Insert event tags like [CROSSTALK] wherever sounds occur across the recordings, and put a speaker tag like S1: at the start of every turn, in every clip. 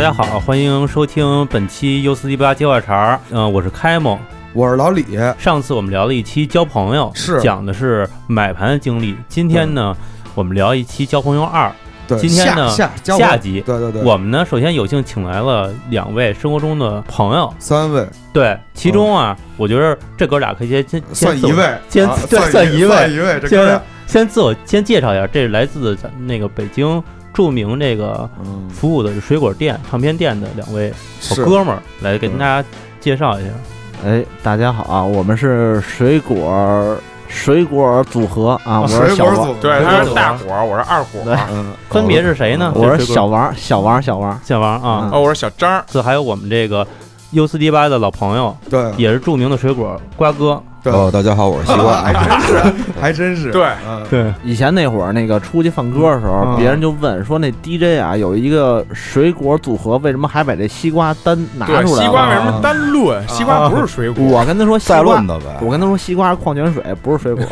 S1: 家好，欢迎收听本期 U 四 D 八接话茬儿。嗯、我是开蒙。
S2: 我是老李，
S1: 上次我们聊了一期交朋友，
S2: 是
S1: 讲的是买盘的经历。今天呢，我们聊一期交朋友二
S2: 对，
S1: 今天呢
S2: 下下加我
S1: 下集。
S2: 对对对，
S1: 我们呢，首先有幸请来了两位生活中的朋友，
S2: 三位
S1: 对，其中啊，我觉得这哥俩可以先先先
S2: 嗯算
S1: 自
S2: 一
S1: 我
S2: 位，
S1: 先
S2: 啊
S1: 对算一
S2: 一
S1: 位
S2: 算一位，这
S1: 先
S2: 哥俩，
S1: 先自我先介绍一下，这是来自咱们那个北京著名这个
S2: 嗯，
S1: 服务的水果店、唱片店的两位好
S2: 是
S1: 哥们儿，来给
S2: 嗯
S1: 大家介绍一下。
S3: 哎，大家好啊，我们是水果儿水果儿组合啊，我是
S2: 哦水
S3: 小
S2: 果
S3: 王，
S2: 组，
S4: 对，
S1: 他
S4: 他
S1: 是
S4: 是
S1: 大
S4: 大果，我是二果，
S3: 对
S2: 嗯，
S1: 分别是谁呢？
S2: [LAUGHS]
S3: 我是小王，小王，小王，
S1: 小王啊，
S2: 嗯
S4: 哦，我是小张，
S1: 这还有我们这个 U 四 D 八的老朋友，
S2: 对
S1: 也是著名的水果瓜哥。
S2: 对，
S5: 哦，大家好，我是西
S2: [LAUGHS]
S5: 瓜。哎
S2: 还真是，还真是，
S4: 对
S2: 嗯，
S1: 对，
S3: 以前那会儿那个出去放歌的时候，
S2: 嗯
S3: 别人就问说那 DJ 啊有一个水果组合，为什么还把这西瓜单拿
S4: 对，
S3: 出来
S4: 西
S3: 了？啊
S4: 瓜为什么单论？西瓜不是水果，
S3: 我跟他说西
S5: 再
S3: 瓜
S5: 论，的呗，
S3: 我跟他说西瓜是矿泉水，不是水果。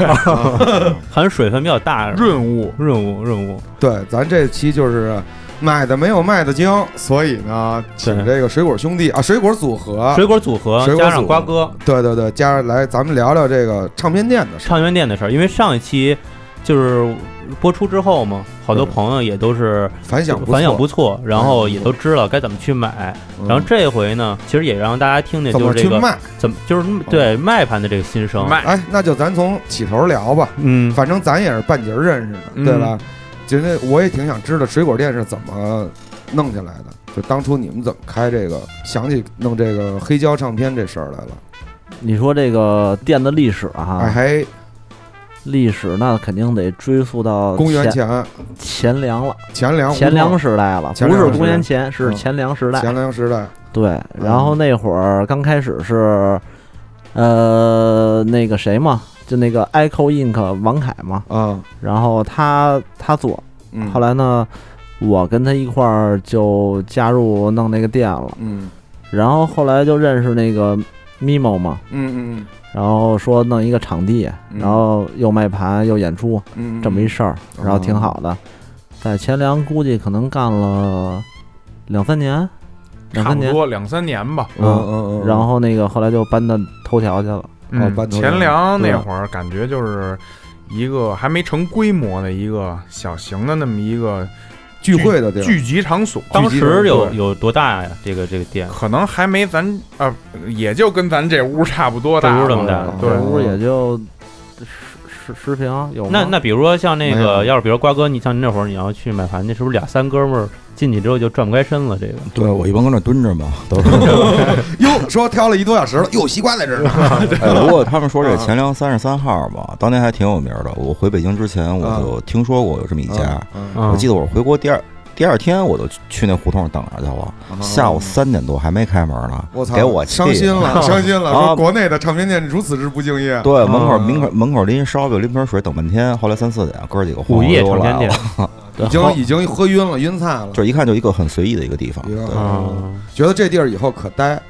S1: 含水分比较大，
S4: 润物。
S1: 润物润物。
S2: [LAUGHS] 对，咱这期就是买的没有卖的精，所以呢，请
S1: 对
S2: 这个水果兄弟啊，水果组合
S1: 水，果组合
S2: 水果
S1: 加
S2: 组合
S1: 上瓜哥
S2: 对对对，加上来咱们聊聊这个唱片店的事儿，
S1: 唱片店的事儿，因为上一期就是播出之后嘛，好多
S2: 嗯
S1: 朋友也都是
S2: 反响
S1: 反响
S2: 不
S1: 不错，然后也都知道该怎么去买。
S2: 错，
S1: 然后
S2: 嗯
S1: 这回呢，其实也让大家听听，
S2: 怎
S1: 就
S2: 么
S1: 是
S2: 去
S1: 这个
S2: 卖？嗯
S1: 怎么就是对卖盘的这个心
S3: 啊
S1: 声。
S4: 卖
S2: 哎，那就咱从起头聊吧，
S1: 嗯，
S2: 反正咱也是半截儿认识的，
S4: 嗯
S2: 对吧？其实我也挺想知道水果店是怎么弄起来的，就当初你们怎么开这个，想起弄这个黑胶唱片这事儿来了。
S3: 你说这个店的历史
S2: 哎，
S3: 啊，
S2: 还
S3: 历史那肯定得追溯到
S2: 公元
S3: 前
S2: 前
S3: 前凉了。
S2: 前凉
S3: 前凉时代了，
S2: 前
S3: 不
S2: 凉时
S3: 是
S2: 代
S3: 公元前，是
S2: 嗯
S3: 前凉时代。
S2: 前凉时代，
S3: 对，
S2: 嗯
S3: 然后那会儿刚开始是，呃，那个谁嘛，就那个 Echo Inc 王凯嘛，
S2: 啊，
S3: 然后他他做，
S2: 嗯，
S3: 后来呢，我跟他一块儿就加入弄那个店了，
S2: 嗯，
S3: 然后后来就认识那个 Mimo 嘛，
S2: 嗯嗯
S3: 然后说弄一个场地，
S2: 嗯
S3: 然后又卖盘又演出
S2: 嗯嗯，
S3: 这么一事儿，然后挺好的，在前凉估计可能干了两三年，两
S4: 差
S3: 三
S4: 不
S3: 年。哦
S4: 多两三年吧。
S2: 嗯，嗯嗯嗯，
S3: 然后那个后来就搬到头条去了。
S2: 哦搬头
S4: 前
S2: 人
S4: 凉
S3: 对
S4: 嗯
S3: 啊
S4: 那会儿感觉就是一个还没成规模的一个小型的那么一个
S2: 聚会的地
S3: 啊
S2: 儿，
S4: 聚集场所，
S1: 当时有
S4: 对
S1: 有多大呀？这个这个店
S4: 可能还没咱啊，也就跟咱这屋差不多
S1: 这
S4: 大
S1: 屋
S2: 嗯
S1: 这么大
S4: 吧对
S3: 这屋也就十十十平有吗。
S1: 那那比如说像那
S2: 没
S1: 个，
S2: 有
S1: 要是比如瓜哥，你像你那会儿你要去买盘，那是不是俩三哥们儿进去之后就转不开身了？这个
S5: 对我一般搁那蹲着嘛，都是。
S2: 哟，说挑了一多小时了，哟，西瓜在这儿呢，
S5: [LAUGHS] 哎，不过他们
S2: 嗯
S5: 说这前凉三十三号吧，当年还挺有名的。我回北京之前，我就听说过有这么一家。
S2: 嗯，
S1: 嗯
S5: 我记得我回国第二第二天，我就去那胡同等着去了。
S2: 嗯
S5: 下午，三点多还没开门呢，
S2: 我操，
S5: 给我气的
S2: 伤心了，伤心了，说
S5: 啊
S2: 国内的唱片店如此之不敬业，
S5: 对，门口
S2: 嗯
S5: 门口门口拎烧饼，拎瓶水，等半天。后来三四点，哥几个
S1: 午
S5: 晃悠
S1: 夜
S5: 悠
S1: 成
S5: 来
S1: 天
S5: 了
S1: 店，
S2: 已
S3: 对
S2: 经
S3: 后
S2: 已经喝晕了，晕菜了，
S5: 就是一看就一个很随意的一个地方。
S2: 一个
S5: 对
S1: 啊，
S2: 觉得这地儿以后可待，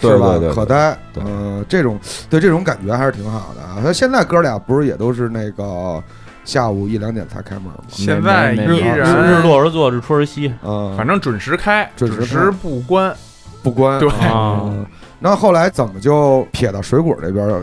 S5: 对
S2: 是吧？
S5: 对对对
S2: 可待，
S5: 对
S2: 呃，这种对这种感觉还是挺好的啊。那现在哥俩不是也都是那个下午一两点才开门吗？
S4: 现在
S3: 没没
S4: 依
S3: 没
S1: 日
S4: 然
S1: 日，落而作，日出而息
S2: 嗯，
S4: 反正准时开，
S2: 准时
S4: 准
S2: 开
S4: 时不关。
S2: 不关。
S4: 对
S1: 啊，
S2: 嗯，那后来怎么就撇到水果这边了？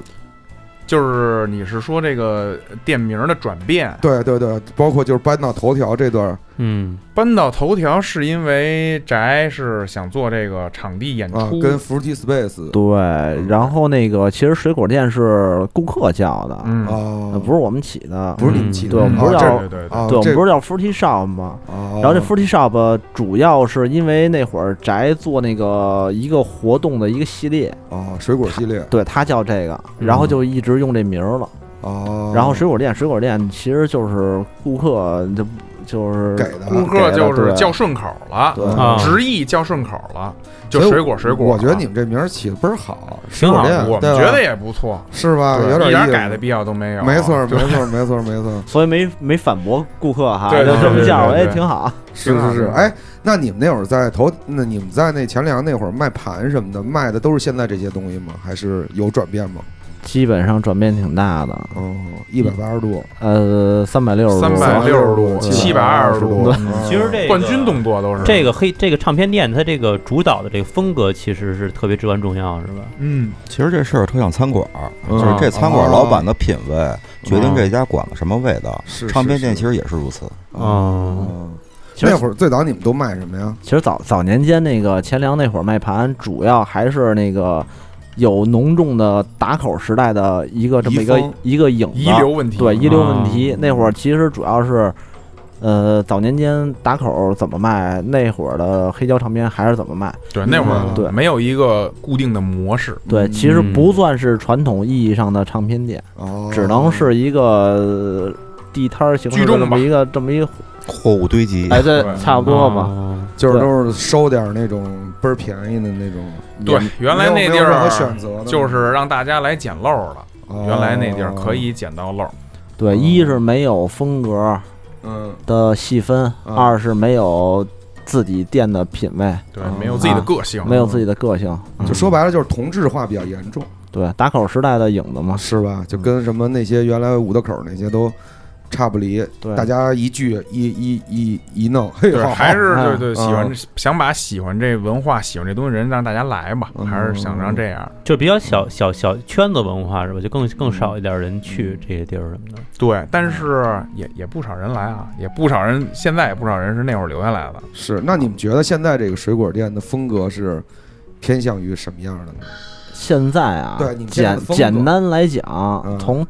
S4: 就是你是说这个店名的转变，
S2: 对对对，包括就是搬到头条这段儿
S1: 嗯，
S4: 搬到头条是因为翟是想做这个场地演
S2: 啊
S4: 出，，
S2: 跟 Fruity Space
S3: 对，然后那个其实水果店是顾客叫的，
S4: 嗯，
S2: 啊
S3: 呃，不是我们起的。
S2: 不是你们起的，
S3: 对我们不是
S2: 啊
S3: 要
S2: 这
S4: 对对对，
S2: 啊，
S3: 对，我
S2: 这
S3: 们不是叫 Fruity Shop 吗？
S2: 哦
S3: 然后这 Fruity Shop 主要是因为那会儿宅做那个一个活动的一个系列，
S2: 哦，水果系列
S3: 对，他叫这个，然后就一直用这名儿了。
S2: 嗯哦，
S3: 然后水果店，水果店其实就是顾客就就是
S2: 给的
S4: 顾客
S3: 给的
S4: 就是
S3: 对
S4: 叫顺口了，
S3: 对
S1: 啊
S4: 直译叫顺口了，就
S2: 所以
S4: 水果水果。
S2: 我觉得你们这名儿起的倍儿好，
S1: 挺好
S2: 水果
S4: 啊
S2: 店
S4: 我们
S2: 对吧
S4: 觉得也不错，
S2: 是吧？
S4: 对
S2: 有
S4: 一
S2: 点意
S4: 点
S2: 思
S4: 改的必要都没有，
S2: 没错儿，
S4: 对
S2: 没错儿，没错儿，没错儿，
S4: [LAUGHS]
S3: 所以没没反驳顾客哈，
S4: 对
S3: 就
S4: 对
S3: 这么
S4: 对
S3: 叫，
S4: 对
S3: 哎，
S4: 对
S3: 挺好。
S2: 是
S4: 挺好
S2: 是是。
S4: 的
S2: 哎，那你们那会儿在头，那你们在那前凉那会儿卖盘什么的，卖的都是现在这些东西吗？还是有转变吗？
S3: 基本上转变挺大的，
S2: 嗯，一百八十度，
S3: 呃，三百六十
S4: 三
S3: 度，
S4: 嗯百六十度、
S2: 对
S4: 七百二十度，
S2: 嗯
S1: 其实这个
S4: 冠军动作都是
S1: 这个黑这个唱片店，它这个主导的这个风格其实是特别至关重要，是吧？
S4: 嗯，
S5: 其实这事儿特像餐馆儿，
S2: 嗯
S5: 就是这餐馆老板的品味决定这家馆子什么味道。
S2: 嗯是
S5: 唱片店其
S2: 实，
S5: 实也是如此。
S1: 嗯，
S2: 嗯，
S1: 其实
S2: 那会儿最早你们都卖什么呀？
S3: 其实早早年间那个钱粮那会儿卖盘，主要还是那个有浓重的打口时代的一个这么一个
S2: 遗风
S3: 一个影子，
S4: 遗留问题，
S3: 啊对遗留问题。
S1: 啊
S3: 那会儿其实主要是，呃，早年间打口怎么卖，那会儿的黑胶唱片还是怎么卖。
S4: 嗯对，那
S2: 嗯
S4: 会儿
S3: 对
S4: 没有一个固定的模式，
S3: 对，其实
S1: 嗯
S3: 不算是传统意义上的唱片店，
S2: 哦，
S3: 只能是一个呃地摊儿形式
S4: 聚
S3: 的
S4: 众
S3: 这么
S4: 吧
S3: 一个这么一个，
S5: 货物堆积，
S3: 哎，对，
S4: 对
S3: 差不多
S2: 哦
S3: 吧。
S1: 啊
S2: 就是都是收点儿那种倍儿便宜的那种，
S4: 对，原来那
S2: 没
S4: 地
S2: 有任何选
S4: 儿
S2: 择的
S4: 就是让大家来捡漏儿了，
S2: 哦
S4: 原来那地儿可，以捡到漏儿，
S3: 对，一是没有风格
S2: 嗯，
S3: 的细分，
S2: 嗯
S3: 二是没有自己店的品味，
S4: 对
S2: 哦，
S4: 没有自己的个性，
S3: 没有自己的个性。嗯
S2: 就说白了就是同质化比较严重，
S3: 对打口时代的影子嘛，
S2: 是吧？就跟什么那些原来五道口那些都差不离，
S3: 对，
S2: 大家一聚一一一一弄，嘿，
S4: 对，
S2: 好
S4: 还是对
S3: 嗯
S4: 对喜欢想把喜欢这文化、喜欢这东西人让大家来吧，
S2: 嗯
S4: 还是想让这样。
S1: 就比较小小小圈子文化是吧？就更更少一点人去这些地儿什么的。
S4: 对，但是也也不少人来啊，也不少人，现在也不少人是那会儿留下来的。
S2: 是。那你们觉得现在这个水果店的风格是偏向于什么样的呢？
S3: 现在啊，
S2: 对你们现在
S3: 简
S2: 的风格
S3: 简单来讲，
S2: 嗯
S3: 从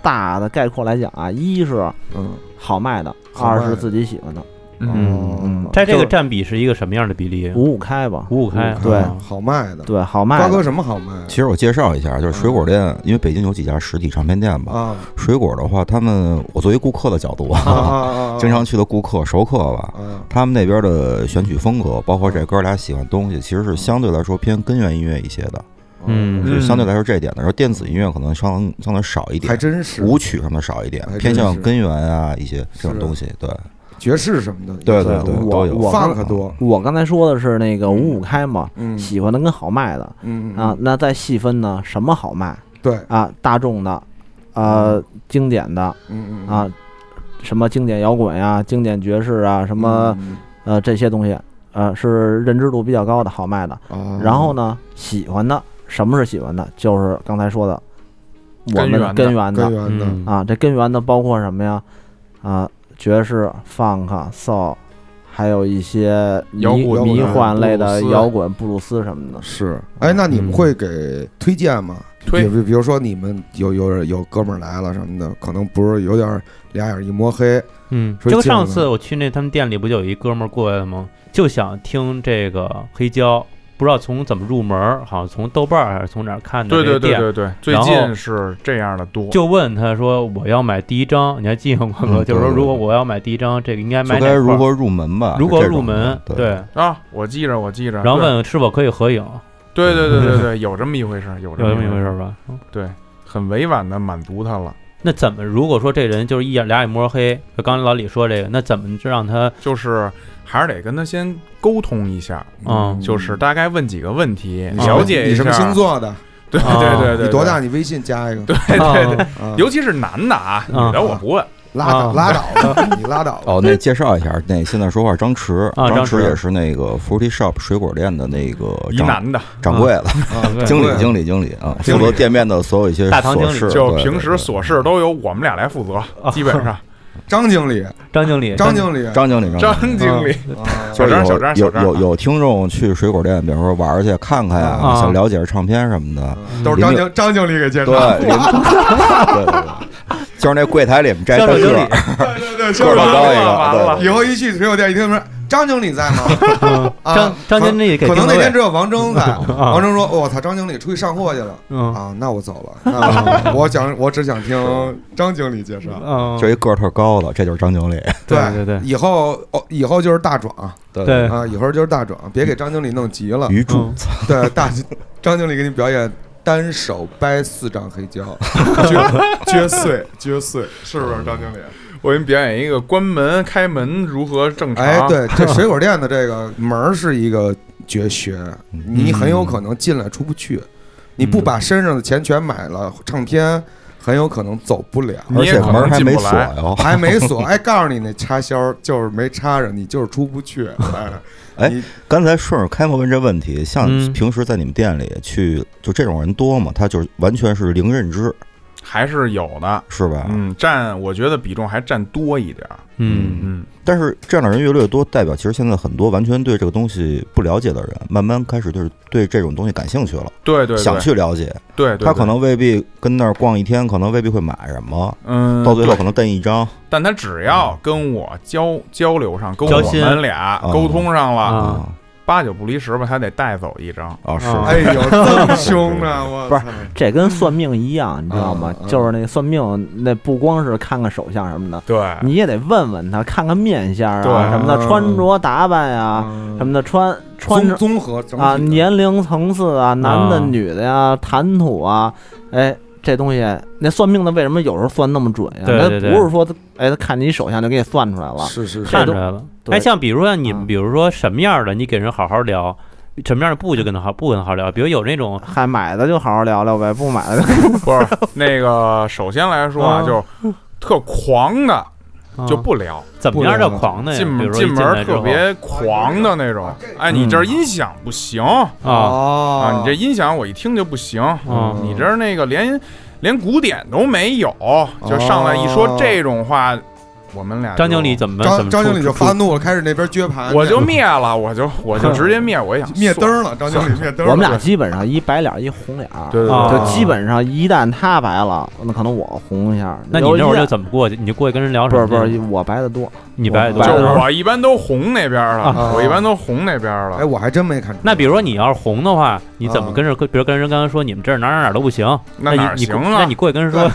S3: 大的概括来讲啊，一是
S2: 嗯，
S3: 好卖的，
S2: 好卖
S3: 二
S2: 的
S3: 是自己喜欢的，
S1: 嗯
S2: 哦
S3: 嗯，
S1: 在这
S3: 就
S1: 个
S3: 是
S1: 占比是一个什么样的比例
S2: 嗯
S1: 啊？
S3: 五五开吧，
S1: 五五开，
S3: 对
S1: 啊
S2: 好卖的，
S3: 对，好卖
S2: 瓜哥
S3: 的，
S2: 什么好卖？啊
S5: 其实我介绍一下，就是水
S2: 嗯
S5: 果店，因为北京有几家实体唱片店吧。
S2: 啊
S5: 水果的话，他们我作为顾客的角度
S2: 啊啊
S5: 啊，
S2: 啊啊！
S5: [LAUGHS] 经常去的顾客、熟客吧，
S2: 啊，
S5: 他们那边的选曲风格，包括这哥俩喜欢东西，其实是相对来说偏根源音乐一些的，
S1: 嗯
S5: 是相对来说这一点的。然后电子音乐可能相相对少一
S2: 还
S5: 点，
S2: 真是
S5: 舞曲什么的少一点
S2: 还，真
S5: 偏向
S2: 是
S5: 根源啊一些这
S2: 是
S5: 种东西。对，
S2: 爵士什么的，
S5: 对对对，
S3: 我
S5: 都有。
S3: 我
S2: 放可多，
S3: 我刚才说的是那个五五开嘛，
S2: 嗯
S3: 喜欢的跟好卖的
S2: 嗯
S3: 啊，，那再细分呢，什么好卖
S2: 对，嗯
S3: 啊？大众的，呃，经典的
S2: 嗯嗯
S3: 啊，什么经典摇滚呀、经典爵士啊，什
S4: 嗯
S3: 么
S2: 嗯
S3: 呃这些东西，呃是认知度比较高的好卖的。
S4: 嗯
S2: 啊，
S3: 然后呢，喜欢的什么是喜欢的？就是刚才说的，我
S4: 根源的
S3: 们根源
S2: 根
S3: 的
S2: 源的
S1: 嗯
S3: 啊，这根源的包括什么呀？啊，爵士、funk、soul，还有一些迷
S4: 摇滚啊
S3: 迷幻类的
S4: 布鲁斯
S3: 摇滚、布鲁斯什么的。
S2: 是，哎，那你们
S1: 嗯
S2: 会给推荐吗？
S4: 推
S2: 比比比如说你们有有有哥们儿来了什么的，可能不是有点儿俩眼一摸黑，
S1: 嗯，
S2: 说
S1: 就
S2: 见
S1: 上
S2: 了
S1: 次我去那他们店里，不就有一哥们儿过来了吗？就想听这个黑胶，不知道从怎么入门儿，好像从豆瓣儿还是从哪儿看的
S4: 嗯对
S1: 这个
S4: 对
S1: 店。
S4: 对对对，最近是这样的多。
S1: 就问他说：“我要买第一张，你还记得吗？
S5: 嗯对
S1: 就是说，
S5: 对
S1: 如果
S5: 对
S1: 我要买第一张，这个应该
S5: 就
S1: 买哪
S5: 该
S1: 块
S5: 如
S1: 儿
S5: 何入门吧？
S1: 如
S5: 是
S1: 何
S5: 这
S1: 入
S5: 种的
S1: 门？
S5: 对，
S4: 啊，我记着，我记着。
S1: 然后问是否可以合影，
S4: 对，对对对 [LAUGHS] 对对，有这么一回事儿，有
S1: 有
S4: 这
S1: 这么一回
S4: 事
S1: 事
S4: 儿，
S1: 儿吧？嗯
S4: 对，很委婉的满足他了，
S1: 那怎么？如果说这人就是一眼俩眼摸黑，就刚才老李说这个，那怎么就让他
S4: 就是还是得跟他先沟通一下，
S1: 嗯
S4: 就是大概问几个问题，
S2: 你什
S4: 了
S2: 么
S4: 解
S2: 你
S4: 一下。
S2: 什么星？座的，
S4: 对
S1: 啊
S4: 对对对对，
S2: 你多大？你微信加一个，对，
S4: [LAUGHS] 对对对，
S2: 啊、
S4: 尤其是男的啊，女
S1: 啊
S4: 的我不问。
S2: 拉倒、
S1: 啊
S2: 拉倒吧，你拉倒吧。
S5: 哦，那介绍一下，那现在说话张弛，
S1: 啊张
S5: 弛
S1: 弛
S5: 也是那个 Fruity Shop 水果店的那个
S4: 一
S5: 掌
S4: 男的，
S5: 掌柜了，
S2: 啊
S5: [LAUGHS]
S1: 对
S5: 经
S2: 对
S5: 理，经理，经理啊，
S2: 经
S5: 负
S2: 理
S5: 责店面的所有一些
S1: 大堂经
S5: 琐
S1: 理
S5: 事，
S4: 就
S5: 对
S4: 平时
S5: 对啊
S4: 琐事都由我们俩来负责，基本
S5: [LAUGHS]
S4: 上。
S2: 张经理，
S1: 张经理？
S2: 张经理，
S5: 张经理，
S4: 张
S5: 经理。
S4: 经理，
S2: 啊
S5: 就是
S4: 小张小张
S5: 有
S4: 小
S5: 有
S4: 张
S5: [LAUGHS] 有有听众去水果店，比如说玩儿去看看呀，
S1: 啊
S5: 想了解唱片什么的，
S2: 嗯都是张经张经理给介绍
S5: 对，，对对对，就是那柜台里面摘
S1: 销
S5: 单
S1: 售经
S5: 个
S1: 理
S5: 儿，
S2: 对对对，
S5: 个
S2: 就
S5: 儿
S2: 是
S5: 高
S4: 完
S2: 张
S4: 了
S5: 一
S4: 完
S5: 个，
S4: 了
S5: 对
S2: 以后一去水果店，一听说张经理
S1: [LAUGHS]
S2: 在吗？啊
S1: 嗯张张经理给
S2: 可能
S1: 定
S2: 那
S1: 位啊
S2: 天只有
S1: [LAUGHS]
S2: 王铮在，王铮说：“我操，张经理出去上货去了。”
S1: 嗯
S2: 啊，那我走了。那我我想，我只想听张经理介绍。
S1: 嗯，
S5: 就一个儿特高的，这就是张经理，
S1: 对对对
S2: 以后哦，以后就是大壮
S5: 对
S1: 对
S2: 啊，以后就是大壮，别给张经理弄急了。
S5: [LAUGHS] 鱼柱
S1: 嗯，
S2: 对，大 [LAUGHS] 张经理给你表演单手掰四张黑胶， [LAUGHS] 撅撅碎，撅碎，是不是张经理？
S4: 我给你表演一个关门开门如何正常。
S2: 哎，，对，这水果嗯店的这个门儿是一个绝学，你很有可能进来出不去。你不把身上的钱全买了，唱片很有可能走不 [LAUGHS] 了。
S4: 你
S5: 而
S4: 也
S5: 且
S4: 可
S5: 门
S4: 能
S5: 还
S4: 进
S5: 没
S4: 不
S5: 锁
S4: 来
S5: 哟。
S2: 还没锁，哎，告诉你那插销就是没插上，你就是出不去。哎
S5: 哎
S2: 你
S5: 刚才顺着开幕问这问题，像
S1: 嗯
S5: 平时在你们店里去，就这种人多吗？他就是完全是零认知，
S4: 还是有的。
S5: 是吧？
S4: 嗯，占我觉得比重还占多一点儿。
S1: 嗯，
S4: 嗯，
S5: 但是这样的人越来越多，代表其实现在很多完全对这个东西不了解的人，慢慢开始就是对这种东西感兴趣了，
S4: 对对对，
S5: 想去了解。
S4: 对，对对
S5: 他可能未必跟那儿逛一天，可能未必会买什么，
S4: 嗯，
S5: 到最后
S4: 对
S5: 可能订一张。
S4: 但他只要跟我交交流上，跟
S1: 交
S4: 我
S1: 心
S4: 们俩
S5: 嗯
S4: 沟通上了，
S1: 啊
S4: 八九不离十吧，他得带走一张。
S5: 啊，是
S1: 啊
S2: [LAUGHS] 哎呦，这么凶 [LAUGHS] 呢！我
S3: 不是
S2: 操
S3: 这跟算命一样，你知道吗
S2: 嗯嗯？
S3: 就是那个算命，那不光是看看手相什么的，
S4: 对，
S3: 你也得问问他，看看面相
S4: 哎对
S3: 啊什么的，穿着打扮呀
S2: 嗯
S3: 什么的，穿穿
S2: 综
S3: 着
S2: 综合整体
S3: 啊
S2: 的
S3: 年龄层次啊，男的
S1: 啊
S3: 女的呀，谈吐啊，哎。这东西，那算命的为什么有时候算那么准呀？
S1: 对对对
S3: 他不是说他，哎，他看你手相就给你算出来了。
S2: 是是是
S1: 看出来了。
S3: 对
S1: 哎，像比如说你们，
S3: 嗯
S1: 比如说什么样的，你给人好好聊，什么样的不就跟他好不跟他好聊。比如有那种
S3: 还买的就好好聊聊呗，不买的就
S4: [LAUGHS] 不是那个，首先来说
S1: 啊
S4: 啊，就是特狂的
S1: 啊
S4: 就不聊，
S1: 怎么样叫狂的呀？
S4: 进
S1: 比
S4: 门
S1: 如说一
S4: 进
S1: 进
S4: 门
S1: 来之
S4: 特
S1: 后
S4: 别狂的那种
S2: 啊这。个
S4: 哎，你这儿音响不行啊，
S1: 啊，
S2: 哦
S4: 你这音响我一听就不行，
S1: 嗯
S4: 你这儿那个连连古典都没有，
S1: 哦
S4: 就上来一说这种话，我们俩就
S1: 张经理怎么怎
S2: 张
S1: 么
S2: 张
S1: 处
S2: 经理就发怒了，开始那边撅盘去，
S4: 我就灭了，我就我就直接灭，我也想
S2: [LAUGHS] 灭
S4: 算了。
S2: 灯了，张经理灭灯了。
S3: 我们俩基本上一白脸一红脸，
S4: 对对
S1: 啊
S4: 对，
S3: 就基本上一旦他白了，那可能我红一下。
S1: 那你
S3: 有一
S1: 那会儿就
S3: 旦
S1: 怎么过去？你就过去跟人聊什
S3: 不是
S1: 么？
S3: 不是，我白的多，
S1: 你白哦
S3: 白
S4: 就
S3: 的
S1: 多。
S4: 我一般都红那边
S2: 啊
S4: 了，我一般都红那边了
S2: 哎，。我还真没看出来。
S1: 那比如说你要是红的话，你怎么
S2: 啊
S1: 跟人跟？比如跟人刚才说你们这儿哪儿哪儿哪儿都不行，
S4: 那
S1: 你
S4: 哪儿
S1: 你
S4: 行啊
S1: 那你过去跟人
S2: [LAUGHS]
S1: 说，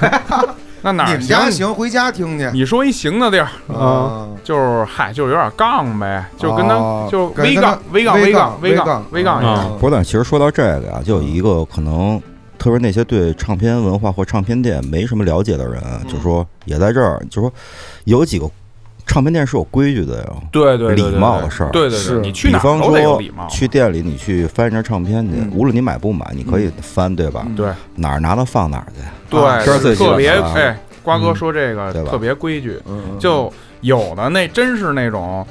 S4: 那哪
S2: 你
S4: 儿
S2: 们家？行，回家听去
S4: [LAUGHS] 你说一行的地儿，
S2: 啊。
S4: 就是嗨，就是有点杠呗，就跟
S2: 哦
S4: 他就
S2: 跟
S4: 微杠微杠
S2: 微
S4: 杠微
S2: 杠嗯
S4: 微杠一
S1: 啊
S4: 样。
S1: 样
S5: 不是，但其实说到这个呀，就有一个可能，特别那些对唱片文化或唱片店没什么了解的人，啊就说也在这儿，就说有几个唱片店是有规矩的呀。
S4: 对对对对，
S5: 礼貌的事儿
S4: 对对
S2: 是
S4: 对，你去
S5: 比
S4: 哪儿
S5: 方
S4: 都得有
S5: 说
S4: 礼貌，。
S5: 去店里你去翻一张唱片去
S2: 嗯，
S5: 无论你买不买，你可以翻，对吧？
S4: 对
S5: 哪儿拿到放哪儿去。
S2: 啊
S5: 这儿
S4: 嗯对，
S5: 最
S4: 特别
S5: 基本的啊
S4: 哎，瓜哥
S1: 嗯
S4: 说这个
S5: 对吧
S4: 特别规矩，
S2: 嗯嗯
S4: 就有的那真是那种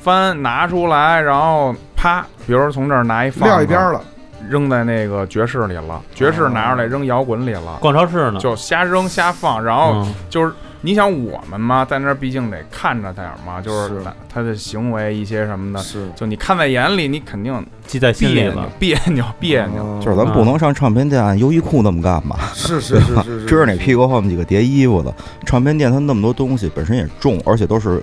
S4: 翻拿出来，然后啪，比如说从这儿拿一放
S2: 撂一边
S4: 子
S2: 儿了，
S4: 扔在那个爵士里了，爵士拿出来扔摇滚里了，
S1: 逛超市呢。
S4: 就哦瞎扔瞎放，然后
S1: 嗯
S4: 就是你想我们嘛，在那儿毕竟得看着点儿嘛，就是
S2: 是
S4: 他他的行为一些什么的，
S2: 是
S4: 就你看在眼里，你肯定
S1: 记在心里
S4: 别扭
S1: 了。
S4: 别扭 [LAUGHS] 别扭。
S2: 哦
S5: 就是咱们不能上唱片店按啊优衣库那么干吧？
S2: 是是是是，
S5: 遮着你屁
S2: 股。
S5: 股后面几个叠衣服的。唱片店它那么多东西，本身也重，而且都是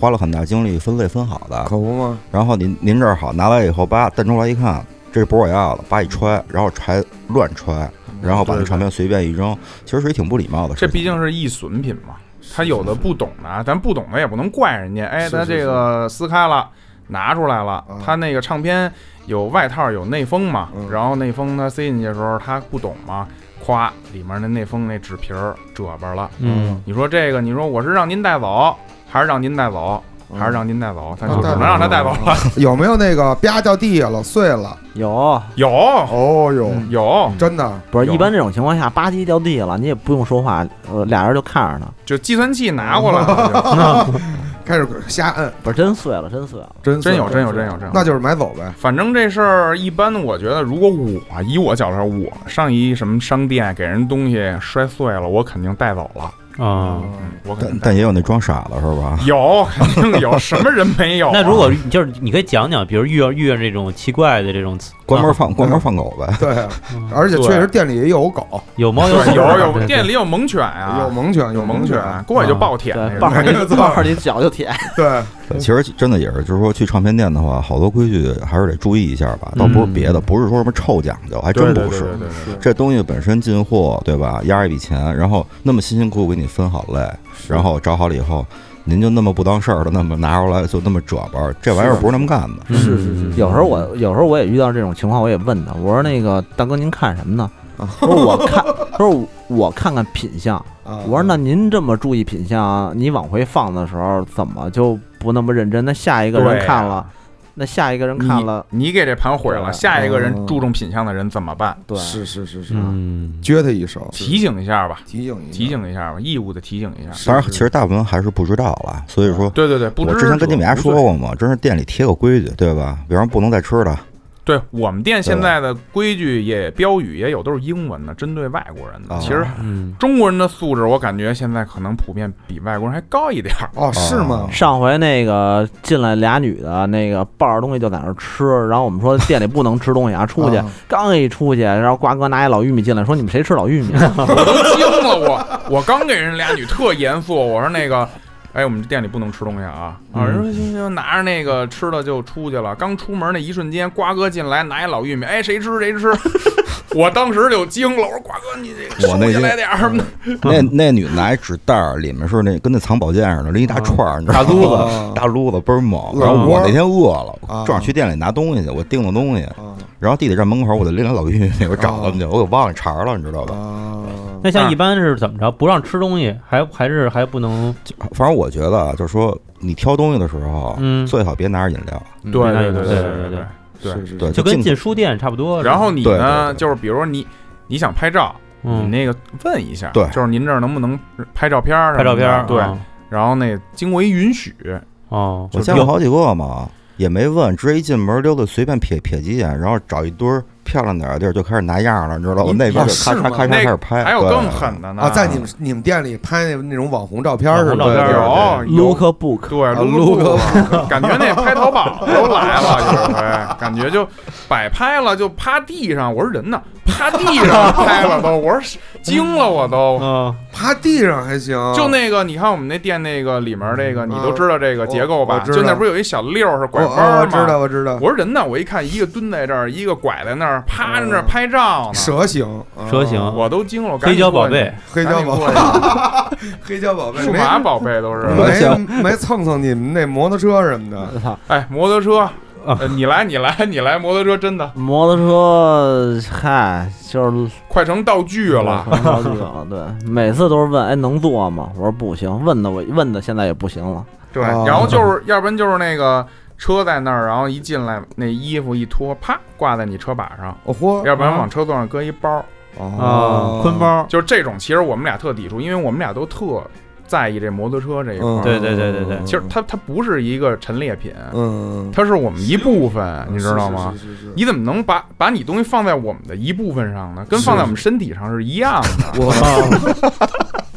S5: 花了很大精力分类分好的。
S2: 可不吗？
S5: 然后您您这儿好，拿来以后叭弹出来一看，这不是我要的，叭一揣，然后揣乱揣，然后把那
S4: 对对
S5: 唱片随便一扔，其实是一挺不礼貌的事
S4: 这
S5: 情。
S4: 毕竟是易损品嘛，他有的不懂的啊，咱不懂的也不能怪人家。哎，
S2: 是
S4: 他
S2: 是
S4: 这个撕开了，拿出来了
S2: 嗯，
S4: 他那个唱片有外套有内封嘛
S2: 嗯，
S4: 然后内封他塞进去的时候他不懂嘛，咵里面那内封那纸皮儿褶巴了。
S1: 嗯，
S4: 你说这个，你说我是让您带走，还是让您带走，还是让您带走？他
S2: 嗯
S4: 就
S2: 啊
S4: 只
S2: 带走
S4: 能让他带走了。
S2: 有没有那个吧掉地下了碎了？
S3: 有
S2: 嗯
S4: [LAUGHS] 有
S2: 哦哟，
S4: 有，
S2: 真的啊
S3: 不是
S4: 有
S3: 一般这种情况下，吧唧掉地下了，你也不用说话，呃，俩人就看着他，
S4: 就计算器拿过来
S2: 嗯
S4: 了，
S2: 开始瞎摁，
S3: 不是真碎了，真碎了，
S2: 真
S4: 就真
S2: 碎
S4: 有
S2: 了
S4: 真有真有真有。
S2: 那就是买走
S4: [LAUGHS]
S2: 呗。
S4: 反正这事儿一般，我觉得如果我以我角度上，我上一什么商店给人东西摔碎了，我肯定带走了。
S1: 啊。
S4: 嗯，我肯定带
S5: 但但也有那装傻的是
S4: [LAUGHS]
S5: 吧？
S4: 有肯
S2: [LAUGHS]
S4: 定有，什么人没有啊？
S1: 那如果就是你可以讲讲，比如遇到遇到这种奇怪的这种词，
S5: 关门
S1: 啊
S5: [LAUGHS] 放关门放狗呗。
S2: 对，啊
S4: 嗯
S2: 而且确实店里也有狗，
S1: 有猫
S4: 对
S1: 狗，
S4: 有
S1: 对
S4: 有
S1: 对
S4: 店里有猛犬啊，
S2: 有猛犬，啊
S4: 有
S2: 猛
S4: 猛犬，啊过去就暴舔
S3: 对，
S4: 那
S3: 抱
S4: 种。
S3: 着
S2: 没
S3: 你
S2: 错
S3: 抱着你脚就舔，
S4: [LAUGHS]
S2: 对，啊
S5: 其实真的也是，就是说去唱片店的话，好多规矩还是得注意一下吧。倒不是别的，不是说什么臭讲究，还真
S4: 对
S5: 不
S4: 对
S5: 是
S4: 对。对对对
S5: 这东西本身进货对吧，压一笔钱，然后那么辛辛苦苦给你分好类，然后找好了以后，您就那么不当事儿的那么拿出来就那么褶巴儿，这玩意儿不是那么干的。
S1: 嗯
S2: 是是是
S3: 有时候我有时候我也遇到这种情况，我也问他，我说那个大哥您看什么 [LAUGHS] 呢？他说我看，他说我看看品相。
S2: 啊，
S3: 我说那您这么注意品相，你往回放的时候怎么就不那么认真？那下一个
S4: 对
S3: 人
S4: 呀
S3: 看了，那下一个人看了，
S4: 你，你给这盘毁
S3: 对
S4: 了，下一个人
S2: 嗯
S4: 注重品相的人怎么办？
S3: 对，
S2: 是是是是，
S1: 嗯，
S2: 撅他一手，
S4: 提醒一下吧，
S2: 提醒一下
S4: 提，醒一下吧，义务的提醒一下。
S2: 是
S5: 当然，其实大部分还是不知道了，所以说。
S4: 对对对，不知
S5: 我之前
S4: 者
S5: 跟你们家
S4: 无
S5: 说
S4: 罪，
S5: 过嘛，真是店里贴个规矩，对吧？比方不能再吃了，
S4: 对我们店现
S5: 对
S4: 在的规矩也标语也有都是英文的，针对外国人的。
S5: 啊
S4: 其实
S1: 嗯，
S4: 中国人的素质，我感觉现在可能普遍比外国人还高一点儿。
S2: 哦，是吗？
S3: 上回那个进来俩女的，那个抱着东西就在那儿吃，然后我们说店里不能吃东西啊，出去。
S2: 啊
S3: 刚一出去，然后瓜哥拿一老玉米进来，说你们谁吃老玉米啊？
S4: 我都惊了我，我刚给人俩女特严肃，我说那个，哎，我们店里不能吃东西啊。
S5: 嗯
S4: 啊，人说行行，拿着那个吃的就出去了。刚出门那一瞬间，瓜哥进来拿一老玉米，哎，谁吃谁吃。 [LAUGHS] 我当时就惊了，我说瓜哥你这个
S5: 我
S4: 收
S5: 那
S4: 下
S5: 天
S4: 来点儿。
S1: 嗯
S5: 那那女的拿一纸袋儿，里面是那跟那藏宝剑似的，拎一大
S4: 嗯
S5: 串儿，你知道
S1: 大
S5: 吗？
S1: 撸子，嗯
S2: 啊
S5: 大撸子倍儿猛。
S2: 饿
S5: 然后我
S2: 了
S5: 那天饿了，
S2: 啊
S5: 正好去店里拿东西去，我订的东西，
S1: 嗯
S4: 哦
S2: 啊
S5: 然后地铁站门口我就拎着老玉米，我找他们去，我给忘了茬儿了，你知道吧？
S2: 啊
S1: 那像一般是怎么着？不让吃东西，还还是还不能，
S5: 反正我觉得啊，就是说你挑东西的时候，
S1: 嗯
S5: 最好别拿着饮料，
S1: 嗯
S4: 对
S1: 对
S4: 对
S1: 对
S4: 对对，对
S2: 是是
S5: 对，
S2: 是，
S1: 就跟
S5: 尽
S1: 进书店差不多。
S4: 然后你
S5: 对对
S4: 呢，
S5: 对
S4: 就是比如说你你想拍照，你
S1: 嗯，
S4: 那个问一下，
S5: 对
S4: 就是您这儿能不能拍照片儿什么
S1: 拍照
S4: 的？
S1: 片儿，
S4: 对。
S5: 嗯
S1: 啊
S4: 然后那经过一允许，
S1: 哦，
S5: 我见过好几个嘛，也没问，直接一进门溜达，随便瞥瞥几眼，然后找一堆儿漂亮点儿的地儿就开始拿样了，你知道吧？
S4: 你
S5: 那边
S2: 啊
S5: 就咔
S2: 是
S5: 嚓
S2: 吗
S5: 咔嚓
S4: 那
S5: 开始拍，
S4: 还有
S5: 对
S4: 更狠的呢
S2: 啊，在你们你们店里拍那那种网红照片是吧？
S1: 网红照片
S4: 有有
S3: Look book，
S4: 对，啊
S2: 啊撸个
S4: 个，感觉那拍淘宝都来了，有回感觉就摆拍了，就趴地上。我说人呢？趴地上拍了都，我说惊了，我都。
S1: 嗯，
S2: 趴地上还行，哦
S4: 就那个，你看我们那店那个里面这个，你都知道这个结构
S2: 嗯我
S4: 吧？
S2: 我知道
S4: 就那不是有一小溜儿是拐
S2: 我
S4: 弯儿
S2: 哦我
S4: 吗？
S2: 知道我知道，
S4: 我说人呢？我一看，一个蹲在这儿，一个拐在那儿，趴着那儿
S2: 嗯
S4: 拍照呢，
S2: 蛇形
S1: 蛇形
S2: 啊
S4: 我都惊了。我赶
S1: 黑
S4: 紧
S1: 胶宝
S4: 过去
S1: 贝，
S2: 黑胶宝
S4: 赶紧过
S2: 黑胶宝 [LAUGHS]
S4: 去
S2: 贝
S4: 数码宝贝都是。
S5: 我
S2: 没
S5: 想
S2: 没没蹭蹭你们那摩托车什么的，
S3: 操，
S4: 哎，摩托车，
S1: 啊
S4: 呃你来，你来，你来，摩托车真的
S3: 摩托车，嗨，就是
S4: 快成道具了。
S3: 了，对，每次都是问，哎，能做吗？我说不行，问的我问的现在也不行了，
S4: [LAUGHS] 对，
S2: 哦
S4: 然后就是要不然就是那个车在那儿，然后一进来那衣服一脱，啪挂在你车把上，
S2: 我哦嚯哦
S4: 要不然往车座上搁一包，
S1: 啊，坤，
S4: [LAUGHS]
S1: 包，
S4: 就是这种。其实我们俩特抵触，因为我们俩都特在意这摩托车这一块儿。
S2: 嗯
S1: 对对对对对
S4: 其实它它不是一个陈列品，
S2: 嗯，
S4: 它是我们一部分，
S2: 嗯
S4: 你知道吗？？
S2: 是是是是是
S4: 你怎么能把把你东西放在我们的一部分上呢？跟放在我们身体上是一样的， [LAUGHS]
S2: 我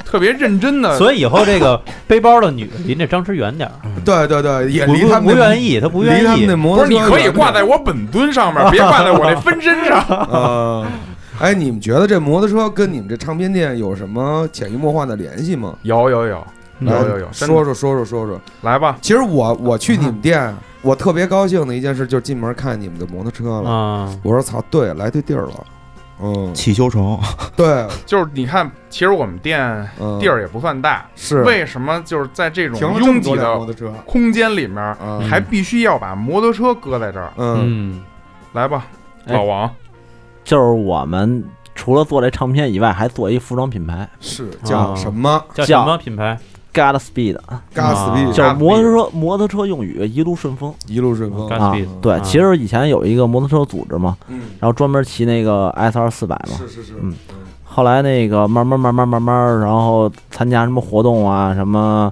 S4: 特别认真的。
S1: 啊所以以后这个背包的女的离那张弛远点儿，
S2: 对对对，也
S1: 不
S2: [LAUGHS] 离他
S1: 不
S2: 们
S1: 不
S2: 那
S1: 愿意，她不愿
S2: 离他们
S1: 意
S2: 那，摩
S4: 不
S2: 托
S4: 是
S2: 车
S4: 你可以
S2: 远点
S4: 挂在我本尊上面，别挂在我这分身上。
S2: [LAUGHS] 啊。哎，你们觉得这摩托车跟你们这唱片店有什么潜移默化的联系吗？
S4: 有有有
S1: 嗯
S4: 有
S2: 来
S4: 有有，真的
S2: 说说说说说说。
S4: 来吧，
S2: 其实我我去你们店，我特别高兴的一件事就是进门看你们的摩托车了。
S1: 啊，
S2: 我说操，对，来对地儿了。嗯，
S5: 汽修城，
S2: 对，
S4: 就是你看，其实我们店
S2: 嗯，
S4: 地儿也不算大，
S2: 是
S4: 为什么就是在这种
S2: 停了这
S4: 拥
S2: 么多
S4: 挤
S2: 辆摩
S4: 的
S2: 托车，
S4: 空间里面，
S2: 嗯
S4: 还必须要把摩托车搁在这儿？
S2: 嗯
S1: 嗯，
S4: 来吧，
S3: 哎
S4: 老王，
S3: 就是我们除了做这唱片以外，还做一服装品牌
S2: 是叫什么
S1: 叫什么品牌？
S3: Godspeed，
S2: ？Gatsby 啊
S3: 就是摩托车摩托车用语一路顺风
S2: 一路顺风。
S1: Gatsby
S3: 啊
S1: Godspeed，。
S3: 对
S1: 啊，
S3: 其实以前有一个摩托车组织嘛，
S2: 嗯，
S3: 然后专门骑那个 S R 四百嘛，
S2: 是是是，
S3: 嗯后来那个慢慢慢慢慢慢，然后参加什么活动啊，什么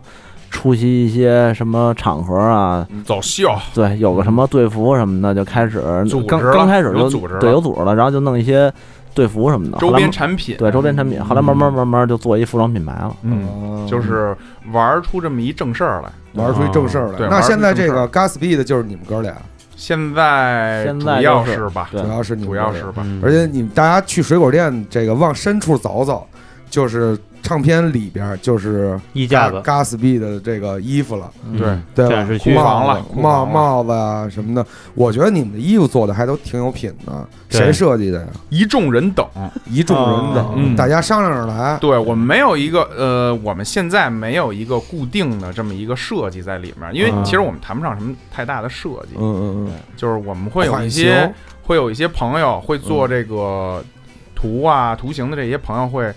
S3: 出席一些什么场合啊，
S2: 嗯
S4: 走秀，
S3: 对，有个什么队服什么的，就开始
S4: 组织
S3: 刚
S4: 了
S3: 刚开始
S4: 有
S3: 就
S4: 组织了
S3: 对有组织了，然后就弄一些队服什么的，
S4: 周
S3: 后来
S4: 边
S3: 慢
S4: 产品，
S3: 对周边产品，后来慢慢慢慢就做一服装品牌了。
S4: 嗯，
S2: 哦
S4: 就是玩出这么一正事儿来。
S2: 玩出一正事儿来。
S4: 对
S2: 那
S4: 玩出
S2: 现在这
S4: 正事
S2: 个
S4: 儿
S2: Gatsby 的就是你们哥俩，
S4: 现在
S3: 现
S4: 主
S3: 在
S4: 要
S3: 就是
S4: 是吧，
S3: 对
S2: 主要是你们
S4: 主
S2: 哥俩
S4: 要是吧，
S1: 嗯
S2: 而且你们大家去水果店，这个往深处走走，就是唱片里边就是
S1: 衣架子，
S2: Gatsby 的这个衣服了，
S1: 嗯
S4: 对，
S2: 对吧
S1: 展示区
S4: 库房
S2: 帽
S4: 了
S2: 子
S4: 库
S2: 帽
S4: 房了
S2: 帽子啊什么的，我觉得你们的衣服做的还都挺有品的。
S1: 对
S2: 谁设计的呀？
S4: 一众人等。
S2: 一众人
S1: 啊
S2: 等，
S4: 嗯
S2: 大家商量着来。
S4: 对我们没有一个呃，我们现在没有一个固定的这么一个设计在里面，因为
S1: 嗯
S4: 其实我们谈不上什么太大的设计，
S2: 嗯嗯嗯，
S4: 就是我们会有一
S2: 款
S4: 些
S2: 型
S4: 会有一些朋友会
S2: 嗯
S4: 做这个图啊、图形的这些朋友会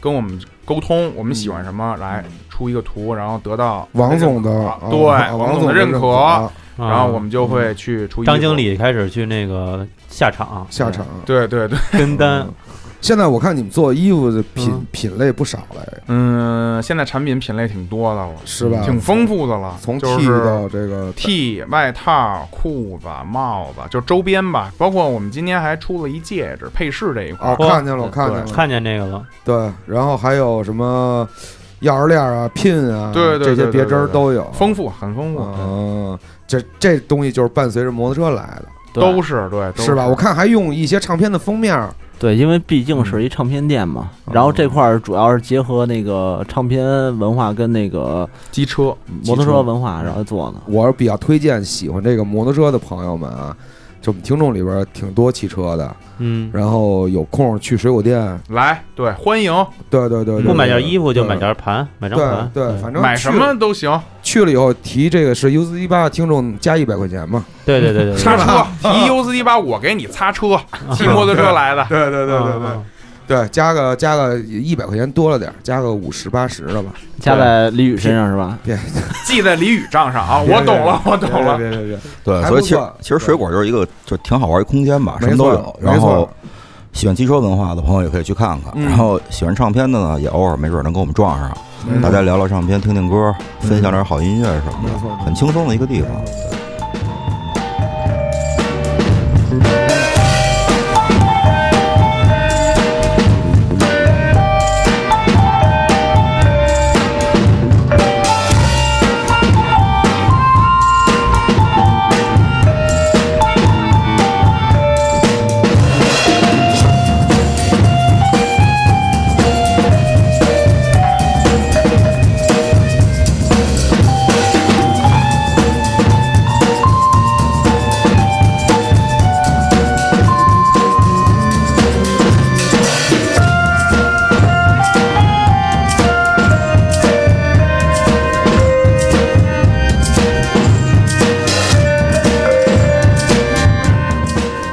S4: 跟我们沟通，我们喜欢什么、来出一个图，然后得到
S2: 嗯王总的
S4: 啊
S2: 啊
S4: 对
S2: 啊
S4: 王
S2: 总
S4: 的
S2: 认
S4: 认可，
S2: 啊
S4: 然后我们就会去出衣
S1: 嗯
S4: 服
S1: 张经，理开始去那个下场
S2: 下场。
S4: 对对对，
S1: 跟单
S2: 嗯，现在我看你们做衣服的品、
S3: 嗯
S2: 品类不少了，哎
S4: 嗯，现在产品品类挺多的了，
S2: 是吧？
S4: 挺丰富的了，
S2: 从 T
S4: 就是
S2: 到这个
S4: T 外套、裤子、帽子，就周边吧，包括我们今天还出了一戒指配饰这一块
S2: 啊，
S4: 儿，
S2: 看见了，我看见了，
S1: 看见那个了，
S2: 对，然后还有什么钥匙链啊、pin 啊，
S4: 对对对
S2: 这些别针儿
S4: 对对对
S2: 都有，
S4: 丰富，很丰富，
S2: 嗯，这这东西就是伴随着摩托车来
S3: 对
S4: 都是对，
S2: 的，是吧？我看还用一些唱片的封面儿，
S3: 对，因为毕竟是一唱片店嘛，
S2: 嗯
S3: 然后这块儿主要是结合那个唱片文化跟那个
S4: 机车，
S3: 摩托车文化，然后做的。
S2: 我是比较推荐喜欢这个摩托车的朋友们啊，就我们听众里边儿挺多汽车的，
S1: 嗯，
S2: 然后有空去水果店，
S4: 来，对，欢迎
S2: 对对对，对
S1: 不买件衣服就
S2: 嗯对
S1: 买件盘，买张
S2: 对
S1: 盘，嗯
S2: 对，反正
S4: 买
S2: 去
S4: 什么都行，
S2: 去了以后提这个是 U 四一八听众加一百块钱嘛，
S1: 对对对嗯对对，
S4: 擦车提 U 四 D 八，我给你擦车，
S2: [LAUGHS]
S4: 骑摩托车来的，
S2: 对对
S1: 啊
S2: 对，加个加个一百块钱多了点儿，加个五十八十的吧。
S3: 加在李宇身上是吧？
S4: 记在李宇账上啊，
S2: 别
S4: 我懂了，我懂了，
S2: 别别别，别
S5: [LAUGHS] 对，
S2: 还
S5: 所以
S2: 不
S5: 其实
S2: 错
S5: 其实水果就是一个就挺好玩一空间吧，什
S2: 没
S5: 么都
S2: 错
S5: 有。
S2: 没
S5: 然后
S2: 错
S5: 喜欢机车文化的朋友也可以去看看，
S2: 嗯
S5: 然后喜欢唱片的呢，也偶尔没准能跟我们撞上，
S2: 嗯
S5: 大家聊聊唱片，听听歌，分享点好音乐什么
S2: 没错
S5: 的，很轻松的一个地方。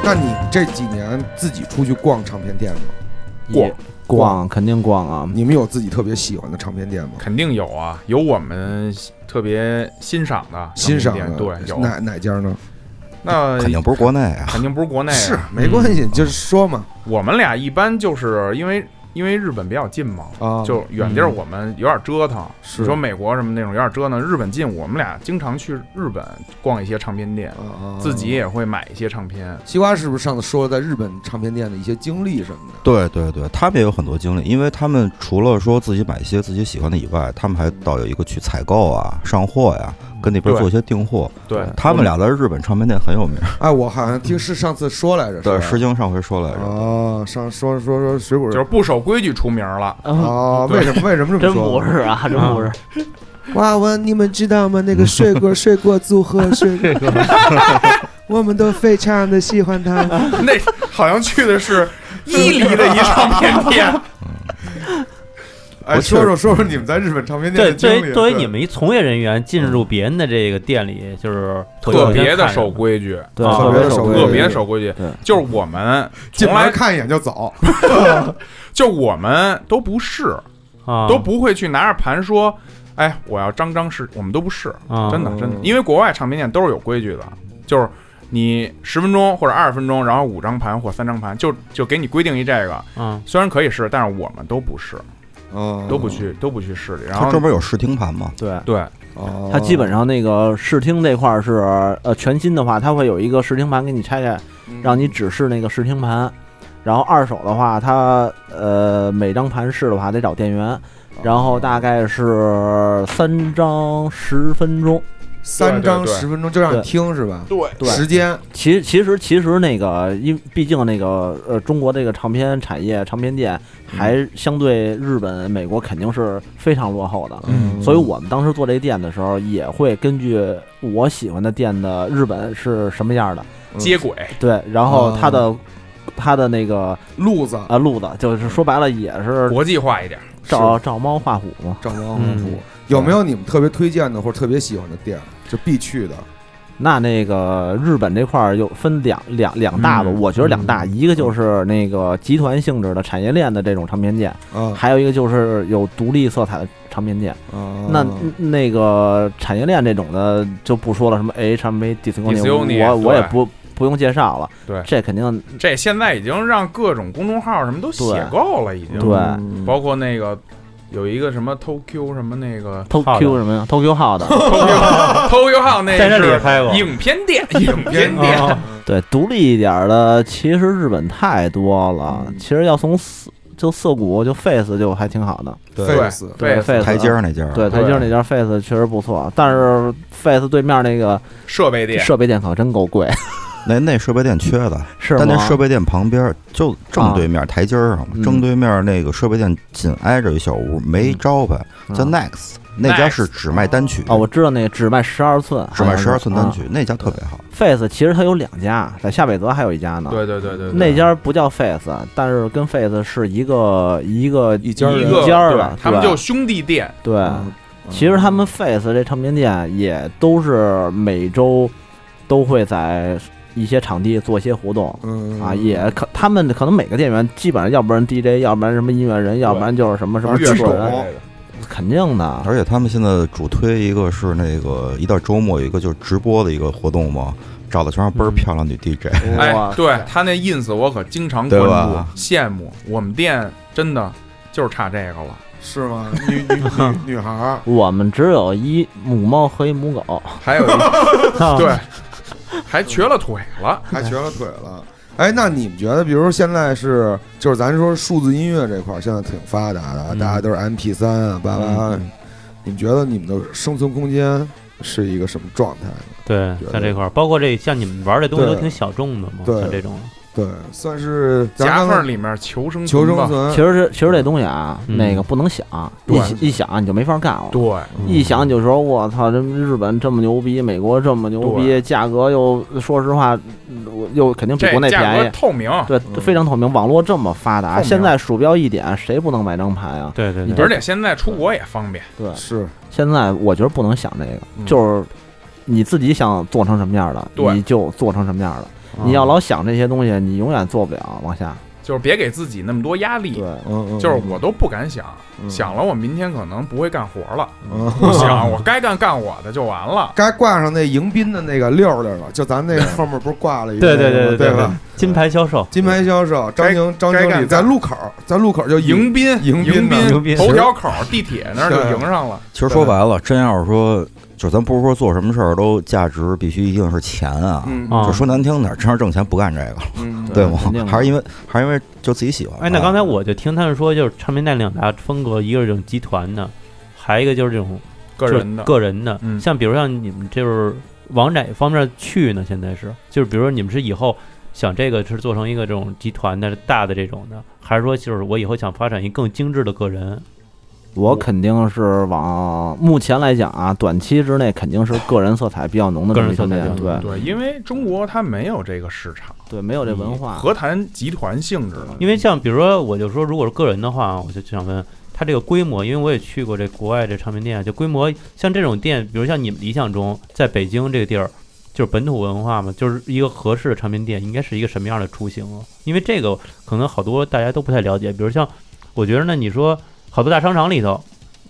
S2: 那你这几年自己出去逛唱片店吗？
S4: 逛
S3: 也逛肯定逛啊，
S2: 你们有自己特别喜欢的唱片店吗？
S4: 肯定有啊，有我们特别欣赏的
S2: 欣赏
S4: 商
S2: 的
S4: 品店对，有
S2: 哪哪家呢？
S4: 那
S5: 肯定不是国内啊，
S4: 肯定不是国内啊，
S2: 是没关系，就是说嘛
S4: 我们俩一般就是因为因为日本比较近嘛，
S2: 啊，
S4: 就远地儿我们有点折腾。
S2: 是
S4: 你说美国什么那种有点折腾，日本近，我们俩经常去日本逛一些唱片店，
S2: 啊
S4: 自己也会买一些唱片。
S2: 西瓜是不是上次说在日本唱片店的一些经历什么的？
S5: 对对对，他们也有很多经历，因为他们除了说自己买一些自己喜欢的以外，他们还倒有一个去采购啊、上货呀、跟那边
S4: 对
S5: 做一些订货。
S4: 对，
S5: 他们俩在日本唱片店很有名。
S2: 哎，我好像听是上次说来着，
S5: 对，
S2: 吧
S5: 诗经上回说来着，
S2: 啊，上说说说水果
S4: 就是不守规矩出名了。
S2: 啊，为什么为什么这
S3: 真
S2: 么说
S3: 不？是啊， [LAUGHS] 真不是。
S2: 哇哇，你们知道吗？那个水果水果组合 [LAUGHS] 水果，我们都非常的喜欢它。
S4: [LAUGHS] 那好像去的是伊犁的一唱片店，
S2: [LAUGHS] 哎，说说说说你们在日本唱片店
S1: 对，
S2: 的经
S1: 作
S2: 历。
S1: 为作为你们一从业人员进入别人的这个店里，就是回头
S4: 特别
S1: 先
S4: 的
S1: 看
S4: 守
S1: 看
S4: 规矩，
S3: 对，
S1: 啊
S3: 特别守
S2: 特
S3: 规
S4: 特
S3: 矩
S4: 别守规矩
S3: 对。
S4: 就是我们
S2: 进
S4: 从
S2: 门
S4: 来
S2: 看一眼就走，
S4: 就我们都不是，
S1: 啊，
S4: 都不会去拿着盘说，哎，我要张张是，我们都不是，
S1: 啊
S4: 真的
S2: 嗯
S4: 真的，因为国外唱片店都是有规矩的，就是你十分钟或者二十分钟，然后五张盘或三张盘，就就给你规定一这个，
S1: 啊，
S4: 虽然可以试，但是我们都不试，
S2: 嗯
S4: 都不去都不去试里，然
S5: 他
S4: 后
S5: 专门有试听盘嘛。
S3: 对。
S4: 对
S2: 哦
S3: 它基本上那个试听这块儿是呃全新的话，它会有一个试听盘给你拆开，
S2: 嗯
S3: 让你只试那个试听盘。然后二手的话，它呃每张盘试的话得找店员，然后大概是三张十分钟。
S2: 三张
S4: 对对对
S2: 十分钟就让你
S3: 对
S2: 听是吧？
S4: 对
S3: 对
S2: 时间
S3: 其其实其实那个，因毕竟那个呃，中国这个唱片产业、唱片店还相对日本、美国肯定是非常落后的。
S2: 嗯
S3: 所以我们当时做这店的时候，也会根据我喜欢的店的日本是什么样的，
S4: 接轨，
S3: 对，然后它的、
S2: 哦
S3: 它的那个
S2: 路子
S3: 啊路子，就是说白了也是
S4: 国际化一点。
S3: 照照猫画虎嘛。
S2: 赵王虎
S1: 嗯
S2: 有没有你们特别推荐的或者特别喜欢的店，就必去的？
S3: 那那个日本这块儿又分两两两大吧，
S4: 嗯
S3: 我觉得两大，
S1: 嗯
S3: 一个就是那个集团性质的产业链的这种唱片店，
S2: 啊
S3: 还有一个就是有独立色彩的唱片店。
S2: 啊，
S3: 那
S5: 哦
S3: 那个产业链这种的就不说了，什么 HMV、
S4: Discony，
S3: Discony，我我也
S4: 对
S3: 不不用介绍了，
S4: 对
S3: 这肯定
S4: 这现在已经让各种公众号什么都写
S3: 对
S4: 够了，已经。
S3: 对
S2: 嗯
S4: 包括那个有一个什么 Tokyo 什么
S3: [LAUGHS]
S4: 那个
S3: TOQ 什么呀，TOQ 号的，
S4: Tokyo Tokyo 号那
S1: 在那里
S4: 是
S1: 拍过
S4: 影片
S3: [LAUGHS]
S4: 店，影片店。
S3: 哦
S1: 啊
S3: 对，独立一点儿的，其实日本太多了。其实要从涩就涩谷就 Face 就还挺好的，
S4: 对
S2: face
S4: 对，
S3: Face
S5: 台阶儿那家儿，啊
S3: 对，台阶儿那家 Face 确实不错，但是 Face 对面那个
S4: 设备店，
S3: 设备店可真够贵，
S5: 那那设备店缺的，
S3: 是吗？
S5: 但那设备店旁边儿就正
S3: 啊
S5: 对面台阶儿上嘛，
S3: 嗯
S5: 正对面那个设备店紧挨着一小屋，没招牌，叫
S3: 嗯
S5: Next，那家是只卖单曲，
S3: 哦，我知道啊那个只卖十二寸，嗯
S5: 只卖十二寸单曲，那家特
S3: 对
S5: 别好。
S3: Face 其实它有两家，在夏北泽还有一家呢。
S4: 对对对对，对
S3: 那家不叫 Face，但是跟 Face 是一个一个
S2: 一家人
S4: 一
S3: 一家儿
S4: 个
S3: 的，
S4: 他们
S3: 对
S4: 就兄弟店，
S3: 对。
S2: 嗯
S3: 其实他们 Face 这唱片店也都是每周都会在一些场地做一些活动
S2: 嗯
S3: 啊，也可他们可能每个店员基本上要不然 DJ，要不然什么音乐人，要不然就是什么什么啊
S2: 反
S3: 制
S2: 正
S3: 作
S2: 这
S3: 人，
S2: 种
S3: 肯定的。
S5: 而且他们现在主推一个是那个一到周末有一个就是直播的一个活动嘛，找的全是倍儿
S1: 嗯
S5: 漂亮女 DJ，
S4: 哎
S3: 哇，
S4: 对他那 ins 我可经常关
S5: 对
S4: 注
S5: 吧，
S4: 羡慕。我们店真的就是差这个了，
S2: 是吗？女女女女孩儿
S3: 我们只有一母猫和一母狗，
S4: 还有一
S3: [LAUGHS]
S1: 啊
S4: 对，还瘸了腿了。
S2: 还瘸了腿了。哎，那你们觉得，比如说现在是，就是咱说数字音乐这块儿现在挺发达的，啊
S1: 嗯
S2: 大家都是 MP 三啊，叭叭。
S1: 嗯
S2: 你们觉得你们的生存空间是一个什么状态呢？
S1: 对
S2: 觉，得
S1: 在这块儿，包括这像你们玩这东西
S2: 对
S1: 都挺小众的嘛，
S2: 对
S1: 像这种
S2: 对，算是咱
S4: 夹
S2: 刚才
S4: 缝里面求生
S2: 求生
S4: 存吧，
S2: 存
S3: 其。实是其实这东西啊，
S1: 嗯
S3: 那个不能想，
S4: 嗯对
S3: 一想一想你就没法干了。
S4: 对，
S3: 一想你就说，我操，这日本这么牛逼，美国这么牛逼，
S4: 对
S3: 价格又说实话，嗯又肯定比国
S4: 这
S3: 内
S4: 价
S3: 便
S4: 格
S3: 宜。
S4: 透明，
S3: 对，非常透明，网络这么发
S4: 透
S3: 达，
S4: 明啊
S3: 现在鼠标一点，谁不能买张盘啊？
S1: 对对
S3: 你
S1: 对，
S4: 而且现在出国也方便。
S3: 对，
S2: 是，
S3: 现在我觉得不能想这个，
S4: 嗯
S3: 就是你自己想做成什么样的，
S4: 对
S3: 你就做成什么样的。
S1: 嗯
S3: 你要老想这些东西，你永远做不了往下。
S4: 就是别给自己那么多压力
S3: 对。，
S2: 嗯嗯，
S4: 就是我都不敢想，
S2: 嗯
S4: 想了我明天可能不会干活了，
S2: 嗯 [LAUGHS]
S4: 不想我该干干我的就完了。
S2: 该挂上那迎宾的那个溜儿溜儿了，就咱那个后面不是挂了一
S1: 对
S2: 个
S1: 对
S2: 那个
S1: 对对
S2: 吗吧？，
S1: 金牌销售，
S2: 金牌销售张
S4: 该
S2: 宁张
S4: 该
S2: 经
S4: 干
S2: 理在
S4: 干
S2: 路口儿，在路口儿就
S4: 迎宾，
S2: 嗯迎
S4: 迎
S2: 宾呢
S1: 迎宾
S4: 头条口地铁那儿就
S2: 对
S4: 迎上了。
S5: 其实说白了，真要是说，就咱不是说做什么事儿都价值必须一定是钱啊，
S2: 嗯
S1: 啊
S5: 就说难听点儿，真要挣钱不干这个了，
S2: 嗯
S3: 对
S5: 吗
S3: 肯定？的
S5: 还是因为还是因为就自己喜欢吧。
S1: 哎，那刚才我就听他们说，就是唱片店两大风格，一个是这种集团的，还有一个就是这种
S4: 个
S1: 就
S4: 人
S1: 是
S4: 的，
S1: 个人的。
S4: 嗯
S1: 像比如像你们就是往哪方面去呢？现在是，就是比如说你们是以后想这个是做成一个这种集团的大的这种的，还是说就是我以后想发展一个更精致的个人？
S3: 我肯定是往目前来讲啊，短期之内肯定是个人色彩比较浓的
S1: 个
S3: 这
S1: 人
S3: 么一个
S1: 色彩
S3: 店
S1: 比较
S3: 对
S1: 浓
S4: 对，因为中国它没有这个市场，
S3: 对，没有这文化。
S4: 何谈集团性质呢？
S1: 因为像比如说，我就说如果是个人的话，我就想问他这个规模，因为我也去过这国外这唱片店，就规模像这种店，比如像你们理想中在北京这个地儿。就是本土文化嘛，就是一个合适的唱片店，应该是一个什么样的雏形啊？因为这个可能好多大家都不太了解，比如像，我觉得呢，你说好多大商场里头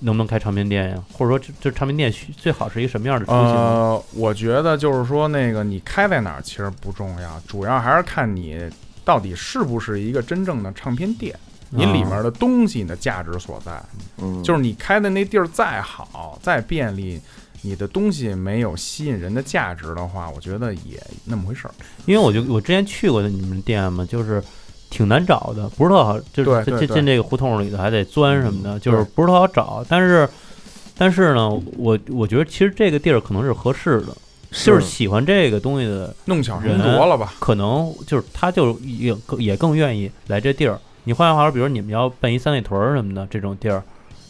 S1: 能不能开唱片店呀？或者说这这唱片店需最好是一个什么样的雏形啊？
S4: 呃，我觉得就是说，那个你开在哪儿其实不重要，主要还是看你到底是不是一个真正的唱片店，
S1: 嗯
S4: 你里面的东西的价值所在。
S2: 嗯
S4: 就是你开的那地儿再好、再便利，你的东西没有吸引人的价值的话，我觉得也那么回事儿。
S1: 因为我就我之前去过的你们店嘛，就是挺难找的，不是特好，就是进
S4: 对对
S1: 进
S4: 对嗯
S1: 进这个胡同里头还得钻什么的，就是
S4: 对
S1: 不是特好找。但是但是呢，我我觉得其实这个地儿可能是合适的，就是喜欢这个东西的，
S4: 弄巧成拙了吧？
S1: 可能就是他就也也更愿意来这地儿。你换句话说，比如你们要办一三里屯儿什么的这种地儿，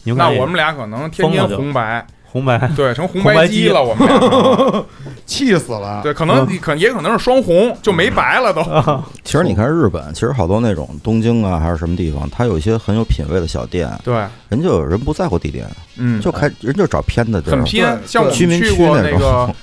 S1: 你们
S4: 那
S1: 看这
S4: 我们俩可能天天
S1: 嗯疯了就
S4: 红白，
S1: 红
S4: [LAUGHS]
S1: 白
S4: 对，成红
S1: 红白
S4: 白
S1: 机
S4: 机了。我们俩
S2: 气死了。
S4: 对，可能可也可能是双红，就没白了都。
S1: 嗯
S5: 其实你看日本，其实好多那种东京啊，还是什么地方，它有一些很有品位的小店，
S4: 对，
S5: 人就人不在乎地点，
S4: 嗯，
S3: 哎
S5: 就开人就找偏的地
S4: 很
S5: 儿，
S4: 偏。
S2: 对
S4: 像我们
S5: 居民
S4: 去
S5: 区
S4: 过
S5: 那
S4: 那个
S5: 种。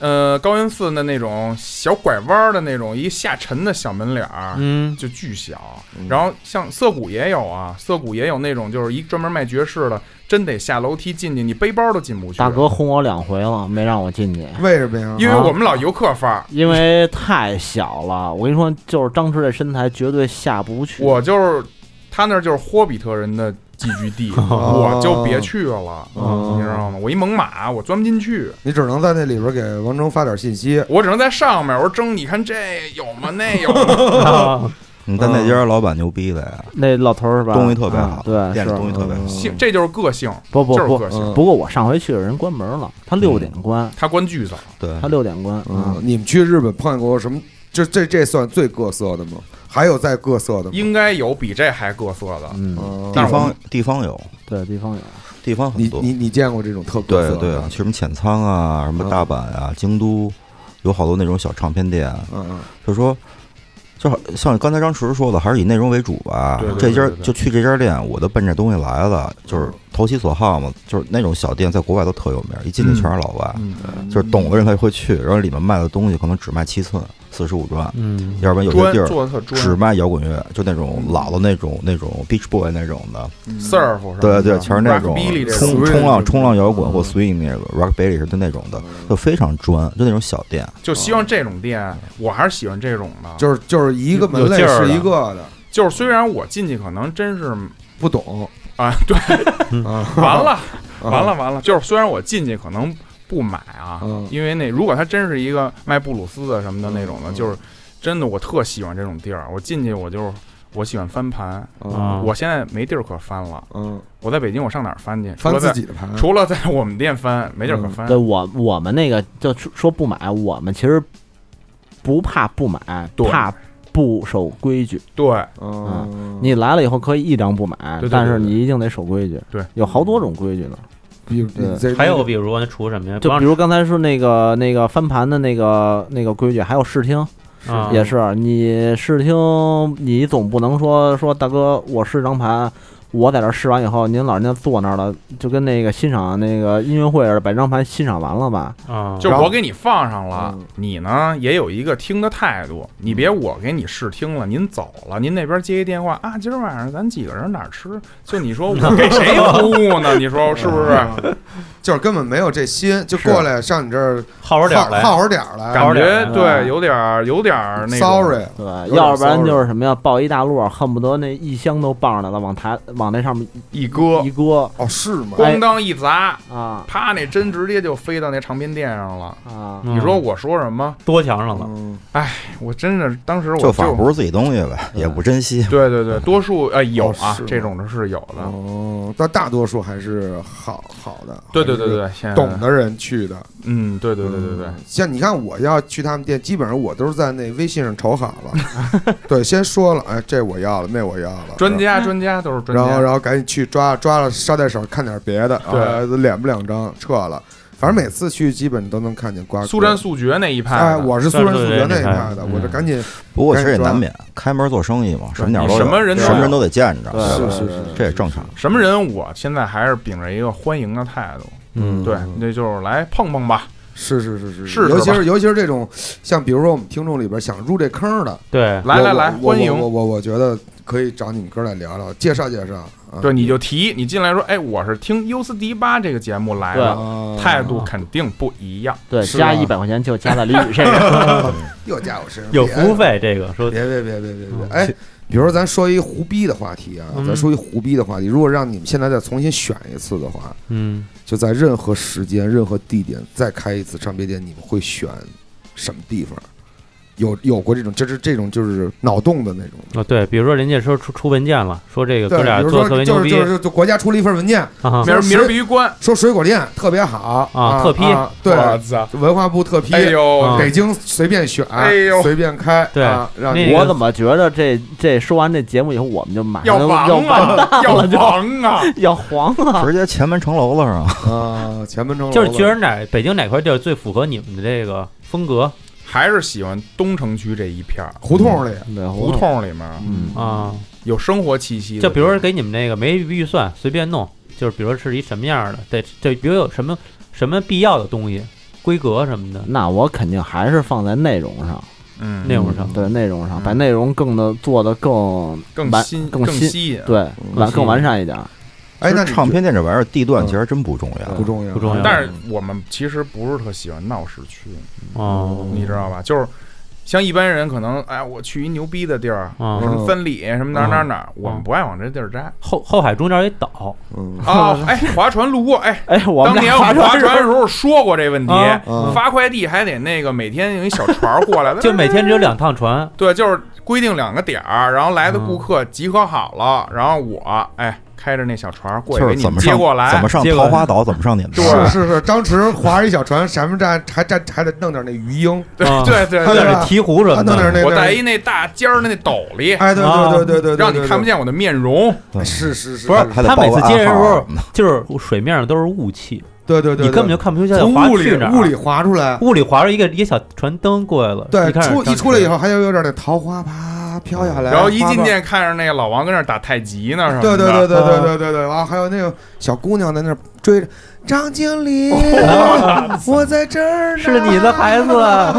S4: 呃高云寺的那种小拐弯儿的那种一下沉的小门脸儿， [LAUGHS]
S1: 嗯，
S4: 就巨小。然后像涩谷也有啊，涩谷也有那种就是一专门卖爵士的，真得下楼梯进去，你背包都进不去。
S3: 大，哥轰我两回了，没让我进去，
S2: 为什么呀？
S4: 因为我们老游客范儿，
S3: 因为太小了。我跟你说，就是张弛这身材绝对下不去。
S4: 我就是他那儿就是霍比特人的寄居地，我就别去了，
S2: 哦
S4: 你知道吗？我一猛犸，我钻不进去。
S2: 你只能在那里边给王峥发点信息。
S4: 我只能在上面，我说争，你看这有吗？那有吗？ [LAUGHS]
S1: 啊
S5: 你但那家老板牛逼的呀，
S3: 那老头儿嗯是吧？
S5: 东西特别好
S3: 啊，对，
S5: 店
S3: 是嗯
S5: 里东西特别好。
S4: 性，这就是个性，
S3: 不不
S4: 就是
S3: 不
S4: 个性。
S2: 嗯
S3: 不过我上回去人关门了，他六点
S1: 嗯
S3: 关，
S4: 他关巨早，
S5: 对
S3: 他，六点关啊
S2: 嗯，。你们去日本碰见过什么？这这这算最各色的吗？还有再各色的吗？
S4: 应该有比这还各色的。
S3: 嗯，
S2: 嗯
S5: 地
S4: 但是我
S5: 方
S4: 们
S5: 地方有，
S3: 对，地方有，
S5: 地方
S2: 你
S5: 很多。
S2: 你你见过这种特各色
S5: 对
S2: 的？
S5: 对啊，去什么浅仓啊，什么
S2: 嗯
S5: 大阪啊，京都，有好多那种小唱片店，啊
S2: 嗯嗯，
S5: 就说，就好像刚才张弛说的，还是以内容为主吧
S4: 对。对
S5: 这家
S4: 对对对
S5: 就去这家店，我就奔着东西来了，就是投其所好嘛。就是那种小店，在国外都特有名，一进去全是老外，
S4: 嗯，
S5: 就是懂的人才会去。然后里面卖的东西可能只卖七寸，四十五转，
S1: 嗯，
S5: 要不然有些
S4: 专
S5: 地儿
S4: 做的特
S5: 只
S4: 专
S5: 卖摇滚乐，就那种老的那种那种 Beach Boy 那种的，
S4: ，surf 是吧嗯
S5: 对对，全是那种
S4: Rockabilly 这种
S2: swing
S5: 冲冲
S2: 这种
S5: 浪冲浪摇滚或 swing 那个 rock belly 是那种的，
S2: 嗯
S5: 就非常专，就那种小店。
S4: 就希望这种
S5: 嗯
S4: 店，我还是喜欢这种的。
S2: 就是就是一个门
S1: 有
S2: 类
S1: 劲儿
S2: 是
S1: 的
S2: 一个的，
S4: 就是虽然我进去可能真是
S2: 不懂
S5: [LAUGHS]
S4: 啊，对，
S2: 啊，
S4: 完了
S2: 啊
S5: 嗯
S4: 完了完了，就是虽然我进去可能不买啊
S2: 嗯，
S4: 因为那如果他真是一个卖布鲁斯的什么的那种的，
S2: 嗯
S4: 就是真的我特喜欢这种地儿，我进去我就我喜欢翻盘，
S2: 啊，
S5: 嗯
S4: 我现在没地儿可翻了，
S2: 嗯，
S4: 我在北京我上哪儿翻去？除
S2: 翻
S4: 了
S2: 自
S4: 在
S2: 己的牌，
S4: 除了在我们店翻，没地
S5: 嗯
S4: 儿可翻
S3: 对。我我们那个就说说不买，我们其实不怕不买，
S4: 对
S3: 怕不守规矩。
S4: 对，
S2: 嗯，
S3: 你来了以后可以一张不买，
S4: 对对对
S3: 但是你一定得守规矩。
S4: 对，
S3: 有好多种规矩呢。
S2: 比如
S3: 对
S2: 这
S1: 还有比如那除什么呀？不
S3: 就
S1: 让
S3: 比如刚才说那个那个翻盘的那个那个规矩，还有试听
S1: 啊
S3: 也是，你试听你总不能说说大哥，我试张盘。我在这儿试完以后，您老人家坐那儿了，就跟那个欣赏那个音乐会似的，把这张盘欣赏完了吧？
S1: 啊，
S4: 就
S2: 然后
S4: 我给你放上了
S2: 嗯，
S4: 你呢也有一个听的态度，你别我给你试听了，您走了，您那边接一电话啊，今儿晚上咱几个人哪儿吃？就你说我给
S2: [LAUGHS]
S4: 谁服务呢？你说是不是？
S2: 嗯就是根本没有这心，就过来上你这儿
S1: 好着点儿
S2: 耗
S1: 来，
S2: 耗会儿点儿来
S4: 感觉
S1: 点啊
S4: 对，有点儿有点儿那种
S2: Sorry，
S3: 对
S2: 有，点
S3: 要不然
S2: 骚
S3: 就是
S2: 扰
S3: 什么呀，抱一大摞，恨不得那一箱都抱上来了，往台往那上面
S4: 一搁
S3: 一，搁
S2: 哦，是吗？
S4: 咣当一砸，
S3: 啊
S4: 啪，那针直接就飞到那唱片店上了。
S3: 啊！
S1: 嗯
S4: 你说我说什么？
S1: 多墙上了，
S2: 嗯
S4: 我真的当时我
S5: 就反正不是自己东西呗，也不珍惜。
S4: 对对对，多数呃有
S2: 哦
S4: 啊
S2: 是，吗
S4: 这种的是有的。
S2: 哦，但大多数还是好好的，
S4: 对对对，对，现在
S2: 哦懂的人去的，
S4: 嗯，对对对对对
S2: 嗯，像你看，我要去他们店，基本上我都是在那微信上瞅好了，
S4: [LAUGHS]
S2: 对，先说了，哎，这我要了，那我要了，
S4: 专家专家都是专
S2: 然后，然后
S4: 家，
S2: 然后赶紧去抓抓了捎带手，看点别的，
S4: 对
S2: 啊，脸不两张，撤了。反正每次去基本都能看见瓜哥。
S4: 速战速决那一派的。
S2: 哎，我是速战速决
S1: 对对
S2: 那
S1: 对
S2: 一派的，
S1: 嗯
S2: 我这赶紧
S5: 不过其实也难免，开门做生意嘛，什么鸟
S4: 你
S5: 都有
S4: 什么人都有
S5: 什么人都得见着，
S3: 对
S4: 嗯
S5: 吧
S2: 是是是
S5: 这也正常。
S4: 什么人，我现在还是秉着一个欢迎的态度。
S1: 嗯
S4: 对，那就是来碰碰吧。
S2: 是是是是
S4: 嗯试试吧
S2: 尤其是尤其是这种，像比如说我们听众里边想入这坑的，
S1: 对，
S4: 来
S2: 我
S4: 来
S2: 我
S4: 来，
S2: 我
S4: 欢迎
S2: 我我我我觉得可以找你们哥来聊聊，介绍介绍。啊
S4: 对，你就提，你进来说，哎，我是听优斯迪八这个节目来的，
S2: 啊
S4: 态度肯定不一样。
S3: 对，
S2: 是
S3: 加
S2: 啊
S3: 一百块钱就加在李宇身上。
S2: 又加我身上，
S1: 有
S2: 别
S1: 服务费这个说，
S2: 别别别别别
S4: 嗯
S2: 别！哎，比如说咱说一胡逼的话题啊，
S1: 嗯
S2: 咱说一胡逼的话题。如果让你们现在再重新选一次的话，
S1: 嗯，
S2: 就在任何时间、任何地点再开一次唱片店，你们会选什么地方？有有过这种，就是这种就是脑洞的那种。
S1: 啊对，比如说人家说出出文件了，说这个哥
S2: 对，
S1: 俩
S2: 比如
S1: 做的特别
S2: 说就
S1: 牛
S2: 是
S1: 逼
S2: 就是就国家出了一份文件，
S1: 啊哈
S4: 明儿明儿必须关
S2: 说水果店特别好
S1: 啊特批
S2: 啊对，嗯
S4: 我操！
S2: 文化部特批，
S4: 哎呦
S1: 啊，
S2: 北京随便选，
S4: 哎呦
S2: 随便开，
S1: 对
S2: 啊让你
S1: 那个
S3: 我怎么觉得这这说完这节目以后，我们就马上
S4: 要
S3: 就
S4: 亡
S3: 要哦完
S4: 啊， [LAUGHS] 要
S3: 了就
S4: 亡啊！
S3: 要黄了。
S5: 直接前门城楼了上，
S2: 啊前门城楼
S1: 就是觉得哪北京哪块地儿最符合你们的这个风格
S4: 还是喜欢东城区这一片儿，
S2: 胡同里，
S1: 嗯
S3: 对
S4: 胡，同里面
S3: 嗯
S1: 啊？
S4: 有生活气息的。
S1: 就比如说给你们那个没预算随便弄，就是比如说是一什么样的，得这比如有什么什么必要的东西，规格什么的，
S3: 那我肯定还是放在内容上，
S4: 嗯，
S1: 内容上
S3: 对内容上，
S4: 嗯
S3: 把内容更的做的更
S4: 更
S3: 完
S4: 新
S3: 更新
S4: 吸引。
S3: 对完更完善一点。
S2: 哎，那
S5: 其
S2: 你
S5: 实唱片店这玩意儿地段
S2: 嗯
S5: 其实真不重
S2: 不
S5: 要，
S2: 重要，
S1: 不重要
S4: 但是我们其实不是特喜欢闹市区，
S1: 哦，
S4: 你知道吧？就是像一般人可能，哎，我去一牛逼的地儿，
S1: 嗯
S4: 什么三里，什么哪儿哪儿哪儿，我
S1: 嗯
S4: 们不爱往这地儿扎。
S1: 后后海中间有一岛，
S2: 嗯
S4: 啊，哎，划船路过，哎，
S3: 哎，我
S4: 当
S3: 们
S4: 年
S3: 俩
S4: 我们划
S3: 船时
S4: 船的
S3: 候
S4: 时候说过这问题，
S1: 啊
S2: 嗯
S4: 发快递还得那个每天有一小船儿过来，
S1: 就每天只有两趟船，
S4: 对，就是规定两个点儿，然后来的顾客集合好了，然后我哎开着那小船儿过去
S5: 就
S4: 给
S5: 是
S4: 你
S5: 怎
S4: 们
S5: 么
S4: 接
S5: 上
S4: 过来，
S5: 怎么上
S1: 接过
S5: 桃
S1: 来
S5: 花岛，怎么上你们
S4: 对
S5: 那儿
S2: 啊是是是，张弛划着一小船，咱们站还站还得弄点那鱼鹰，
S4: 对
S1: 啊
S4: [LAUGHS] 对对
S2: 他
S1: 带
S2: 在
S4: 对，
S1: 着鹈鹕什么
S2: 还弄点
S1: 的，
S2: 那
S4: 我
S2: 那
S4: 带一那大尖儿的那斗笠，
S2: 哎，对对对对对，对
S4: 让你看不，见我的面容。
S2: 对
S5: 嗯
S2: 对是是是，
S1: 不是
S5: 还得
S1: 他每
S5: 报
S1: 次
S5: 个
S1: 接
S5: 暗
S1: 人的时
S5: 号
S1: 候
S5: 什么的
S1: 就是水面上都是雾气，
S2: 对对对，
S1: 你根本就
S2: 对
S1: 看不出现在
S2: 从
S1: 划
S2: 雾
S1: 去
S2: 里
S1: 哪儿，啊
S2: 雾啊里划出来，
S1: 雾里划着一个一个小船灯过来了，
S2: 对，
S1: 看
S2: 出一出来以
S1: 后，
S2: 后还有有点那桃花啪飘下来，
S4: 然后一进
S2: 花瓣。
S4: 店看着那个老王跟那儿打太极呢，什么
S2: 对
S4: 的。
S2: 对对对对
S1: 啊
S2: 对对对，啊，还有那个小姑娘在那儿追着张经理，
S4: 哦
S2: 我在这 [LAUGHS] 儿呢。
S1: 是你的孩子，啊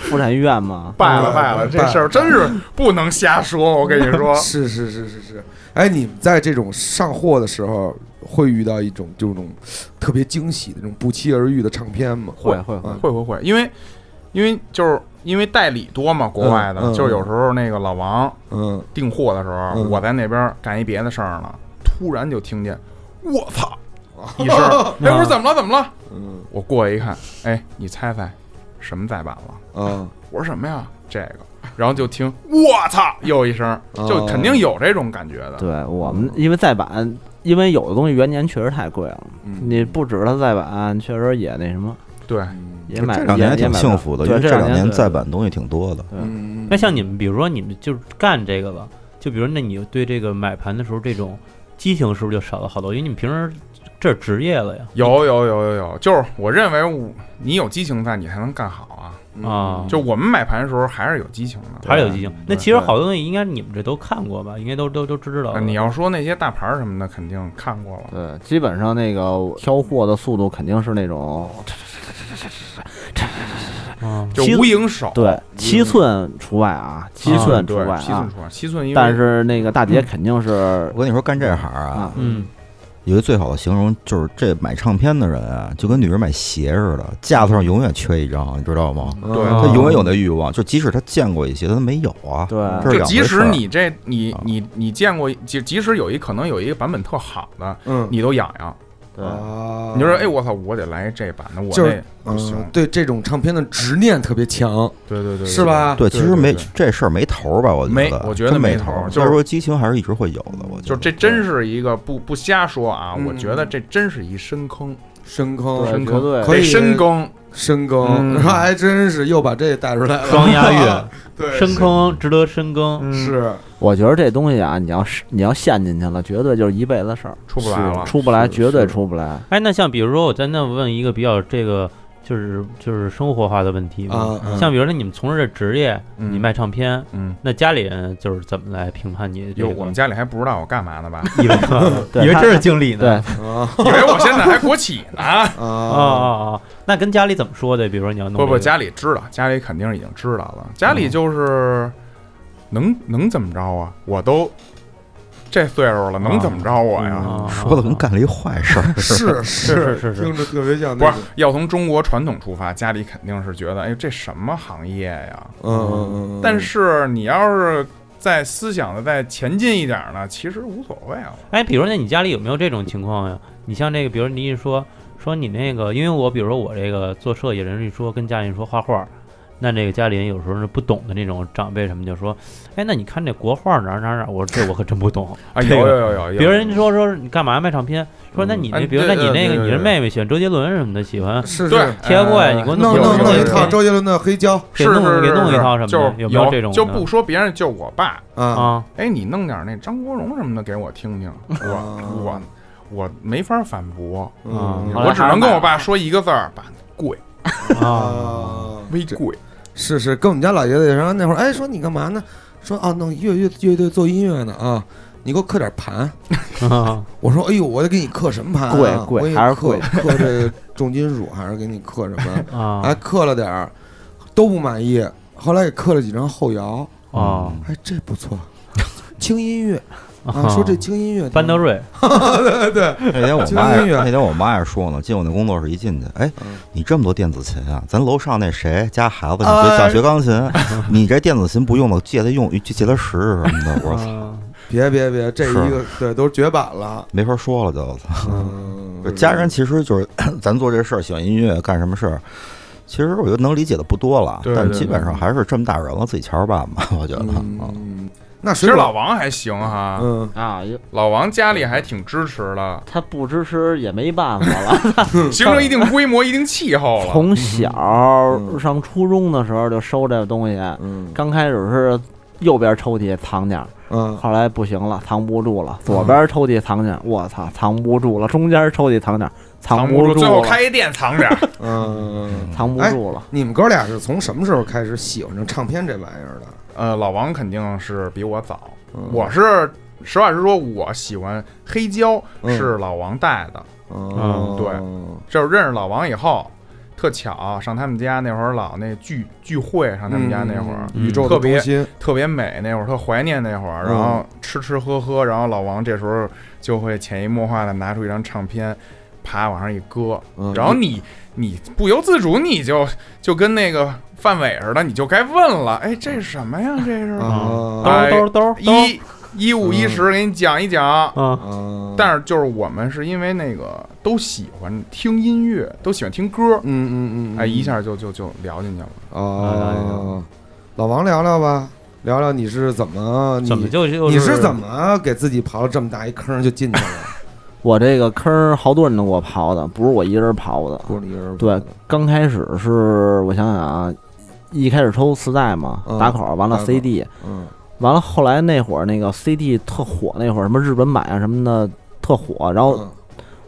S3: 妇产医院嘛，
S4: 败了嗯败了，这嗯事儿真是不能瞎说，我跟你说
S2: 是是是是是，哎，你们在这种上货的时候会遇到一种这种特别惊喜的这种不期而遇的唱片吗？
S3: 会会会
S2: 嗯
S4: [LAUGHS] 会会会，因为因为就是因为代理多嘛，国外的，
S2: 嗯嗯
S4: 就是有时候那个老王
S2: 嗯，
S4: 订货的时候，
S2: 嗯
S4: 我在那边干一别的事儿呢，突然就听见我 [LAUGHS] 操一声 [LAUGHS] 儿，哎，我说怎么了怎么了？
S2: 嗯
S4: 我过去一看，哎，你猜猜什么再版了？
S2: 啊
S4: 我说什么呀？这个， [LAUGHS] 然后就听我操又一声，就肯定有这种感觉的。
S3: 对我们因为再版，因为有的东西元年确实太贵了，
S2: 嗯
S3: 你不止它再版，确实也那什么，
S4: 对，
S2: 嗯
S3: 也买
S5: 这两年还
S3: 也也
S5: 挺
S3: 买
S5: 幸福
S3: 不
S5: 的，因
S3: 了
S5: 为
S3: 对，
S5: 这两
S3: 年
S5: 年
S3: 对
S5: 再版东西挺多的。
S2: 嗯
S1: [LAUGHS] 那像你们，比如说你们就是干这个了，就比如那你对这个买盘的时候，这种激情是不是就少了好多？因为你们平时这是职业了呀，
S4: 有有有有有，就是我认为我你有激情在，你才能干好啊。
S2: 嗯
S1: 啊，
S4: 就我们买盘的时候还是有激情的，
S1: 还是有激情。那
S4: 对
S1: 其实好多东西应该你们这都看过吧？应该都都都知道
S4: 啊
S1: 了。
S4: 你要说那些大牌儿什么的，肯定看过了。
S3: 对，基本上那个挑货的速度肯定是那种，
S1: 嗯
S4: 就
S3: 其实
S4: 无影手，
S5: 嗯
S3: 对，呃七寸除外啊，七寸除
S4: 对
S3: 外，
S4: 七寸
S3: 啊。
S4: 除外，七寸因为
S3: 但是那个大
S5: 嗯
S3: 姐肯定是
S5: 我跟你说，干这行啊
S3: 啊，，
S1: 嗯，
S5: 有一个最好的形容就是，这买唱片的人啊，就跟女人买鞋似的，架子上永远缺一张，你知道吗？
S2: 对
S4: 对
S5: 他
S1: 哦
S5: 永远有那欲望，就即使他见过一些，他没有啊。
S3: 对
S5: 这是
S4: 就
S5: 两
S4: 即
S5: 回事
S4: 使
S5: 儿。
S4: 你这你
S5: 啊
S4: 你你见过，即即使有一可能有一个版本特好的，
S2: 嗯
S4: 你都痒痒，
S3: 对
S2: 啊
S4: 你就说哎我操，我得来这版的，我
S2: 就
S4: 那
S2: 是
S4: 不行，
S2: 嗯，对这种唱片的执念特别强，
S4: 对对对，
S2: 是吧？
S5: 对，其实没
S4: 对
S5: 这事儿没头儿吧？我觉
S4: 没
S5: 得，
S4: 我觉得
S5: 真
S4: 没
S5: 没
S4: 头儿
S5: 儿
S4: 就是
S5: 所以说激情还是一直会有的。我觉
S4: 就
S5: 得
S4: 这真是一个不不瞎说啊，
S2: 嗯
S4: 我觉得这真是一深坑，
S2: 深
S3: 对
S2: 坑
S4: 深
S3: 绝对
S4: 坑，
S2: 可以
S4: 得深耕，
S2: 深坑，
S4: 嗯
S2: 然后 [LAUGHS] 还真是又把这带出来了，
S1: 双押韵，
S2: [LAUGHS] 对
S1: 深坑值得深
S4: 嗯
S1: 耕。
S2: 是
S3: 我觉得这东西啊，你要是你要陷进去了，绝对就是一辈子事儿，
S4: 出不来了，
S3: 出不来，
S2: 是
S3: 绝对
S2: 是
S3: 出不来。
S1: 哎，那像比如说，我在那问一个比较这个就是就是生活化的问题嘛，
S2: 啊，嗯
S1: 像比如说你们从事这职业，
S4: 嗯
S1: 你卖唱片，
S4: 嗯。
S1: 那家里人就是怎么来评判你这
S4: 哟，
S1: 个？
S4: 我们家里还不知道我干嘛呢吧？
S1: 以 [LAUGHS] 为
S3: 对
S1: 以为
S3: 他
S1: 这是经理呢
S3: 对，
S2: 啊
S4: 以为我现在还国企呢。
S1: 啊
S2: 啊，
S1: 啊啊！那跟家里怎么说的？比如说你要弄
S4: 不不，
S1: 这个
S4: 家里知道，家里肯定已经知道了。家里就是能能怎么着啊？我都这岁数了，能怎么着我
S1: [LAUGHS]
S4: 呀？
S1: 啊
S5: 说的跟干了一坏事儿。
S2: 是
S1: 是是是
S2: 听着特别像
S4: 不
S2: 那
S4: 是
S2: 种，
S4: 要从中国传统出发，家里肯定是觉得，哎，这什么行业呀？
S2: 嗯嗯嗯嗯，
S4: 但是你要是再思想的再前进一点呢，其实无所谓啊。
S1: 哎，比如说，那你家里有没有这种情况呀？你像那个，比如你一说说你那个，因为我比如说我这个做设计人，一说跟家里人说画画，那这个家里人有时候是不懂的那种长辈什么，就说，哎，那你看这国画哪儿哪儿哪儿，我说这我可真不懂。
S4: 啊，
S1: 这
S4: 有
S1: 个
S4: 有有有有，
S1: 别人说说你干嘛卖唱片，说那你那，
S4: 嗯
S1: 比如
S4: 哎
S1: 那
S4: 对
S1: 你那
S4: 对对
S1: 个你
S4: 对
S1: 是妹妹喜欢周杰伦什么的，喜欢
S2: 是
S4: 对呃
S2: 是
S1: 贴过呀你给我
S2: 弄
S4: 有
S2: 弄
S4: 有
S2: 弄一
S4: 有
S2: 套周杰伦的黑胶
S1: 给
S4: 是
S1: 弄
S4: 是
S1: 给
S4: 是
S1: 弄一
S4: 是
S1: 套什么
S4: 就
S1: 的，
S4: 是
S1: 有没有这种
S4: 就
S1: 的
S4: 不说别人，就我爸，
S2: 啊
S1: 啊？
S4: 哎，你弄点那张国荣什么的给我听听，我我我没法反驳，
S1: 嗯
S2: 嗯
S1: 后来
S4: 我只能跟我爸说一个字儿：爸贵，
S1: 啊，
S2: 啊，
S4: 微贵。
S2: 是哦是，跟我们家老爷子也是，然后那会儿哎说你干嘛呢？说啊弄乐乐乐队做音乐呢啊，你给我刻点盘。
S1: 啊，
S2: 我说，哎呦，我得给你刻什么盘、啊？
S3: 贵贵
S2: 我给你
S3: 还是
S2: 刻
S3: 贵
S2: 刻这个重金属，还是给你刻什么？还
S1: 啊
S2: 刻了点儿，都不满意。后来给刻了几张后摇，
S1: 哦
S2: 哎，这不错，轻音乐啊，说这轻音乐，
S1: 班德，瑞，
S2: 对对，
S4: [LAUGHS] 哎
S5: 那天我妈
S2: 轻音
S5: 也
S2: 乐
S5: 那天我妈也说呢，进我那工作室一进去，哎
S2: 嗯，
S5: 你这么多电子琴啊？咱楼上那谁家孩子想
S2: 哎
S5: 学想学钢琴，你这电子琴不用的，借他用，借他使使什么的，
S4: [LAUGHS]
S5: 我操，
S1: 啊
S2: 别别别，这一个对都是绝版了，
S5: 没法说了就。 [LAUGHS]
S2: 嗯，
S5: 就家人其实就是 [COUGHS] 咱做这事儿，喜欢音乐，干什么事儿，其实我觉得能理解的不多了，
S4: 对
S5: 但
S4: 对
S5: 基本上还是这么大人了，自己瞧着办吧。我觉得，嗯
S2: 嗯，那
S4: 其
S2: 水
S4: 实
S2: 果
S4: 老王还行哈，
S2: 嗯，
S3: 啊，又
S4: 老王家里还挺支持的，
S3: 他不支持也没办法了。
S4: 形成一定规模、一定气候了。
S3: [LAUGHS] 从小
S5: 嗯
S3: 上初中的时候就收这东西，
S2: 嗯
S3: 刚开始是右边抽屉藏点儿，
S2: 嗯，
S3: 后来不行了，藏不住了，左边抽屉藏点儿，我操，藏不住了，中间抽屉藏点儿，藏
S4: 不
S3: 不住啊
S4: 最后开
S3: 了，
S4: 一店藏点儿。
S2: 嗯，
S3: 藏不
S2: 哎
S3: 住了。
S2: 你们哥俩是从什么时候开始喜欢上唱片这玩意儿的？
S4: 呃，老王肯定是比我早，
S2: 嗯
S4: 我是实话实说，我喜欢黑胶
S2: 嗯
S4: 是老王带的，
S2: 嗯，
S4: 就是认识老王以后，特巧上他们家那会儿老那聚聚会，上他们家那会儿、
S2: 宇宙的中心，
S4: 特别美，那会儿特怀念那会儿，
S2: 嗯
S4: 然后吃吃喝喝，然后老王这时候就会潜移默化的拿出一张唱片，啪往上一搁，
S2: 嗯
S4: 然后你你不由自主你就就跟那个范伟似的，你就该问了，哎，这是什么呀？
S2: [LAUGHS]
S4: 这嗯是
S1: 兜
S2: 啊
S4: 哎
S1: 兜兜兜
S4: 一一五一十给你讲一讲。
S1: 啊
S2: 啊，
S4: 但是就是我们是因为那个都喜欢听音乐，都喜欢听歌，
S2: 嗯嗯嗯，
S4: 哎，一下就就就聊进去了。
S2: 哦，老王聊聊吧，聊聊你是怎么你
S1: 怎么就就
S2: 你是怎么给自己刨了这么大一坑就进去了？
S3: 我这个坑儿好多人都给我刨的，不是我一人刨的。
S2: 孤立人
S3: 对，刚开始是我想想啊，一开始抽磁带嘛
S2: 嗯，
S3: 打口，完
S2: 打
S3: 了
S2: 口
S3: CD，
S2: 嗯
S3: 完了后来那会儿那个 CD 特火，那会儿什么日本买啊什么的特火，然后
S2: 嗯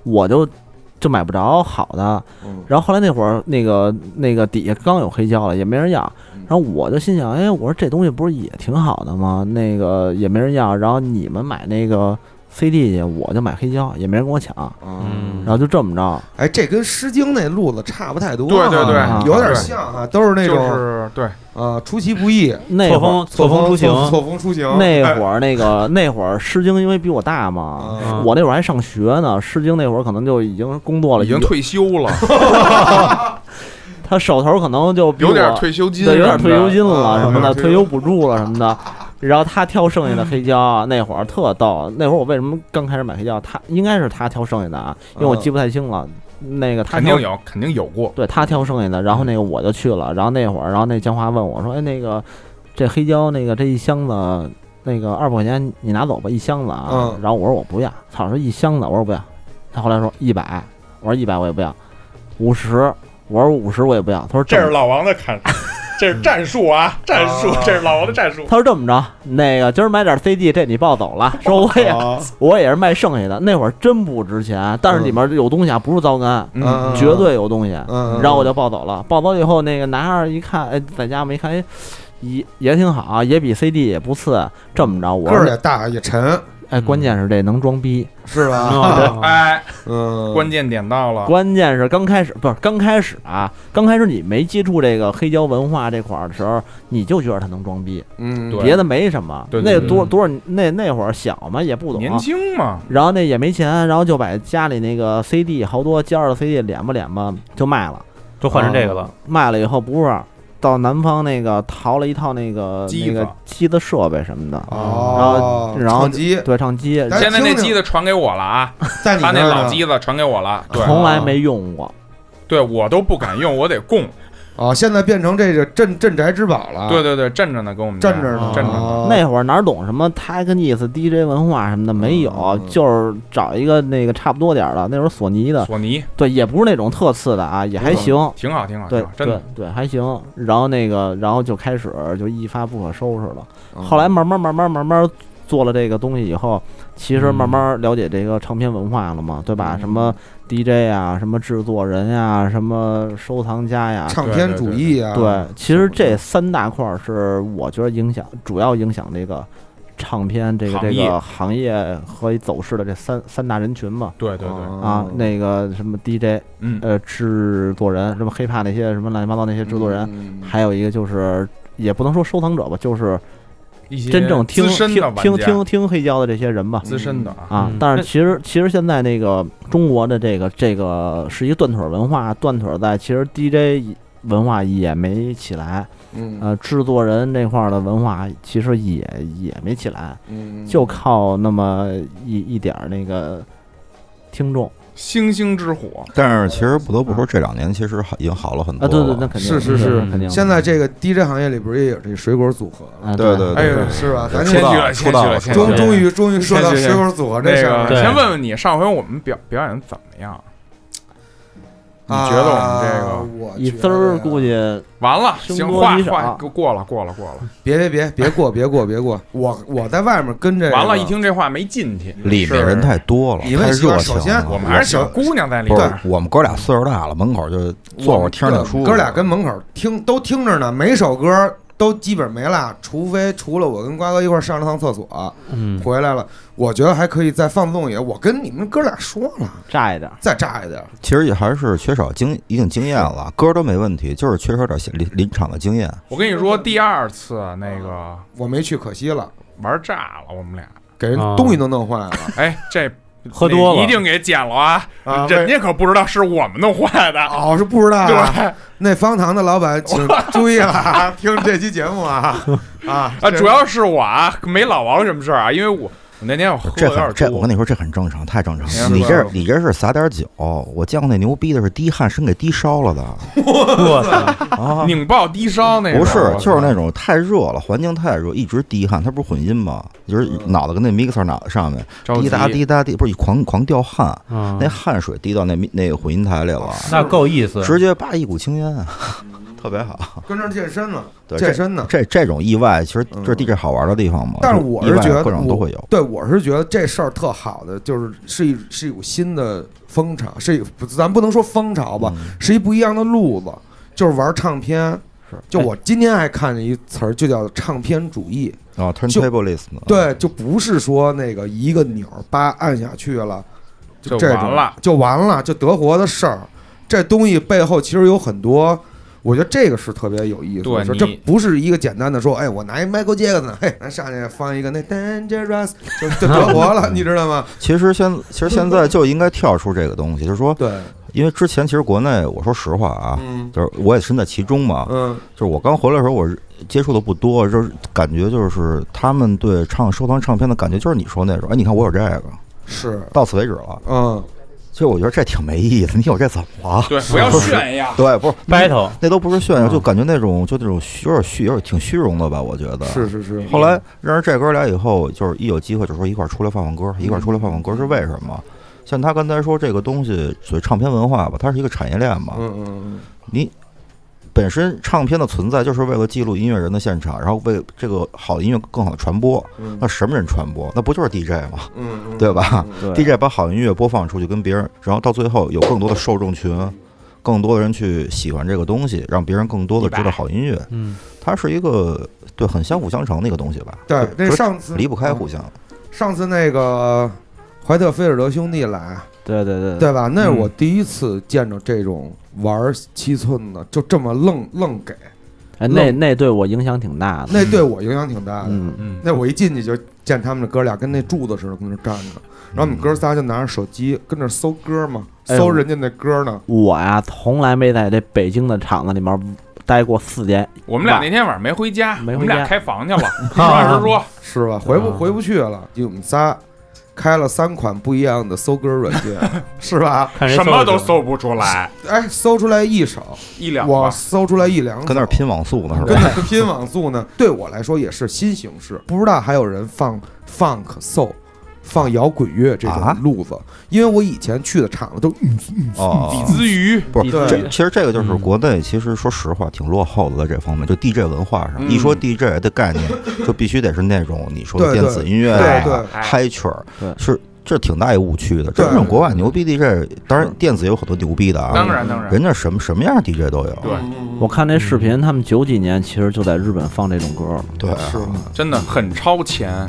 S3: 我就就买不着好的，
S2: 嗯
S3: 然后后来那会儿那个那个底下刚有黑胶了，也没人要，然后我就心想，哎，我说这东西不是也挺好的吗？那个也没人要，然后你们买那个 CD 去，我就买黑胶，也没人跟我抢，
S2: 嗯，
S3: 然后就这么着。
S2: 哎，这跟《诗经》那路子差不太多
S4: 对
S2: 啊，
S4: 对
S3: 啊
S4: 对，
S2: 有点
S4: 对
S2: 像啊，都是那
S4: 就
S2: 种
S4: 是对，
S2: 啊出其不意、
S3: 那
S1: 错
S3: 会儿
S1: 峰错峰出行？
S2: 错峰出行
S3: 那会儿那个那会儿《诗经》因为比我大嘛，
S2: 啊
S1: 嗯
S3: 我那会儿还上学呢，《诗经》那会儿可能就已经工作了，
S4: 已经
S3: 哦有
S4: 退休了，
S3: 他手头可能就比
S4: 有点
S3: 我
S4: 退休金，
S3: 对，有点退休金
S2: 啊
S3: 了什么
S2: 有点
S3: 的，
S2: 退
S3: 退
S2: 休
S3: 休补助了什么的。然后他挑剩下的黑胶，啊那会儿特逗。那会儿我为什么刚开始买黑胶？他应该是他挑剩下的啊，因为
S2: 嗯
S3: 我记不太清了。那个他
S4: 肯
S3: 挑
S4: 定，有，肯定有过。
S3: 对他挑剩下的。然后那个我就去了。然后那会儿，然后那江华问我说：“哎，那个这黑胶，那个这一箱子，那个二百块钱你拿走吧，一箱子啊。
S2: 嗯”
S3: 然后我说我不要，操，说一箱子，我说不要。他后来说一百，我说一百我也不要，五十，我说五十我也不要。他说么
S4: 老王的砍，这是战术啊，战
S2: 术
S3: 哦
S2: 啊这是
S4: 老王的战术。
S3: 他说这么着，那个今儿买点 CD，这你抱走
S2: [LAUGHS]
S3: 了。说我
S2: 哦
S3: 也、我也是卖剩下的，那会儿真不值钱，但是里面有东西啊，不是糟干，
S2: 嗯
S3: 绝对有东西。
S2: 嗯，
S3: 然后我就抱走了，抱走以后那个拿着一看，哎，在家没看，哎，也也挺好，也比 CD 也不次。这么着，我
S2: 个儿
S3: 说
S2: 也嗯大也沉，
S3: 哎，关键是这能装逼，
S2: 是
S4: [LAUGHS]
S2: 吧？
S1: 啊
S4: 哎，
S2: 嗯，
S4: 关键点到了，
S3: 关键是刚开始不是刚开始啊，刚开始你没接触这个黑胶文化这块儿的时候，你就觉得他能装逼，
S2: 嗯，
S4: 对
S3: 别的没什么。
S4: 对对
S3: 那
S1: 对
S3: 多多少那那会儿小嘛，也不懂，
S4: 年轻嘛，
S3: 然后那也没钱，然后就把家里那个 CD 好多胶的 CD 敛吧敛吧就卖了，
S1: 都换成这个了，
S3: 卖了以后不是到南方那个淘了一套那个
S4: 机
S3: 那
S4: 子
S3: 个机子设备什么的，
S2: 哦，
S3: 然后然后
S2: 唱机
S3: 对唱机
S2: 哎
S4: 现在那
S2: 听着
S4: 机子传给我了啊，
S2: 在你
S4: 把那
S2: 儿
S4: 老
S2: 呢
S4: 机子传给我了。对，
S3: 从来没用过，
S4: 对我都不敢用，我得供。
S2: 哦，现在变成这个镇镇宅之宝了，
S4: 对，对对，镇着呢，跟我们家
S2: 啊镇着呢，
S4: 镇着呢。
S2: 哦
S3: 那会儿哪懂什么 Technics、DJ 文化什么的没有
S2: 嗯，
S3: 就是找一个那个差不多点儿的，那时候索尼的，
S4: 索尼
S3: 对，也不是那种特次的啊，也还行，
S4: 挺好，挺好，
S3: 对
S4: 挺好真
S3: 对
S4: 的。
S3: 对还行。然后那个然后就开始就一发不可收拾了。
S2: 嗯
S3: 后来慢慢慢慢慢慢做了这个东西以后，其实慢慢了解这个唱片文化了嘛，对吧？什么 DJ 啊，什么制作人呀、什么收藏家呀，
S2: 唱片主义啊，
S3: 对，其实这三大块儿是我觉得影响主要影响这个唱片这个
S4: 行
S3: 这
S4: 业
S3: 个行业和走势的这三三大人群嘛。
S4: 对对
S2: 嗯
S4: 对，
S3: 啊，
S2: 哦
S3: 那个什么 DJ，
S4: 嗯，
S3: 呃，制作人，什么黑怕那些什么乱七八糟那些制作人，
S2: 人
S3: 还有一个就是也不能说收藏者吧，就是
S4: 一些
S3: 真正听
S4: 资深
S3: 听
S4: 的玩家
S3: 听听听黑胶的这些人吧。
S4: 资深的啊，
S3: 啊
S1: 嗯，
S3: 但
S1: 那
S3: 是其实其实现在那个中国的这个这个是一个断腿儿文化，断腿儿在其实 DJ 文化也没起来，
S2: 嗯
S3: 呃，制作人这块儿的文化其实也也没起来，
S2: 嗯
S3: 就靠那么一一点儿那个听众
S4: 星星之火，
S5: 但是其实不得不说，
S4: 啊
S5: 这两年其实好已经好了很多
S3: 啊，对对，
S5: 了
S3: 那肯定
S2: 是是
S3: 那
S2: 是
S3: 肯定。
S2: 现在这个 DJ 行业里边也有这水果组合了，
S3: 啊，
S5: 对对
S4: 哎
S5: 对
S4: 呦，
S2: 是吧？咱
S4: 谦虚
S2: 就
S4: 了，谦虚了，谦虚
S2: 终
S4: 了。
S2: 终于终于说到
S4: 谦虚
S2: 水果组合这
S4: 那
S2: 事儿
S4: 个，
S2: 了，
S1: 对
S4: 先问问你，上回我们表表演怎么样？你
S2: 啊
S4: 觉得我们这个
S2: 我
S3: 一
S2: 觉得
S3: 滋儿
S2: 呀
S3: 估计
S4: 完了？
S3: 凶
S4: 行，
S3: 多
S4: 话
S3: 吉少
S4: 话过过了，过了，过了。
S2: 别别别别过别过别过，我我在外面跟这个
S4: 完了，一听这话没进去，
S5: 里面人太多了，
S2: 你问
S5: 太
S2: 媳妇儿
S5: 热情
S2: 首
S5: 了。
S2: 先
S4: 我们还是小姑娘在里
S5: 不是
S4: 边，
S5: 我们哥俩岁数大了，门口就坐会儿听着
S2: 对
S5: 书。
S2: 哥俩跟门口听都听着呢，每首歌都基本没落，除非除了我跟瓜哥一块儿上了趟厕所
S1: 嗯，
S2: 回来了，我觉得还可以再放纵一点。我跟你们哥俩说了，
S3: 炸一点儿。
S2: 再炸一点，
S5: 其实也还是缺少经一定经验了，歌都没问题，就是缺少点临临场的经验。
S4: 我跟你说，第二次那个
S2: 我没去可惜了，
S4: 玩炸了，我们俩。
S2: 给人
S1: 啊
S2: 东西都弄坏了
S4: 哎，这
S1: 喝多
S4: 你
S1: 了
S4: 一定给剪了啊！
S2: 啊！
S4: 人家可不知道是我们弄坏的。
S2: 哦，是不知道啊，
S4: 对
S2: 那方糖的老板请注意了啊， [LAUGHS] 听这期节目啊啊
S4: 啊，主要是我啊，没老王什么事儿啊，因为我我那天我喝
S5: 这
S4: 有点
S5: 很这，我
S4: 多
S5: 跟，你说，这很正常，太正常
S4: 没有
S5: 了。你
S4: 没
S5: 这
S4: 有
S5: 你这是撒点酒，我见过那牛逼的是滴汗，身给滴烧了的
S1: 我操，
S5: 啊！
S4: 拧爆低烧那
S5: 不是，
S4: 种
S5: 就是那种太热了，环境太热，一直滴汗，它不是混音吗？就是脑袋跟那 mixer 脑袋上面
S4: 着
S5: 滴答
S4: 急
S5: 滴答滴，不是狂狂掉汗，
S1: 嗯
S5: 那，汗水滴到那那个混音台里了，
S1: 那够意思，
S5: 直接叭一股青烟， [LAUGHS] 特别好。
S2: 跟这儿健身了，
S5: 对，
S2: 健
S5: 这
S2: 身呢。
S5: 这这种意外，其实
S2: 嗯
S5: 这是 DJ 好玩的地方嘛。
S2: 但是
S5: 就
S2: 我
S5: 意
S2: 是
S5: 外
S2: 觉得
S5: 各种
S2: 我
S5: 都会有。
S2: 对，我是觉得这事儿特好的，就是是一是一股新的风潮，是一不咱不能说风潮吧，
S5: 嗯
S2: 是一不一样的路子，就是玩唱片。
S5: 哎
S2: 就我今天还看见一词儿，就叫唱片主义。
S5: 啊，turntable list 呢？
S2: 对，就不是说那个一个钮儿叭按下去了，就
S4: 就
S2: 这
S4: 完
S2: 种
S4: 了，
S2: 就完了，就德国的事儿。这东西背后其实有很多，我觉得这个是特别有意思
S4: 对
S2: 的。说这
S4: 你
S2: 不是一个简单的说，哎，我拿一 Michael Jackson，嘿，咱上去放一个那 Dangerous，就就德国了，你知道吗？ [LAUGHS]
S5: 其实现其实现在就应该跳出这个东西，就是说，
S2: 对，
S5: 因为之前其实国内，我说实话啊，
S2: 嗯
S5: 就是我也身在其中嘛，
S2: 嗯
S5: 就是我刚回来的时候，我接触的不多，就是感觉就是他们对唱收藏唱片的感觉，就是你说那种，哎，你看我有这个，
S2: 是，
S5: 到此为止了。
S2: 嗯
S5: 其实我觉得这挺没意思，你有这怎么了？
S4: 对，不要炫
S5: [LAUGHS]
S4: 耀，
S5: 对，不是
S1: battle，
S5: 那都不是炫耀，
S1: 嗯
S5: 就感觉那种就那种虚有点虚，有点挺虚荣的吧？我觉得
S2: 是。是是，
S5: 后来认识这哥俩以后，就是一有机会就说一块儿出来放放歌，
S2: 嗯
S5: 一块儿出来放放歌是为什么？像他刚才说这个东西，所谓唱片文化吧，它是一个产业链嘛。
S2: 嗯嗯
S5: 你本身唱片的存在就是为了记录音乐人的现场，然后为这个好的音乐更好的传播。
S2: 嗯
S5: 那什么人传播？那不就是 DJ 吗？
S2: 嗯嗯，
S5: 啊对吧
S3: 对
S5: ？DJ 把好音乐播放出去，跟别人，然后到最后有更多的受众群，更多的人去喜欢这个东西，让别人更多的知道好音乐。
S1: 嗯，
S5: 它是一个对很相辅相成的一个东西吧？
S2: 对，那
S5: 就
S2: 上次
S5: 离不开互相。
S2: 上次那个怀特菲尔德兄弟来，
S3: 对对对
S2: 对吧？那是
S4: 嗯
S2: 我第一次见着这种玩七寸的，就这么愣愣给，
S3: 哎，那那对我影响挺大的。
S2: 那对我影响挺大的。
S3: 嗯，
S4: 嗯，
S2: 那我一进去就见他们的哥俩跟那柱子似的跟那站着，然后我们哥仨就拿着手机跟那搜歌嘛，
S3: 哎
S2: 搜
S3: 我
S2: 人家那歌呢。
S3: 我呀从来没在这北京的厂子里面待过四天。
S4: 我们俩那天晚上没回家，
S3: 没回家
S4: 我们俩开房去了。实话实说，
S2: 是吧？回不
S3: 啊
S2: 回不去了，就我们仨开了三款不一样的搜歌软件， [LAUGHS] 是吧？
S1: 看谁
S4: 什么
S1: 搜
S4: 都
S1: 得着，
S4: 搜不出来，
S2: 哎，搜出来一首，
S4: 一两
S2: 我
S4: 吧。
S2: 搜出来一两首，
S5: 跟那儿拼网速呢，是
S2: 跟
S5: 吧？
S2: 那拼网速呢，对我来说也是新形式。不知道还有人放 funk soul、放摇滚乐这
S5: 啊
S2: 种路子，因为我以前去的厂子都嗯
S5: 哦，
S4: 比兹鱼，
S5: 不是
S2: 对
S5: 这，其实这个就是
S1: 嗯
S5: 国内，其实说实话挺落后的，在这方面，就 DJ 文化上，
S4: 嗯
S5: 一说 DJ 的概念，就必须得是那种你说的
S2: 对
S4: 哎
S5: 电子音乐
S2: 对对
S5: 啊、嗨曲儿
S3: 对，
S5: 是这挺大一误区的。
S2: 对
S5: 真正国外牛逼 DJ，当然
S3: 是
S5: 电子也有很多牛逼的啊，
S4: 当然当然，
S5: 人家什么什么样的 DJ 都有。
S4: 对
S3: 我看那视频，他们九几年其实就在日本放这种歌了。
S5: 对啊，
S2: 是吗？
S4: 真的很超前。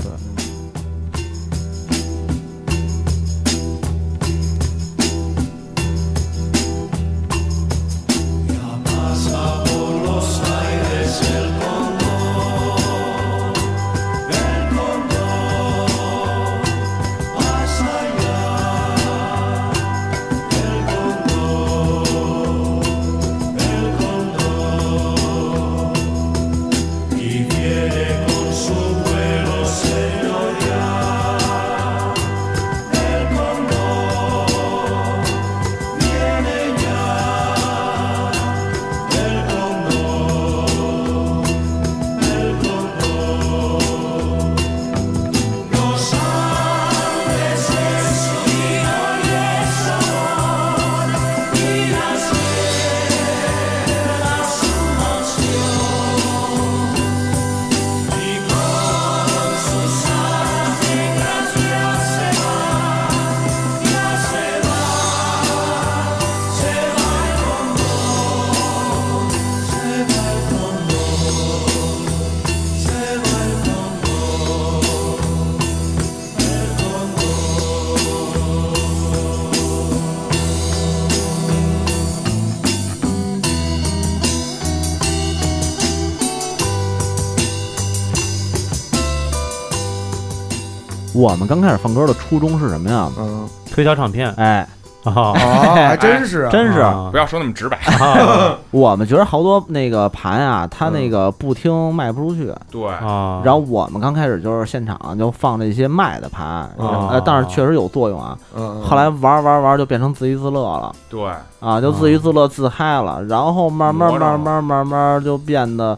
S3: 我们刚开始放歌的初衷是什么呀？
S2: 嗯，
S1: 推销唱
S4: [LAUGHS]
S1: 片
S3: 哎，
S1: 啊，
S2: [LAUGHS] 哦，还真是啊，
S3: 真是，
S1: 啊
S5: 嗯
S4: 不要说那么
S5: [LAUGHS]
S4: 直白，
S1: 啊
S3: 我们觉得好多那个盘啊，它那个不听卖不出去。
S4: 对，
S5: 嗯
S1: 啊，
S3: 然后我们刚开始就是现场就放这些卖的盘，
S1: 哦
S3: 呃，但是确实有作用啊。
S2: 嗯，
S3: 后来玩玩玩就变成自娱自乐了
S4: 对，
S3: 啊，就自娱自乐自嗨了，然后慢慢
S4: 磨着了
S3: 慢慢慢慢就变得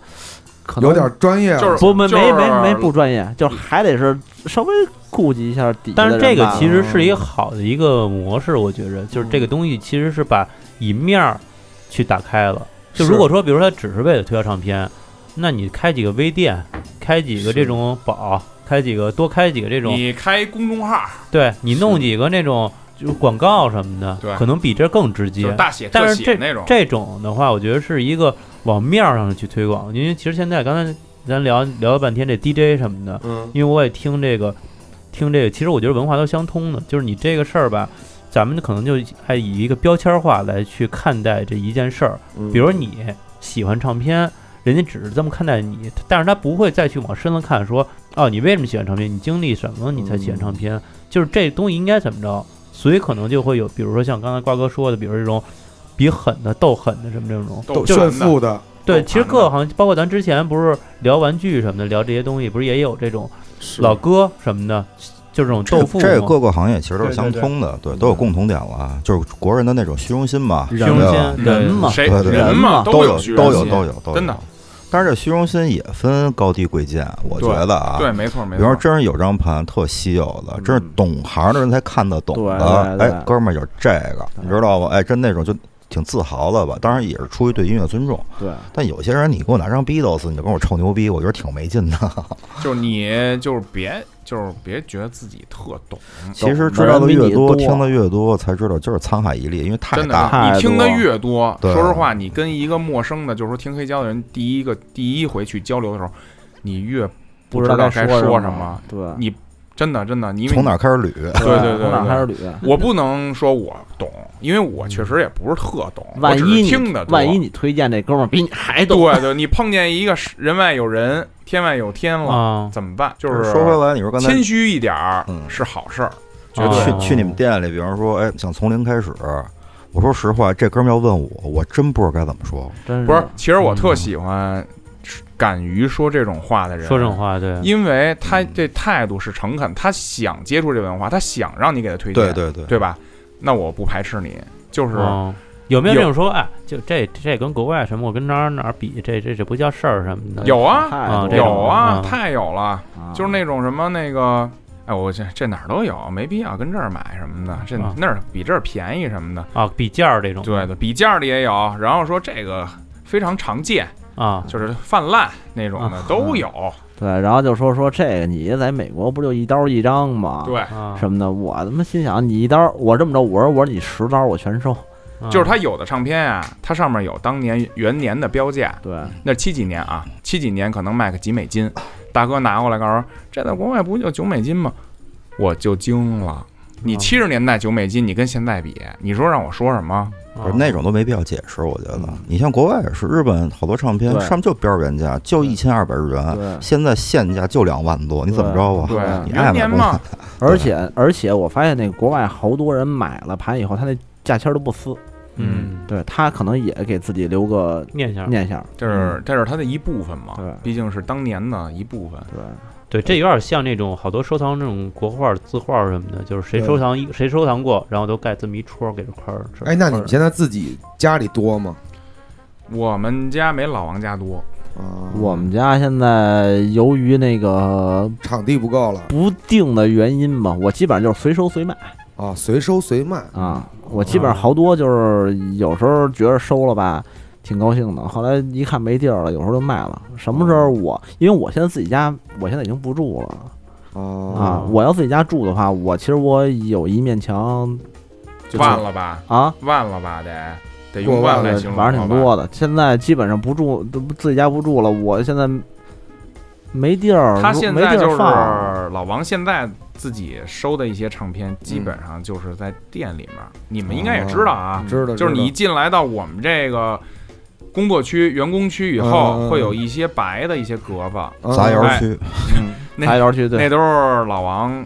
S3: 可能
S2: 有点专业了，
S4: 就是
S3: 不没没没没
S4: 就是
S3: 不专业，就是还得是稍微顾及一下底下
S1: 但
S3: 的人吧。
S1: 是这个其实是一个好的一个模式，我觉着就是这个东西其实是把一面儿去打开了。就是如果说，比如说它只是为了推销唱片，那你开几个微店，开几个这种宝，开几个多开几个这种，
S4: 你开公众号
S1: 对你弄几个那种就是广告什么
S4: 对
S1: 的，可能比这更直
S4: 就是
S1: 接。
S4: 大写
S1: 但
S4: 特
S1: 是
S4: 写那种，
S1: 这种的话，我觉得是一个往面儿上去推广，因为其实现在刚才咱聊聊了半天这 DJ 什么的，
S2: 嗯，
S1: 因为我也听这个，听这个，其实我觉得文化都相通的，就是你这个事儿吧，咱们可能就还以一个标签化来去看待这一件事儿。
S4: 嗯
S1: 比如你喜欢唱片，人家只是这么看待你，但是他不会再去往深了看说，哦，你为什么喜欢唱片？你经历什么你才喜欢唱片？就是这东西应该怎么着？所以可能就会有，比如说像刚才瓜哥说的，比如这种比狠的、斗狠的什么这种。
S4: 都
S2: 炫富的，
S1: 对，
S4: 斗
S1: 其实
S4: 盘
S1: 各
S4: 的
S1: 个行，包括咱之前不是聊玩具什么的，聊这些东西，不是也有这种
S2: 是
S1: 老哥什么的，就这种豆腐
S5: 这
S1: 嘛
S5: 各个行业其实都是相通的，对，都有共同点了啊，就是国人的那种虚荣心嘛，
S1: 虚荣
S5: 对吧
S1: 心，
S4: 对
S1: 对
S3: 人嘛，
S4: 谁
S5: 对对对
S4: 人嘛
S5: 都
S4: 有
S5: 有
S4: 虚
S5: 都
S4: 荣
S5: 有
S4: 心
S5: 都有都有
S4: 真的，
S5: 但是这虚荣心也分高低贵贱，我觉得啊，
S4: 对，没错没
S5: 比方说
S4: 错，
S5: 真是有张盘特稀有的，
S4: 嗯
S5: 真是懂行的人才看得懂
S3: 对
S5: 的，
S3: 对
S5: 哎
S3: 对，
S5: 哥们儿有这个，你知道吗？哎，真那种就挺自豪的吧，当然也是出于对音乐尊重。
S3: 对，
S5: 但有些人，你给我拿张 Beatles，你就跟我臭牛逼，我觉得挺没劲的。
S4: 就是你就是别就是别觉得自己特懂，
S5: 其实知道的越
S3: 人比你多
S5: 听的越多，才知道就是沧海一粟，因为太
S4: 真的
S5: 大了。
S4: 是，
S3: 太
S4: 你听
S3: 多
S4: 的越多，
S5: 对
S4: 说实话，你跟一个陌生的，就是说听黑胶的人，第一个第一回去交流的时候，你越
S3: 不
S4: 知
S3: 知道
S4: 道
S3: 该
S4: 该
S3: 说
S4: 什么。，
S3: 对，
S4: 你真的真的，你因为
S5: 从哪儿开始捋？
S4: 对对对
S3: 从哪
S4: 对
S3: 开始捋？啊
S4: 我不能说我懂，因为我确实也不是特懂，我
S3: 万
S4: 只
S3: 一
S4: 是
S3: 你
S4: 听的多。
S3: 万一你推荐这哥们儿比你还懂，
S4: 对对，你碰见一个是人外有人，天外有天了，
S1: 啊，
S4: 怎么办？就
S5: 就是
S4: 是
S5: 说回来，你说刚才
S4: 谦虚一点儿
S5: 嗯
S4: 是好事儿，绝
S1: 啊
S4: 对
S5: 去去你们店里，比方说，哎，想从零开始。我说实话，这哥们儿要问我，我真不知道该怎么说。
S3: 真
S4: 不是。其实我特喜欢敢于说这种话的人，
S1: 说这种话，对，
S4: 因为他
S5: 嗯
S4: 这态度是诚恳，他想接触这文化，他想让你给他推荐，
S5: 对对对，
S4: 对吧？那我不排斥你，就是、
S1: 嗯有没有
S4: 有
S1: 这种说哎，就这这跟国外什么，我跟哪儿哪儿比，这这这不叫事儿什么的，
S4: 有啊，
S3: 太
S1: 啊
S3: 多
S1: 这
S4: 有
S1: 种
S4: 啊，
S1: 嗯
S4: 太有了，
S3: 啊
S4: 就是那种什么那个，哎，我这这哪儿都有，没必要跟这儿买什么的，这
S1: 啊
S4: 那儿比这儿便宜什么的，
S1: 啊，比价儿这种，
S4: 对对，比价儿的也有，然后说这个非常常见，
S1: 啊，
S4: 就是泛滥那种的
S1: 啊
S4: 都有。
S3: 对，然后就说说这个你在美国不就一刀一张吗？
S4: 对，
S1: 啊，
S3: 什么的，我他妈心想你一刀，我这么着，我说我说你十刀我全收。
S1: 啊
S4: 就是它有的唱片啊，它上面有当年元年的标价，
S3: 对，
S4: 那是七几年啊，七几年可能卖个几美金，大哥拿过来告诉我，这在国外不就九美金吗？我就惊了。你
S1: 啊
S4: 七十年代九美金，你跟现在比，你说让我说什么？
S1: 啊
S5: 不是那种都没必要解释，我觉得。
S4: 嗯
S5: 你像国外也是，日本好多唱片
S3: 对
S5: 上面就标着原价，就一千二百日元，
S3: 对，
S5: 现在现价就两万多，你怎么着吧？
S4: 对
S3: 啊，
S5: 你
S4: 元
S5: 爱
S4: 年
S5: 买不
S4: 嘛
S5: 买？，
S3: 而且而且我发现那个国外好多人买了盘以后，他那价签儿都不撕，
S1: 嗯，
S3: 对他可能也给自己留个
S1: 念想，
S3: 念想。
S4: 这是这是它的一部分嘛
S3: 对，
S4: 毕竟是当年的一部分。
S1: 对，
S3: 对，
S1: 这有点像那种好多收藏那种国画、字画什么的，就是谁收藏一谁收藏过，然后都盖这么一戳给这块儿。
S2: 哎，那你们现在自己家里多吗？
S4: 我们家没老王家多，
S2: 啊，
S3: 我们家现在由于那个
S2: 场地不够了
S3: 不定的原因吧，我基本上就是随收随买
S2: 啊，随收随卖
S3: 啊。我基本上好多就是有时候觉得收了吧，挺高兴的，后来一看没地儿了，有时候就卖了。什么时
S4: 啊
S3: 候我因为我现在自己家，我现在已经不住
S2: 啊，
S3: 了啊。我要自己家住的话，我其实我有一面墙
S2: 就
S4: 万了吧，
S3: 啊，呃
S4: 万了吧，得得
S2: 过
S4: 用
S2: 万
S4: 万
S2: 了
S4: 来形容。
S3: 玩儿挺，多的。现在基本上不住，都不自己家不住了。我现在没地儿，
S4: 他现
S3: 没
S4: 在
S3: 地
S4: 就
S3: 儿
S4: 是
S3: 放。
S2: 啊
S4: 老王现在自己收的一些唱片，基本上就是在店里面。你们应该也知道啊，
S2: 哦知道
S4: 就是你一
S2: 知
S4: 进来到我们这个工作区、员工区以后，
S2: 嗯嗯嗯
S4: 会有一些白的一些格子，
S2: 道啊
S5: 砸窑
S4: 哎
S5: 区， [LAUGHS]
S4: 那
S3: 还摇去对
S4: 那都是老王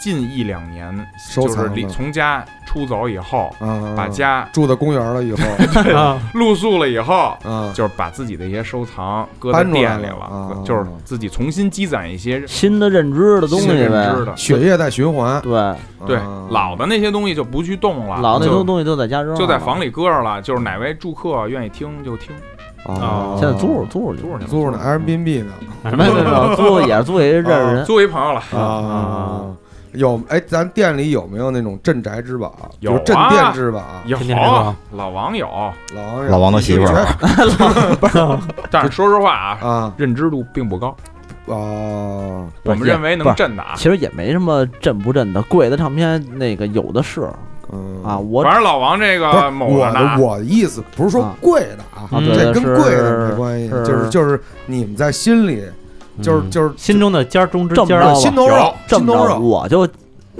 S4: 近一两年
S2: 收
S4: 就是
S2: 藏
S4: 离
S2: 的
S4: 从家出走以后，
S2: 啊，
S4: 哎把家
S2: 住到公园了以后
S4: [LAUGHS]
S2: [LAUGHS]
S1: 啊，
S4: 露宿了以后。
S2: 啊，
S4: 就是把自己的一些收藏搁在
S2: 搬出来
S4: 店里
S2: 了
S4: 了
S2: 啊，
S4: 就是自己重新积攒一些
S3: 新的认知的东
S4: 新
S3: 西
S4: 的认
S3: 呗。
S4: 知的。
S2: 血液在循环，
S3: 对，
S4: 对
S2: 啊，
S4: 老的那些东西就不去动了，
S3: 老那
S4: 就
S3: 多东西都在家扔，
S4: 就在房。里搁着了。就是哪位住客愿意听就听，
S2: 啊，
S1: 啊
S3: 哦现在租着租着
S4: 租着呢，
S2: 租着呢
S4: 呢，
S2: ，Airbnb 呢
S1: 什
S4: [LAUGHS]
S3: 没有没有没有，租着也是租给认识人。
S4: 哦租一朋友了。
S1: 啊。
S2: 啊有哎，咱店里有没有那种镇宅之宝？
S4: 有
S2: 就是镇
S4: 啊
S2: 店之宝，
S4: 有
S1: 天天来
S4: 啊
S1: 往，
S4: 老王有，
S2: 老王
S5: 老
S2: 王
S5: 王的媳妇儿，
S4: 但是说实话啊，
S2: 啊
S4: 认知度并不高。
S2: 哦，
S3: 不
S4: 我们
S3: 也
S4: 认为
S3: 不
S4: 能
S3: 是
S4: 震的啊，
S3: 其实也没什么震不震的，贵的唱片那个有的是
S2: 嗯
S3: 啊。我
S4: 反正老王这
S2: 不是
S4: 个啊某
S2: 我
S4: 着呢
S2: 的，我的意思不是说
S3: 啊
S2: 贵的啊，
S1: 嗯
S3: 对
S2: 这
S3: 对
S2: 跟
S3: 是
S2: 贵的没关系，
S3: 是嗯
S2: 就是就是你们在心里，就是就是
S1: 嗯心中的尖儿中之
S3: 这么
S1: 尖
S3: 着
S1: 儿
S3: 吧
S2: 心头肉，
S3: 这
S2: 心
S3: 么
S2: 头
S3: 着，
S2: 肉
S3: 我就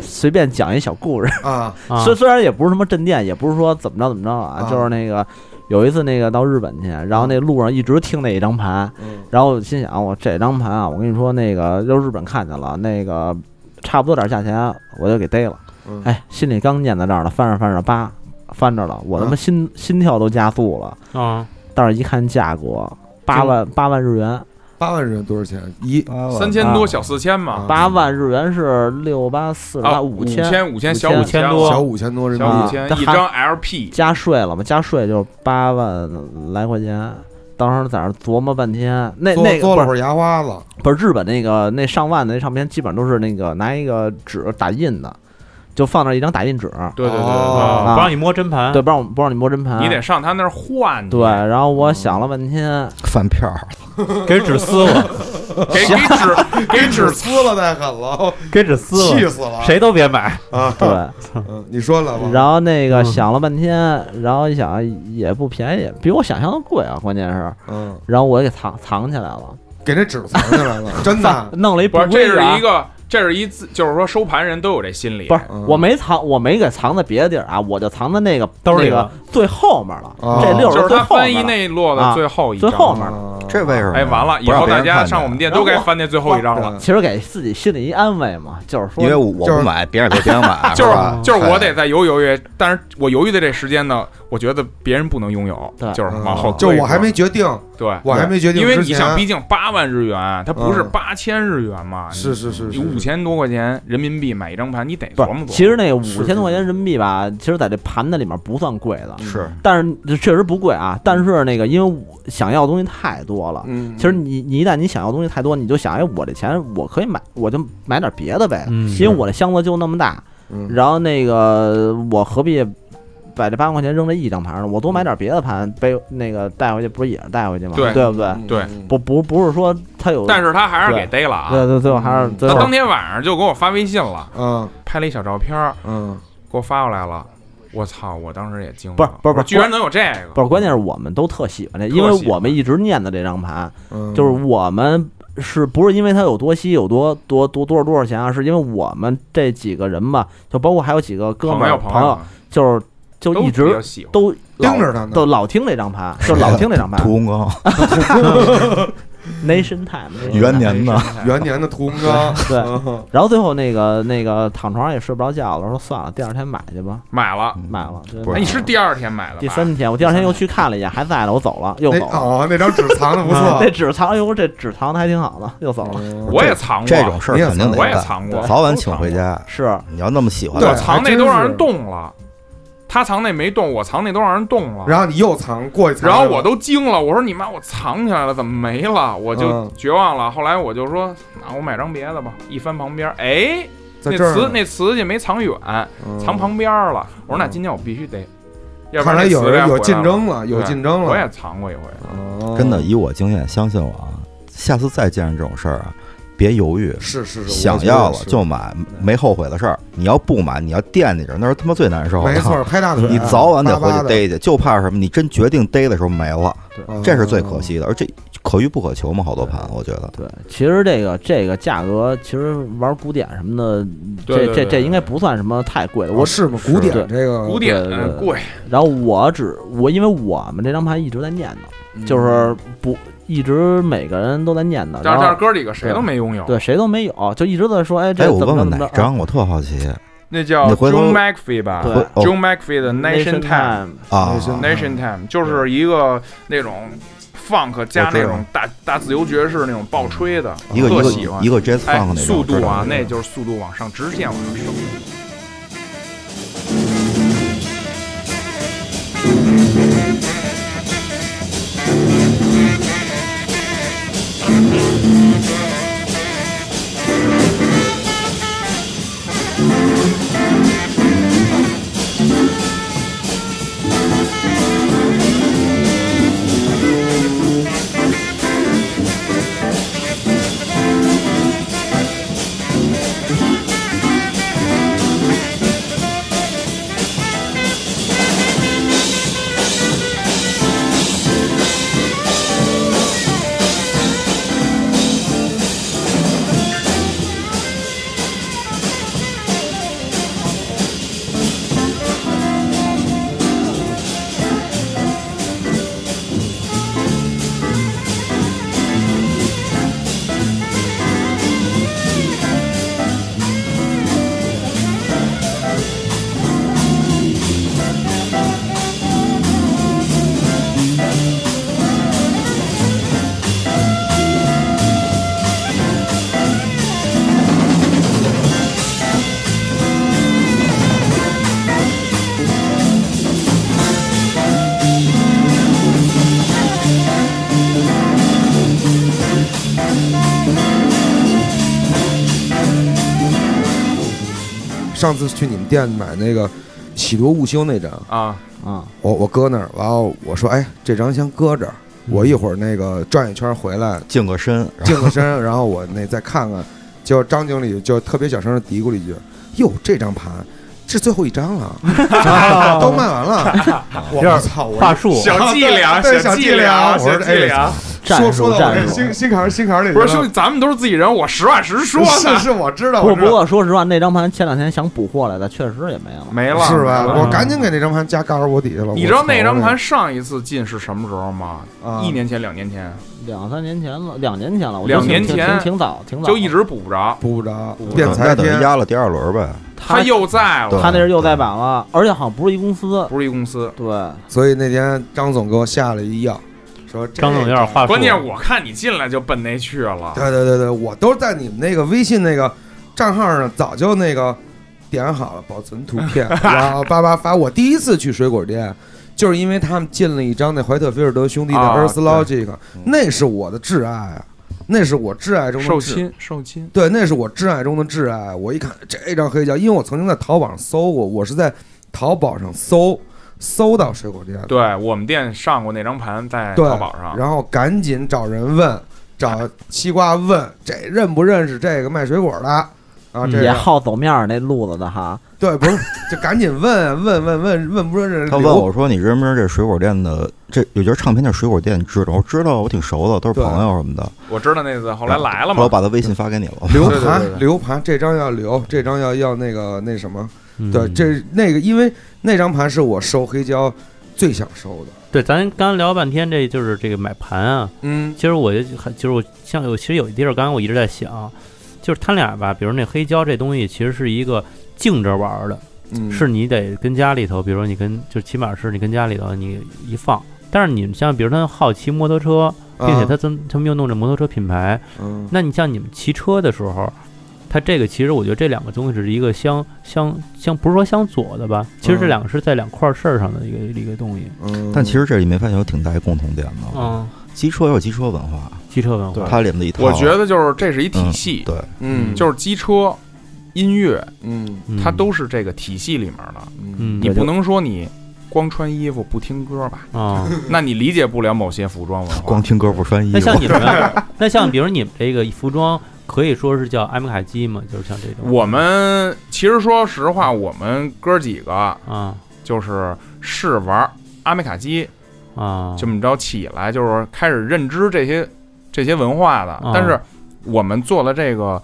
S3: 随便讲一小故事。
S2: 啊
S1: 啊
S3: 虽虽然也不是什么镇店，也不是说怎么着怎么着啊
S2: 啊，
S3: 就是那个有一次那个到日本去，然后那路上一直听那一张盘，
S2: 嗯
S3: 然后我心想我这张盘啊，我跟你说那个就日本看见了，那个差不多点价钱我就给逮了。
S2: 嗯
S3: 哎，心里刚念到这儿了，翻着翻着叭翻着了，我他
S2: 啊
S3: 妈心、心跳都加速了，
S2: 哦
S1: 啊，
S3: 但是一看价格八万八万日元，
S2: 八万人多少钱？一
S4: 三千多小四千
S2: 啊
S4: 嘛，
S3: 八万日元是六八四十
S4: 啊，
S3: 八
S4: 五
S3: 千。
S4: 五千小
S3: 五千
S4: 千
S1: 五千
S4: 了
S1: 多
S2: 小五千多人民
S4: 小
S2: 币
S4: 五千
S3: 啊
S4: 一张 LP，
S3: 加税了嘛，加税就是八万来块钱。当时在那儿琢磨半天，那
S2: 嘬
S3: 那
S2: 嘬
S3: 个
S2: 了
S3: 不
S2: 会
S3: 是
S2: 儿牙花子，
S3: 不是日本那个那上万的那唱片，基本上都是那个拿一个纸打印的，就放那儿一张打印纸，
S4: 对对对对啊
S2: 哦
S4: 对，
S1: 啊不让你摸真盘，
S3: 对，不让不让你摸真盘，
S4: 你得上他那儿换去，
S3: 对。然后我想了半
S2: 嗯
S3: 天，
S5: 翻片
S4: 嗯
S5: 儿，
S1: 给纸撕
S2: [LAUGHS]
S1: 了，
S3: [LAUGHS]
S4: 给给纸给纸
S2: 撕了太狠了，
S1: 给纸撕
S2: 气
S1: 了，
S2: 死了
S1: 谁都别买。
S2: 啊！ [LAUGHS]
S3: 对，
S2: 嗯，你说了吧？
S3: 然后那个
S1: 嗯
S3: 想了半天，然后一想也不便宜，比我想象的贵啊，关键是，
S2: 嗯，
S3: 然后我给藏藏起来了，
S2: 给那纸藏起来了，真
S3: [LAUGHS]
S2: 的。啊
S3: 弄了一不
S4: 不是，这
S3: 规
S4: 是
S3: 矩啊
S4: 一个，这是一自，就是说收盘人都有这心理，
S3: 不是
S2: 嗯，
S3: 我没藏，我没给藏在别的地儿啊，我就藏在那个
S1: 兜里
S3: 那个
S1: 了
S3: 最后面了。
S2: 哦
S3: 这六
S4: 就
S3: 最
S4: 是他
S3: 后
S4: 翻译
S3: 面了。
S4: 那摞的
S3: 啊
S4: 最后一
S3: 最
S4: 张。
S3: 后面
S2: 啊
S5: 这为什么呀？
S4: 哎，完了，以
S5: 不让
S4: 后
S5: 别
S4: 大
S5: 人
S4: 家
S5: 看见啊
S4: 上我们店都该翻那最后一张了。
S3: 其实给自己心里一安慰嘛，就是说
S5: 因为，我
S2: 就是
S5: 不买，别人也别想买，
S4: [LAUGHS] 就是
S3: 嗯
S5: 吧
S4: 就是我得再犹豫犹豫，但是我犹豫的这时间呢，我觉得别人不能拥有
S3: 对，
S4: 就是往后
S2: 嗯就
S4: 搁一
S2: 我还
S4: 搁
S2: 没决定，
S4: 对，
S2: 我还没决定
S4: 因
S2: 之前，
S4: 为你想，毕竟八万日元，它不是
S2: 嗯
S4: 八千日元嘛，你
S2: 是是是
S4: 你
S2: 是
S4: 五千多块钱人民币买一张盘，你得
S3: 不
S4: 琢
S3: 是，
S4: 磨琢磨。
S3: 其实那五
S2: 是
S3: 千多块钱人民币吧，其实在这盘子里面不算贵
S2: 嗯
S3: 的，
S5: 是
S3: 但是确实不贵啊。但是那个，因为我想要的东西太多了，
S2: 嗯，
S3: 其实你你一旦你想要的东西太多，你就想，哎，我这钱我可以买，我就买点别的呗，
S1: 嗯
S4: 嗯
S3: 因为我这箱子就那么大，
S2: 嗯
S3: 然后那个我何必把这八万块钱扔这一张盘上，我多买点别的盘背那个带回去，不是也是带回去吗？
S4: 对
S3: 不对？
S2: 嗯
S4: 对
S2: 嗯
S3: 不不不是说他有，
S4: 但是他还是给逮了啊。
S3: 对对最后还是
S2: 嗯
S3: 最
S4: 他
S3: 后
S4: 当天晚上就给我发微信了，
S2: 嗯
S4: 拍了一小照片儿
S2: 嗯
S4: 给我发过来了。我操！我当时也惊了，
S3: 不是不是不是
S4: 居然能有这个，
S3: 不是关键是我们都特喜欢这，因
S4: 特喜
S3: 为
S4: 欢
S3: 我们一直念的这张盘，
S2: 嗯，
S3: 就是我们是不是因为它有多稀有多多多多少多少钱啊？是因为我们这几个人吧，就包括还有几个哥们
S4: 朋
S3: 儿
S4: 友啊
S3: 友，就是就
S4: 都
S3: 一
S4: 比较
S3: 直
S4: 喜欢。
S3: 都老
S2: 盯着他呢
S3: 都老听这张盘，就老听这张盘。
S5: 屠洪刚
S3: Nation Time
S5: 元年呢，
S4: 哎
S2: 元年的屠洪刚，
S3: 对
S2: 嗯
S3: 然后最后那个那个躺床上也睡不着觉了，我说算了，第二天买去吧，
S4: 买
S3: [LAUGHS]
S4: 了，
S2: 嗯
S3: 买了。真的
S5: 不
S4: 哎，你是第二天买的吧？
S3: 第三天，我第二天又去看了一眼，还在呢，我走了，又
S2: 那
S3: 走了。
S2: 哦，那张纸藏的不
S3: [LAUGHS]
S2: 错
S3: 这纸藏，哎呦，这纸藏的还挺好的，又走了。
S2: 嗯，
S4: 我也藏过，
S5: 这种事儿
S2: 你也
S5: 肯定得
S4: 我也
S5: 干
S4: 藏过，
S5: 早晚
S4: 都
S5: 请
S4: 藏
S5: 回
S4: 过。
S5: 家。
S3: 是，
S5: 你要那么喜欢
S2: 对
S4: 我
S5: 的话，
S4: 藏那都
S2: 还真
S4: 让
S2: 是
S4: 人动了，他藏那没动，我藏那都让人动了。
S2: 然后你又藏过去藏
S4: 然
S2: 了，
S4: 后我都惊了，我说你妈，我藏起来了，怎么没了？我就
S2: 嗯
S4: 绝望了。后来我就说，那我买张别的吧。一翻旁边，哎，
S2: 在
S4: 那
S2: 这儿
S4: 瓷
S2: 呢
S4: 那瓷器没藏远，
S2: 嗯
S4: 藏旁边了。我说那
S2: 嗯
S4: 今天我必须得，要不
S2: 看
S4: 然
S2: 来
S4: 那
S2: 有
S4: 瓷料
S2: 人有
S4: 回来
S2: 竞
S4: 了。
S2: 争了，有
S4: 对
S2: 竞争了，
S4: 我也藏过一回，
S2: 哦
S5: 真的以我经验，相信我啊，下次再见着这种事儿啊，别犹豫，
S2: 是是是，我
S5: 想
S2: 觉得
S5: 要了
S2: 是
S5: 就买，没后悔的事儿。你要不买，你要惦记着，那是他妈最难受的。
S2: 没错，拍大腿，
S5: 你早晚得回
S2: 巴巴
S5: 去
S2: 的，
S5: 逮去，就怕什么？你真决定逮的时候没了，
S2: 嗯
S5: 这是最可。惜的。而这可遇不可求嘛，好多盘，我觉得。
S3: 对，其实这个这个价格，其实玩古典什么的，
S4: 对对
S3: 这
S4: 对
S3: 这这应该不算什么太贵的。
S2: 我
S3: 我
S2: 哦是吗？
S5: 是
S2: 古典
S3: 对
S2: 这个
S4: 古典
S3: 对对对
S4: 贵，
S3: 然后我只我因为我们这张盘一直在念叨，就是不一直每个人都在念叨，啊然
S4: 但是但是
S3: 后
S4: 哥几个谁都没拥有。
S3: 对谁都没有，就一直在说哎
S5: 哎，
S3: 这
S5: 我
S3: 怎
S5: 问
S3: 么着
S5: 问
S3: 怎么
S5: 哪
S3: 着。
S5: 张？我特好奇。
S2: 哎
S4: 那叫
S5: 你回头
S4: John McPhee 吧
S3: 对
S5: 回哦
S4: ，John McPhee 的 Nation Time。
S3: Time
S5: 啊，
S2: Nation
S4: Nation Time 就是一个那种 funk 加那种大大自由爵士那种爆吹的，
S5: 一个一
S4: 特
S5: 个
S4: 喜欢
S5: 一。个 jazz
S4: 哎
S5: funk 那，种
S4: 速
S5: 知
S4: 度
S5: 道
S4: 啊
S5: 吗，
S4: 那就是速度往上，直线往上升。
S2: 上次去你们店买那个《喜多勿修》那张，
S4: 啊，
S3: 啊，
S2: 我我搁那儿，然后我说，哎，这张先搁这儿，
S3: 嗯
S2: 我一会儿那个转一圈回来，
S5: 净个身，啊然后
S2: 净个身，然后我那再看看。结果张经理就特别小声的嘀咕了一句：“哟，这张盘是最后一张了，都卖完了。我”我操！我
S1: 话术，
S4: 小伎俩，
S2: 对小
S4: 伎
S2: 伎俩我
S4: 小
S2: 说
S4: 伎俩。
S3: 战
S2: 说
S3: 术
S2: 说到我
S3: 战
S2: 这
S3: 术。
S2: 心心坎儿心坎儿里去
S4: 不
S2: 了，
S4: 是兄弟，咱们都是自己人，我实话实说
S2: 是
S4: 呢，
S2: 是，我知道，
S3: 不
S2: 我
S3: 过
S2: 知
S3: 不
S2: 道
S3: 过，说实话，那张盘前两天想补货来的，确实也没了。
S4: 没了
S2: 是吧？
S4: 没了
S2: 我赶紧给那张盘加盖儿窝底去了。
S4: 你
S2: 我
S4: 知道
S2: 操
S4: 那张
S2: 我
S4: 盘上一次进是什么时候吗？
S2: 啊
S4: 一年前、两年前，
S3: 两三年前了，两年前了，我觉得
S4: 两
S3: 挺
S4: 年
S3: 挺
S4: 前
S3: 挺挺早，挺早了，
S4: 就一直补不着。
S2: 补不着
S4: 补不着
S2: 变
S5: 那
S2: 裁
S5: 等于
S2: 天，
S5: 压了第二轮呗。
S2: 哎
S4: 他
S3: 他
S4: 又在了，
S3: 他那是又再版了，而且好像不是一公司。
S4: 不是一公司。
S3: 对，
S2: 所以那天张总给我下了一药，说这
S1: 张总有点话术，
S4: 关键我看你进来就奔那去了，
S2: 对对对对，我都在你们那个微信那个账号上早就那个点好了保存图
S4: [LAUGHS]
S2: 片，然后叭叭发。我第一次去水果店，就是因为他们进了一张那怀特菲尔德兄弟的
S4: 啊
S2: Earth
S4: 对
S2: Logic，、那是我的挚爱啊，那是我挚爱中的
S4: 受
S2: 挚。
S4: 亲受亲。
S2: 对，那是我挚爱中的挚爱。我一看这张黑胶，因为我曾经在淘宝上搜过，我是在淘宝上搜，搜到水果店的，
S4: 对我们店上过那张盘在
S2: 对
S4: 哎淘宝上，哎
S2: 然后赶紧找人问，找西瓜问这认不认识这个卖水果的啊？这
S3: 也
S2: 个
S3: 好走面儿那路子的哈，
S2: 对，不是就赶紧问问问问问不认识。
S5: 他问我说：“你认不认识这水果店的？这有家唱片店水果店，你知道？”我说知道，我挺熟的，都是
S2: 对
S5: 朋友什么的。
S4: 我知道那次后来来了
S5: 我
S4: 嘛，
S5: 把他微信发给你了。
S2: 留
S4: 对对对
S2: 盘
S4: 对
S2: 留盘，这张要留，这张要要那个那什么？
S1: 嗯
S2: 对，这那个因为那张盘是我收黑胶最想收的。
S1: 对，咱刚聊半天，这就是这个买盘啊。
S2: 嗯
S1: 其实我就很，就是我像有，其实有一地儿，刚刚我一直在想，就是他俩吧，比如那黑胶这东西，其实是一个静着玩儿的，
S2: 嗯，
S1: 是你得跟家里头，比如说你跟，就起码是你跟家里头你一放。但是你们像，比如他好骑摩托车，并
S2: 啊
S1: 且他咱他们又弄这摩托车品牌，
S2: 嗯
S1: 那你像你们骑车的时候，它这个其实我觉得这两个东西是一个相相相，不是说相左的吧？其实这
S2: 嗯
S1: 两个是在两块事儿上的一个一个东西。
S2: 嗯，
S5: 但其实这里面发现有挺大一共同点的，
S1: 嗯，
S5: 机车有机车文化，
S1: 机车文化，
S5: 它里面的一套。
S4: 我觉得就是这是一体系，
S5: 对，
S2: 嗯
S4: 就是机车、音乐，
S2: 嗯
S1: 嗯
S4: 它都是这个体系里面的，
S1: 嗯
S4: 你不能说你光穿衣服不听歌吧？
S1: [LAUGHS] 啊。
S4: 那你理解不了某些服装文化
S5: 光。听歌不穿衣
S1: 那
S2: [LAUGHS]
S5: 服
S1: 像。你们，那像比如你们这个服装，可以说是叫艾米卡基嘛，就是像这种。
S4: 我们其实说实话，我们哥几个
S1: 啊
S4: 就是是玩阿美卡基
S1: 啊，
S4: 这么着起来，就是开始认知这些这些文化的
S1: 嗯。
S4: 但是我们做了这个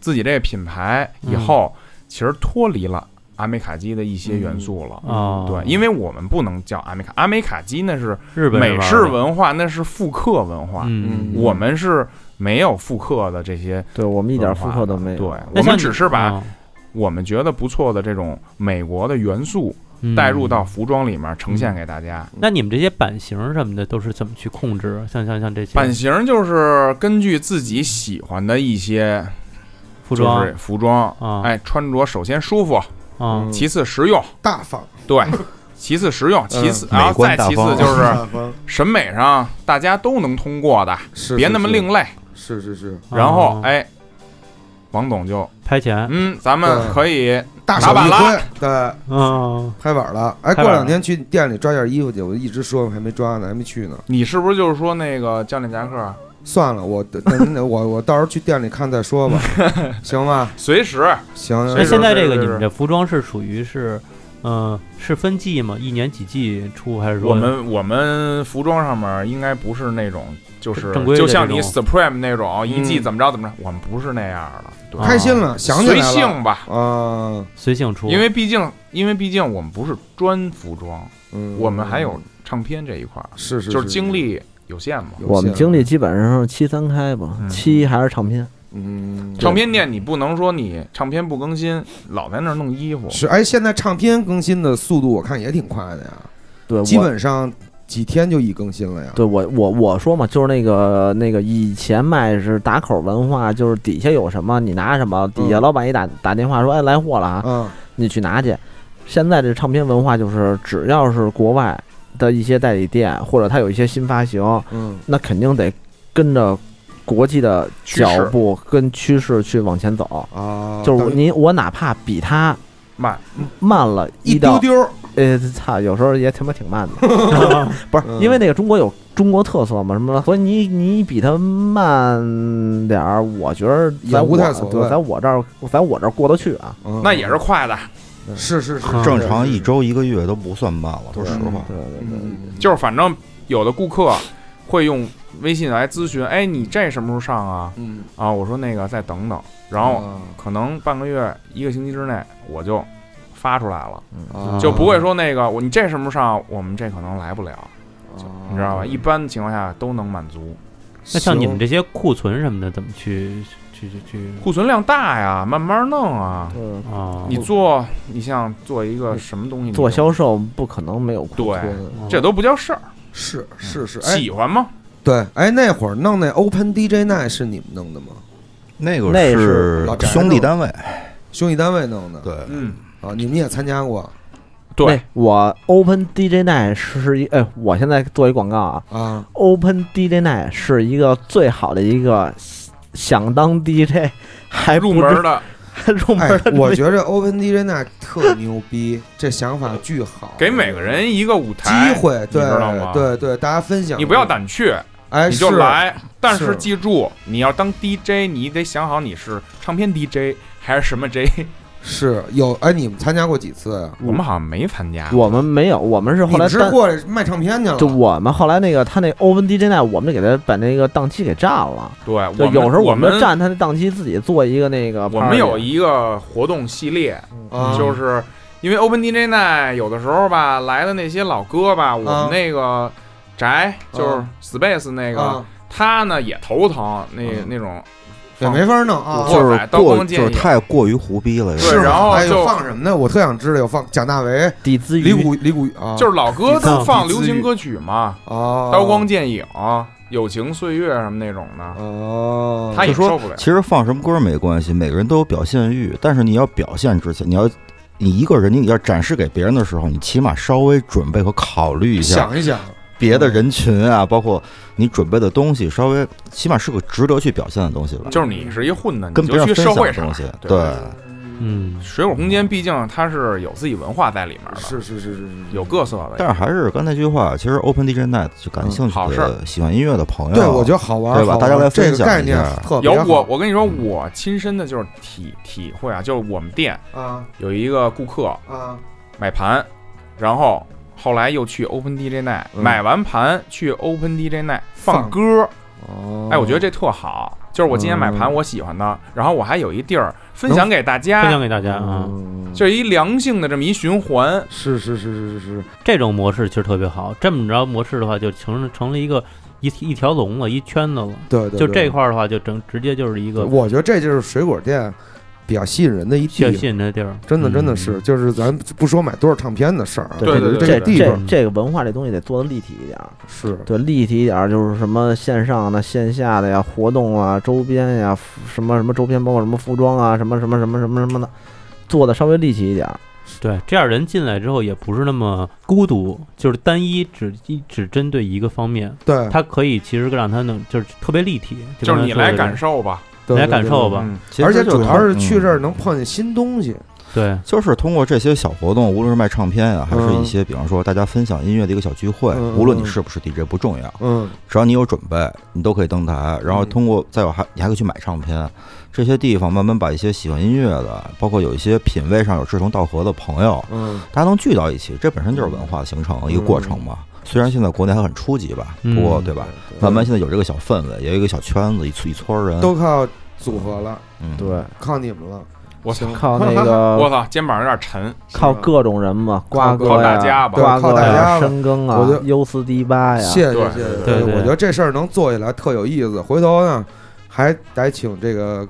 S4: 自己这个品牌以
S1: 嗯
S4: 后，其实脱离了阿美卡基的一些元素了。
S1: 啊，
S4: 对，因为我们不能叫阿美卡，阿美卡基那是
S1: 日本人
S4: 美
S1: 玩
S4: 式
S1: 的，
S4: 文化，那是复刻文化。
S1: 嗯，
S4: 我们是没有复刻的这些，
S3: 对我们一点复刻都没
S4: 对
S3: 有。
S1: 那
S4: 我
S1: 像
S4: 们
S1: 你
S4: 只是把
S1: 啊
S4: 我们觉得不错的这种美国的元素
S1: 嗯
S4: 带入到服装里面呈现给大家。
S1: 那你们这些版型什么的都是怎么去控制？像像像这些
S4: 版型就是根据自己喜欢的一些
S1: 服装
S4: 就是服装，
S1: 啊，
S4: 哎，嗯穿着首先舒服，
S1: 啊，
S4: 其次实用，
S2: 大方，
S4: 对，
S1: 嗯
S4: 其次实用，其次，然
S5: 嗯美
S4: 后再
S5: 观大
S4: 其
S5: 方
S4: 次就是
S2: 大方
S4: 审美上大家都能通过的，
S2: 是
S4: 别那么另，类。
S2: 是是是是，
S4: 然后
S1: 啊
S4: 哎，王总就
S1: 拍钱，
S4: 嗯，咱们
S2: 对
S4: 可以
S2: 大手
S4: 手
S2: 一
S4: 一
S2: 挥
S4: 挥，
S2: 对，
S1: 嗯，
S2: 拍板了。哎，
S1: 拍
S2: 过
S1: 板
S2: 两天去店里抓件衣服去，我一直说还没抓呢，还没去呢。
S4: 你是不是就是说那个教练夹克啊
S2: 算了，我 [LAUGHS] 那那我我到时候去店里看再说
S4: [LAUGHS]
S2: 吧，行吧？
S4: 随时
S2: 行，
S1: 那
S4: 是
S1: 现在
S4: 是
S1: 这个
S4: 是
S1: 你
S4: 是
S1: 们这服装是属于是，嗯，是分季吗？一年几季出还是说
S4: 我们我们服装上面应该不是那种就是
S1: 正规的
S4: 就像你
S1: 这种
S4: Supreme 那种一季
S2: 嗯
S4: 怎么着怎么着，我们不是那样的，对，
S1: 啊
S2: 开心了，想起
S4: 随
S2: 来了
S4: 性吧，
S2: 啊，
S1: 随性出？
S4: 因
S1: [LAUGHS]
S4: 为毕竟因为毕竟我们不是专服装，
S2: 嗯，
S4: 我们还有唱片这一块儿，
S2: 是是
S4: 就是精，力有限嘛。
S2: 有
S3: 我们
S2: 限
S3: 经历基本上是七三开吧，
S4: 嗯
S3: 七还是唱片。
S2: 嗯，
S4: 唱片店你不能说你唱片不更新，老在那儿弄衣服，
S2: 是哎，现在唱片更新的速度我看也挺快的呀，
S3: 对，
S2: 基
S3: 我
S2: 本上几天就一更新了呀。
S3: 对我我我说嘛，就是那个那个以前卖是打口文化，就是底下有什么你拿什么，底下
S2: 嗯
S3: 老板一打打电话说，哎，来货了啊，
S2: 啊，
S3: 你去拿去。现在这唱片文化就是，只要是国外的一些代理店，或者它有一些新发行，
S2: 嗯，
S3: 那肯定得跟着国际的
S4: 趋势
S3: 脚步跟趋势去往前走。
S2: 啊，
S3: 就是
S2: 等
S3: 你我哪怕比它
S4: 慢
S3: 慢了
S2: 一
S3: 到
S2: 丢丢，
S3: 呃，操，有时候也他妈挺慢的，不是
S2: 嗯
S3: 因为那个中国有中国特色嘛，什么的，所以你你比他慢点儿，我觉得在
S2: 也无
S3: 我
S2: 太所谓
S3: 对，在我这儿，在我这儿过得去啊。
S2: 嗯
S4: 那也是快的，
S2: 是是是
S1: 嗯
S5: 正常一，周一个月都不算慢了，说实话。
S2: 是
S3: 对对
S2: 是
S3: 对，
S2: 嗯
S4: 就是反正有的顾客会用微信来咨询，哎，你这什么时候上啊？
S2: 嗯，
S4: 啊，我说那个再等等，然后可能半个月、一个星期之内我就发出来了，
S2: 啊
S4: 就不会说那个我你这什么时候上，我们这可能来不了，
S2: 啊
S4: 你知道吧？一般情况下都能满足，
S1: 那像你们
S2: 这
S1: 这些库存什么的，怎么去去去去
S4: 库存量大呀，慢慢弄啊。
S3: 嗯，
S1: 啊？
S4: 你做，你像做一个什么东西，
S3: 做销
S4: 售，
S3: 售不可能没有库
S4: 对
S3: 存，
S1: 啊
S4: 这都不叫事儿，
S2: 是
S4: 嗯
S2: 是是，哎，
S4: 喜欢吗？
S2: 对，哎，那会儿弄那 Open DJ Night 是你们弄的吗？
S5: 那个
S3: 那
S5: 是
S3: 是
S2: 老宅
S5: 兄弟单位，
S2: 兄弟单位弄的，
S5: 对，
S4: 嗯，
S2: 啊，你们也参加过
S4: 对，
S3: 那哎我 Open DJ Night 是一，哎，我现在做一广告啊
S4: [LAUGHS]
S2: 啊？
S3: ，Open DJ Night 是一个最好的一个想当 DJ 还不
S4: 入
S3: 知 [LAUGHS]
S4: 门的
S3: 入门
S2: 哎
S3: 儿的，
S2: 我觉着 Open DJ 那特牛逼，这想法巨好，
S4: 给每个人一个舞
S2: 机
S4: 台，
S2: 会，对
S4: 你知道吗
S2: 对对，大家分享，
S4: 你不要，胆怯，
S2: 哎，，
S4: 你就是来。但
S2: 是
S4: 是记住，你要当 DJ，你得想好你是唱片 DJ 还是什么 J。
S2: 是有哎，你们参加过几次呀？
S4: 我们好像没参加，
S3: 我们没有，我们是
S2: 你
S3: 后来
S2: 们是
S3: 单
S2: 过来卖唱片去了？
S3: 就我们后来那个他那 Open DJ night，我们就给他把那个档期给占了。
S4: 对，我
S3: 就
S4: 们
S3: 有时候
S4: 我
S3: 们
S4: 们
S3: 就占他的档期，自己做一个那个 party。
S4: 我们有一个活动系列，
S2: 啊
S4: 就是因为 Open DJ Night 有的时候吧，来的那些老哥吧，我
S2: 啊
S4: 们那个宅就是
S2: 啊
S4: Space 那个
S2: 啊，
S4: 他呢也头疼，那
S2: 嗯
S4: 那种
S2: 也
S4: 放
S2: 没法弄啊。
S4: 我
S5: 就是
S4: 买刀
S5: 过
S4: 光
S5: 就
S4: 剑
S5: 是
S4: 影
S5: 太过于胡逼了，
S4: 对
S5: 有
S2: 吗
S5: 点
S4: 然后
S2: 哎有
S4: 就
S2: 放什么呢？我特想知道有放蒋大为、
S3: 底子
S2: 李
S3: 鱼，
S2: 谷、李谷啊，
S4: 就是老
S1: 你
S4: 哥都
S1: 看
S4: 放
S2: 李
S4: 流
S2: 自
S4: 行
S2: 愈
S4: 歌曲嘛，
S2: 哦，
S4: 刀光剑影、友情岁月什么那种的，
S2: 哦，
S4: 他也
S5: 就说
S4: 受不了。
S5: 其实放什么歌没关系，每个人都有表现欲，但是你要表现之前，你要你一个人，你要展示给别人的时候，你起码稍微准备和考虑一下
S2: 想一想，
S5: 别的人群啊，包括你准备的东西，稍微起码是个值得去表现的东西吧，
S4: 就是你是一混的，你
S5: 跟别
S4: 就
S5: 人
S4: 去
S5: 分
S4: 社
S5: 享
S4: 会
S5: 的
S4: 上
S5: 东。西，
S4: 对
S5: 对，
S1: 嗯，
S4: 水果空间毕竟它是有自己文化在里面的，
S2: 是是是是是，
S4: 有各色的。
S5: 但是还是刚才那句话，其实 Open DJ Night 就感兴
S4: 嗯
S5: 趣
S4: 好事
S5: 的、喜欢音乐的朋友，啊
S2: 对，我觉得好玩，
S5: 对吧
S2: 好玩
S5: 大家来分
S2: 这
S5: 享
S2: 个概念
S5: 一下
S2: 特别
S4: 有
S2: 好
S4: 我，我跟你说，我亲身的就是体体会啊，就是我们店
S2: 啊
S4: 有一个顾客
S2: 啊
S4: 买盘，然后后来又去 Open DJ Night，、
S2: 嗯
S4: 买完盘去 Open DJ Night
S2: 放
S4: 放歌，
S2: 哦，
S4: 哎，我觉得这特好。就是我今天买盘，我喜欢的，然后我还有一地儿分享给大
S1: 分享
S4: 家，
S1: 给大家啊。
S2: 嗯
S4: 就是一良性的这么一循环。
S2: 是是是是是是，
S1: 这种模式其实特别好。这么着模式的话，就成成了一个一一条龙了，一圈子了。
S2: 对对，
S1: 就
S2: 对
S1: 这块儿的话，就整直接就是一个
S2: 我觉得这就是水果店比较吸引人的一
S1: 需要
S2: 地
S1: 吸
S2: 方，
S1: 引的地儿。嗯
S2: 真的
S5: 嗯
S2: 真的是，就是咱不说买多少唱片的事儿啊，
S3: 对
S2: 我觉
S4: 对
S2: 得
S4: 对
S2: 这个
S3: 这
S2: 地
S3: 这
S2: 方
S3: 这个文化这东西得做的立体一点儿，
S2: 是
S3: 对，立体一点儿就是什么线上的、线下的呀，活动啊、周边呀，服什么什么周边，包括什么服装啊，什么什么什么什么什么的，做的稍微立体一点儿。
S1: 对，这样人进来之后也不是那么孤独，就是单一只一只针对一个方面，
S2: 对，
S1: 它可以其实让它能就是特别立体。
S4: 就是你来感
S1: 受，
S4: 受吧，
S2: 对
S1: 你来
S2: 对
S1: 感
S2: 对
S1: 受
S2: 对
S1: 吧。
S4: 嗯，
S5: 其实
S2: 而且
S5: 就
S2: 主要是去这儿
S5: 嗯
S2: 能碰见新东西，
S1: 对，
S5: 就是通过这些小活动，无论是卖唱片啊，还是
S2: 嗯
S5: 一些比方说大家分享音乐的一个小聚会，
S2: 嗯
S5: 无论你是不是 DJ 不重要，
S2: 嗯，
S5: 只要你有准备，你都可以登台。然后通过再有还你还可以去买唱片，这些地方慢慢把一些喜欢音乐的，包括有一些品味上有志同道合的朋友，啊
S2: 嗯，
S5: 大家能聚到一起，这本身就是文化的形成一个过程嘛。
S2: 嗯
S5: 虽然现在国内还很初级吧，
S1: 嗯
S5: 不过对吧？
S2: 对
S5: 慢慢现在有这个小氛围，也有一个小圈子，一撮一撮人。
S2: 都靠组合了，
S5: 嗯，
S3: 对，
S2: 靠你们了，
S4: 我操，
S3: 靠那个
S4: 我操，肩膀有点沉。
S3: 靠
S2: 是吧
S3: 各种人嘛，瓜哥
S4: 靠
S3: 呀
S4: 大家吧
S2: 对
S3: 瓜
S2: 靠
S3: 哥
S2: 大
S3: 呀，
S2: 家吧
S3: 深耕
S2: 我
S3: 啊
S2: 就，
S3: 优四 D 八呀，
S2: 谢谢
S4: 对
S2: 谢谢，
S1: 对对
S2: 我觉得这事儿能做起来特有意思。回头呢，还得请这个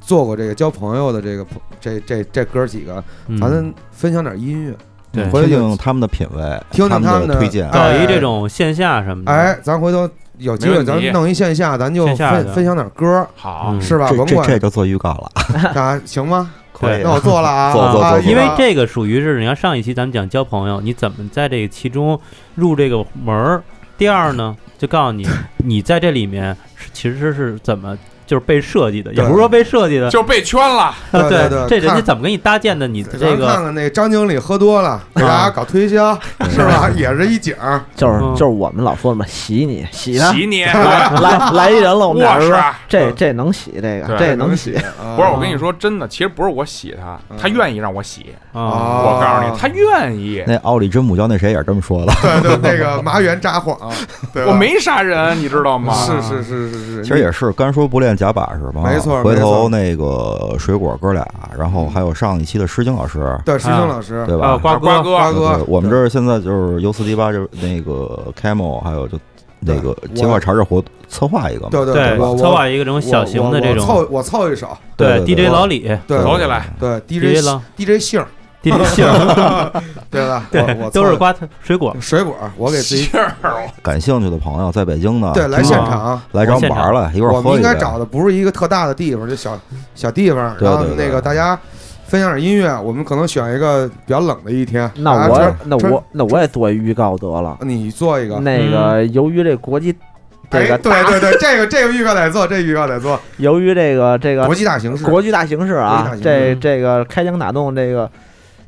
S2: 做过这个交朋友的这个朋这这这哥几个，
S1: 嗯
S2: 咱们分享点音乐，
S1: 对
S2: 回
S5: 嗯听
S2: 头就
S5: 听他们的品味，
S2: 听听
S5: 他
S2: 们
S5: 的推荐，
S1: 搞
S2: 哎
S1: 一这种线下什么的。
S2: 哎，咱回头有机
S4: 没
S2: 会
S4: 问
S2: 咱
S4: 题
S2: 弄一线下，咱就
S1: 线下
S2: 分
S1: 的
S2: 分享点歌，
S4: 好，
S1: 嗯
S2: 是吧？
S5: 这
S2: 甭
S5: 这这
S2: 管
S5: 就做预告
S2: [LAUGHS]
S5: 了，
S2: 啥，行吗？
S1: 可以
S2: 那我做了啊，
S5: 做做
S2: 啊
S5: 做做
S1: 因为。
S2: 一个
S1: 这个属于是，你看上一期咱们讲交朋友，你怎么在这个其中入这个门儿？第二呢，就告诉你，你在这里面是其实是怎么就是被设计的，也
S2: 对
S1: 不是说被设计的， [LAUGHS]
S4: 就被圈了。
S1: 啊
S2: 对对对
S1: 这人家
S2: 看
S1: 怎么给你搭建的？你
S2: 咱
S1: 这
S2: 看
S1: 个
S2: 看那张经理喝多了，给大家搞推销是吧？也是一景儿，
S3: 就是
S1: 嗯
S3: 就是我们老说什么洗你洗他，
S4: 洗你！
S3: 来 [LAUGHS] 来来一人了，我们俩
S4: 我
S3: 人说
S4: 是
S3: 这这能洗这个，
S4: 对
S3: 这
S2: 能
S3: 洗。
S2: 啊
S4: 不是我跟你说真的，其实不是我洗他，他愿意让我洗。
S1: 啊，
S4: 我告诉你，他愿意，
S5: 那奥利真母教那谁也是这么说的。
S2: [LAUGHS] 对对，那个麻原札幌，
S5: 啊
S2: 对吧
S4: 我没杀人，你知道吗？
S2: 是是是是是，
S5: 其实也是干说不练假把式嘛，
S2: 没错
S5: 回
S2: 没错
S5: 头那个水果哥俩，然后还有上一期的诗经老师，
S2: 对石青老师，
S5: 对
S1: 啊
S5: 吧？
S1: 瓜
S4: 瓜
S1: 哥，
S2: 瓜
S5: 呃对
S2: 哥，
S5: 我们这儿现在就是 U 四 D 八，就是那个 Camel，还有就那个
S2: 对
S5: 金话茬这活策划一个嘛，
S2: 对对，我
S1: 策
S2: 我
S1: 划一个这
S2: 我
S1: 种小型的这
S2: 我凑
S1: 种，
S2: 我凑一手，
S5: 对对对
S1: DJ 老李
S2: 对
S4: 走起来，
S2: 对
S1: ，DJ
S2: DJ
S1: 了
S2: DJ 姓儿， [LAUGHS]
S1: ，DJ 姓，
S2: 对吧？我
S1: 对，[LAUGHS] 都
S2: 我凑
S1: 是
S2: 一
S1: 瓜水果，
S2: 水果，我给自己
S4: 信儿，哦
S5: 感兴趣的朋友在北京呢，
S2: 对来
S5: 听
S2: 现
S5: 着
S2: 场。
S5: 来找我们玩儿来，一块
S2: 我
S5: 儿
S2: 们
S5: 喝
S2: 应
S5: 一
S2: 该
S5: 杯。
S2: 找的不是一个特大的地方，就小小地方，
S5: 对
S2: 然后
S5: 对对
S2: 那个大家分享点音乐，我们可能选一个比较冷的一天。啊
S3: 那
S2: 大家
S3: 我
S2: 穿
S3: 那
S2: 穿
S3: 我那我也做一预告得了。
S2: 你做一个，
S3: 那个，由于这国际这个
S2: 哎，对对对，这个这个预告得做，这个预告得做。
S3: 由于这个这个
S2: 国际大形势，
S3: 国际大形势
S2: 国际大
S3: 啊
S2: 形，势
S3: 这这个开疆打洞这个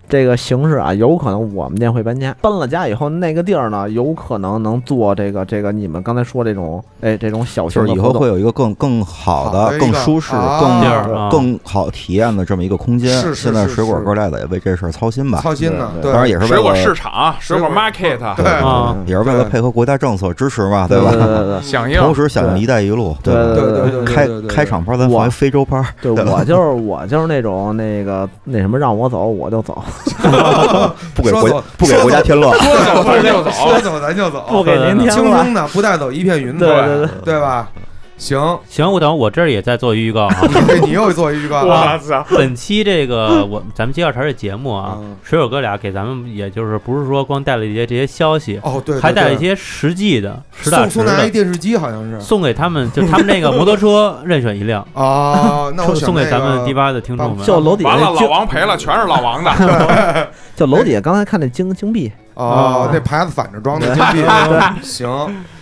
S3: 这个形势啊，有可能我们店会搬家。搬了家以后，那个地儿呢，有可能能做这个这个你们刚才说这种哎这种小型
S5: 就是
S3: 的
S5: 以
S3: 活
S5: 后
S3: 动
S5: 会有一个更更好
S2: 好的
S5: 的、
S2: 一
S5: 更
S2: 个
S5: 舒适、
S2: 啊
S1: 地儿啊
S5: 更更好体验的这么一个空间
S2: 是。是
S5: 现在
S2: 是
S5: 水果
S2: 是
S5: 哥俩也为这事儿操心吧，
S2: 操心呢，
S3: 对
S2: 对，
S5: 当然也是为
S4: 水果
S5: 了
S4: 市场、啊水果 market，
S5: 对
S2: [LAUGHS] 对
S1: [LAUGHS] 啊
S5: 也是为了配合国家政策支持嘛，对
S3: 对对
S5: 吧？
S3: 对
S4: 响应
S5: 同时响应“一带一路”，
S3: 对
S5: 吧？
S2: 对对对对
S5: 开
S2: 对对对
S5: 开场拍咱放一非洲拍儿， [LAUGHS]
S3: 对，我就是我就是那种那个那什么让我走我就走，
S5: 不给
S2: 说
S5: 国家
S2: 走
S5: 不给
S2: 说
S5: 国家
S2: 走
S5: 添乱。
S4: 说走咱就走，
S2: 说走咱就走，
S3: 不 [LAUGHS] 给您
S2: 轻
S3: 听了。
S2: 轻的，不带走一片云
S3: 对
S2: 彩，
S3: 对对，
S2: 对吧？行，
S1: 行，我等我这儿也在做预告啊。
S2: 对你又做预告了，
S4: 我操！
S1: [LAUGHS] 本期这个
S2: [LAUGHS]
S1: 我咱们接二茬儿的节目啊
S2: 嗯，
S1: 水手哥俩给咱们也就是不是说光带了一些这些消息，
S2: 哦对，对
S1: 还带了一
S2: 对
S1: 些实际的、实打
S2: 送
S1: 实
S2: 送大家一
S1: 的，
S2: 电视机，好像是
S1: 送给他们，就他们
S2: [LAUGHS]
S1: 那个摩托车任选一辆，
S2: 哦，那我
S1: 送
S2: 选
S1: 送给
S2: 那
S1: 咱们
S2: 个
S1: 迪吧的听众们。
S3: 就楼底
S4: 完
S3: 下
S4: 了，老
S3: 就
S4: 王赔了，全是老王的。
S3: 就楼底下刚才看那金金币，
S2: 哦
S1: 啊，
S2: 那牌子反着装的金币，行，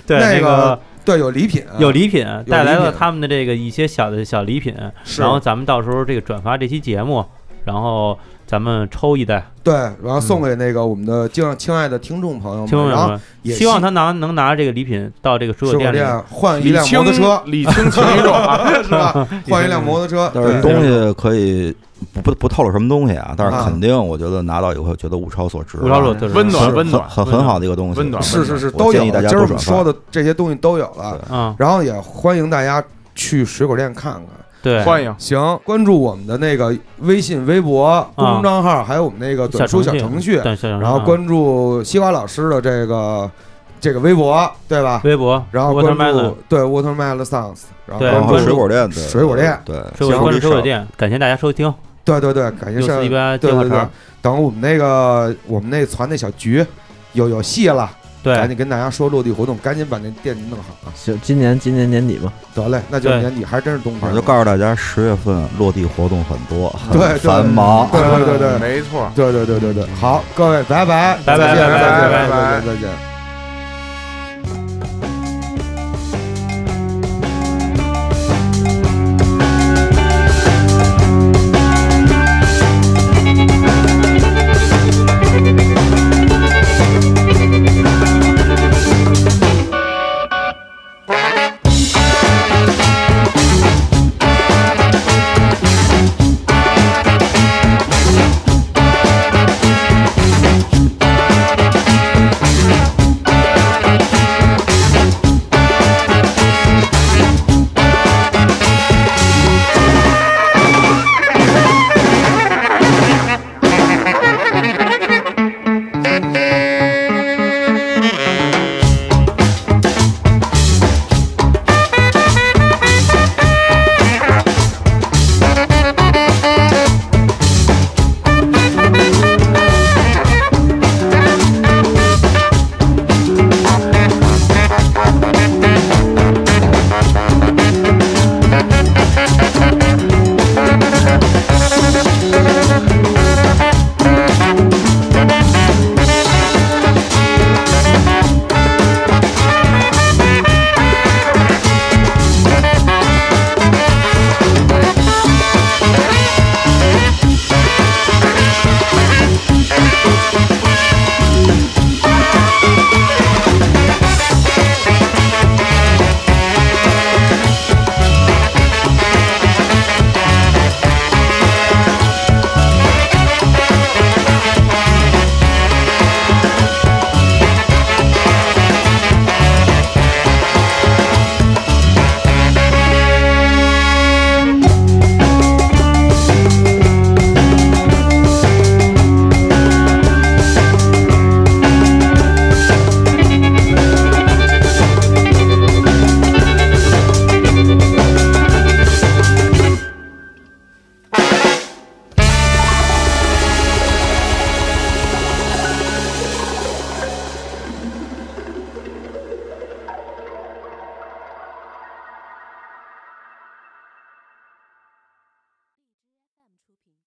S1: 对
S2: 那
S1: 个
S2: 个对，有礼品，啊
S1: 有礼品
S2: 品
S1: 带来了他们的这个一些小的小礼品，
S2: 是
S1: 然后咱们到时候这个转发这期节目，然后咱们抽一袋，
S2: 对，然后送给那个我们的敬亲爱的听众朋友
S1: 听
S2: 们，
S1: 众
S2: 然后
S1: 们，
S2: 也
S1: 希望他拿能拿这个礼品到这个水
S2: 水
S1: 果
S2: 果
S1: 店里。
S2: 店换一
S4: 李
S2: 辆摩
S4: 清
S2: 托车，
S4: 李清情一众啊，
S2: 是吧？换一辆摩托车，
S5: 但
S2: 对
S5: 是东西可以不不不透露什么东西啊，但是
S2: 啊
S5: 肯定我觉得拿到以后觉得物超所值吧，
S1: 物超所值
S4: 温
S5: 是
S4: 暖温暖。
S5: 很很很好的一个东西，
S4: 温暖
S2: 是是是，
S5: 啊我
S2: 都有
S5: 建议
S2: 了。
S5: 大家
S2: 今儿
S5: 多
S2: 我们
S5: 转发
S2: 说的这些东西都有了，
S1: 嗯，
S2: 然后也欢迎大家去水果店看看。
S1: 对，
S4: 欢迎，
S2: 行，关注我们的那个微信、微博、公众账号，还有我们那个短书小程序，
S1: 对，啊小程序
S2: 然后
S1: 嗯
S2: 关注西瓜老师的这个这个微博，对吧？
S1: 微博，
S2: 然后
S1: 沃特
S2: 关
S1: 麦
S2: 注
S1: 的，
S2: 对 Watermelon Sounds，然后
S1: 对
S5: 然后
S2: 关
S5: 啊水
S2: 注
S5: 果店的
S2: 水果店
S5: 对，
S1: 水果
S5: 行
S1: 关注水果
S5: 少
S1: 店，感谢大家收听
S2: 对对对，感谢
S1: 六
S2: 上
S1: 四一八
S2: 对
S1: 电话
S2: 对对
S1: 肠，，
S2: 等我们那个我们那团那小局有有戏了，赶
S1: 对
S2: 紧跟大家说落地活动，赶紧把那店弄好啊！
S3: 行，今年今年年底吧，
S2: 得嘞，那就是
S1: 对
S2: 年底，还真是冬
S5: 反
S2: 天
S5: 正就
S2: 了，
S5: 告诉大家，十月份落地活动很多，很
S2: 对对
S5: 繁忙。
S2: 对对对对
S4: 没错。
S2: 对对对对对，好，各位，拜拜，
S1: 拜拜
S2: 再见
S1: 拜拜
S2: 再见
S1: 拜
S2: 拜
S1: 拜
S2: 拜再见。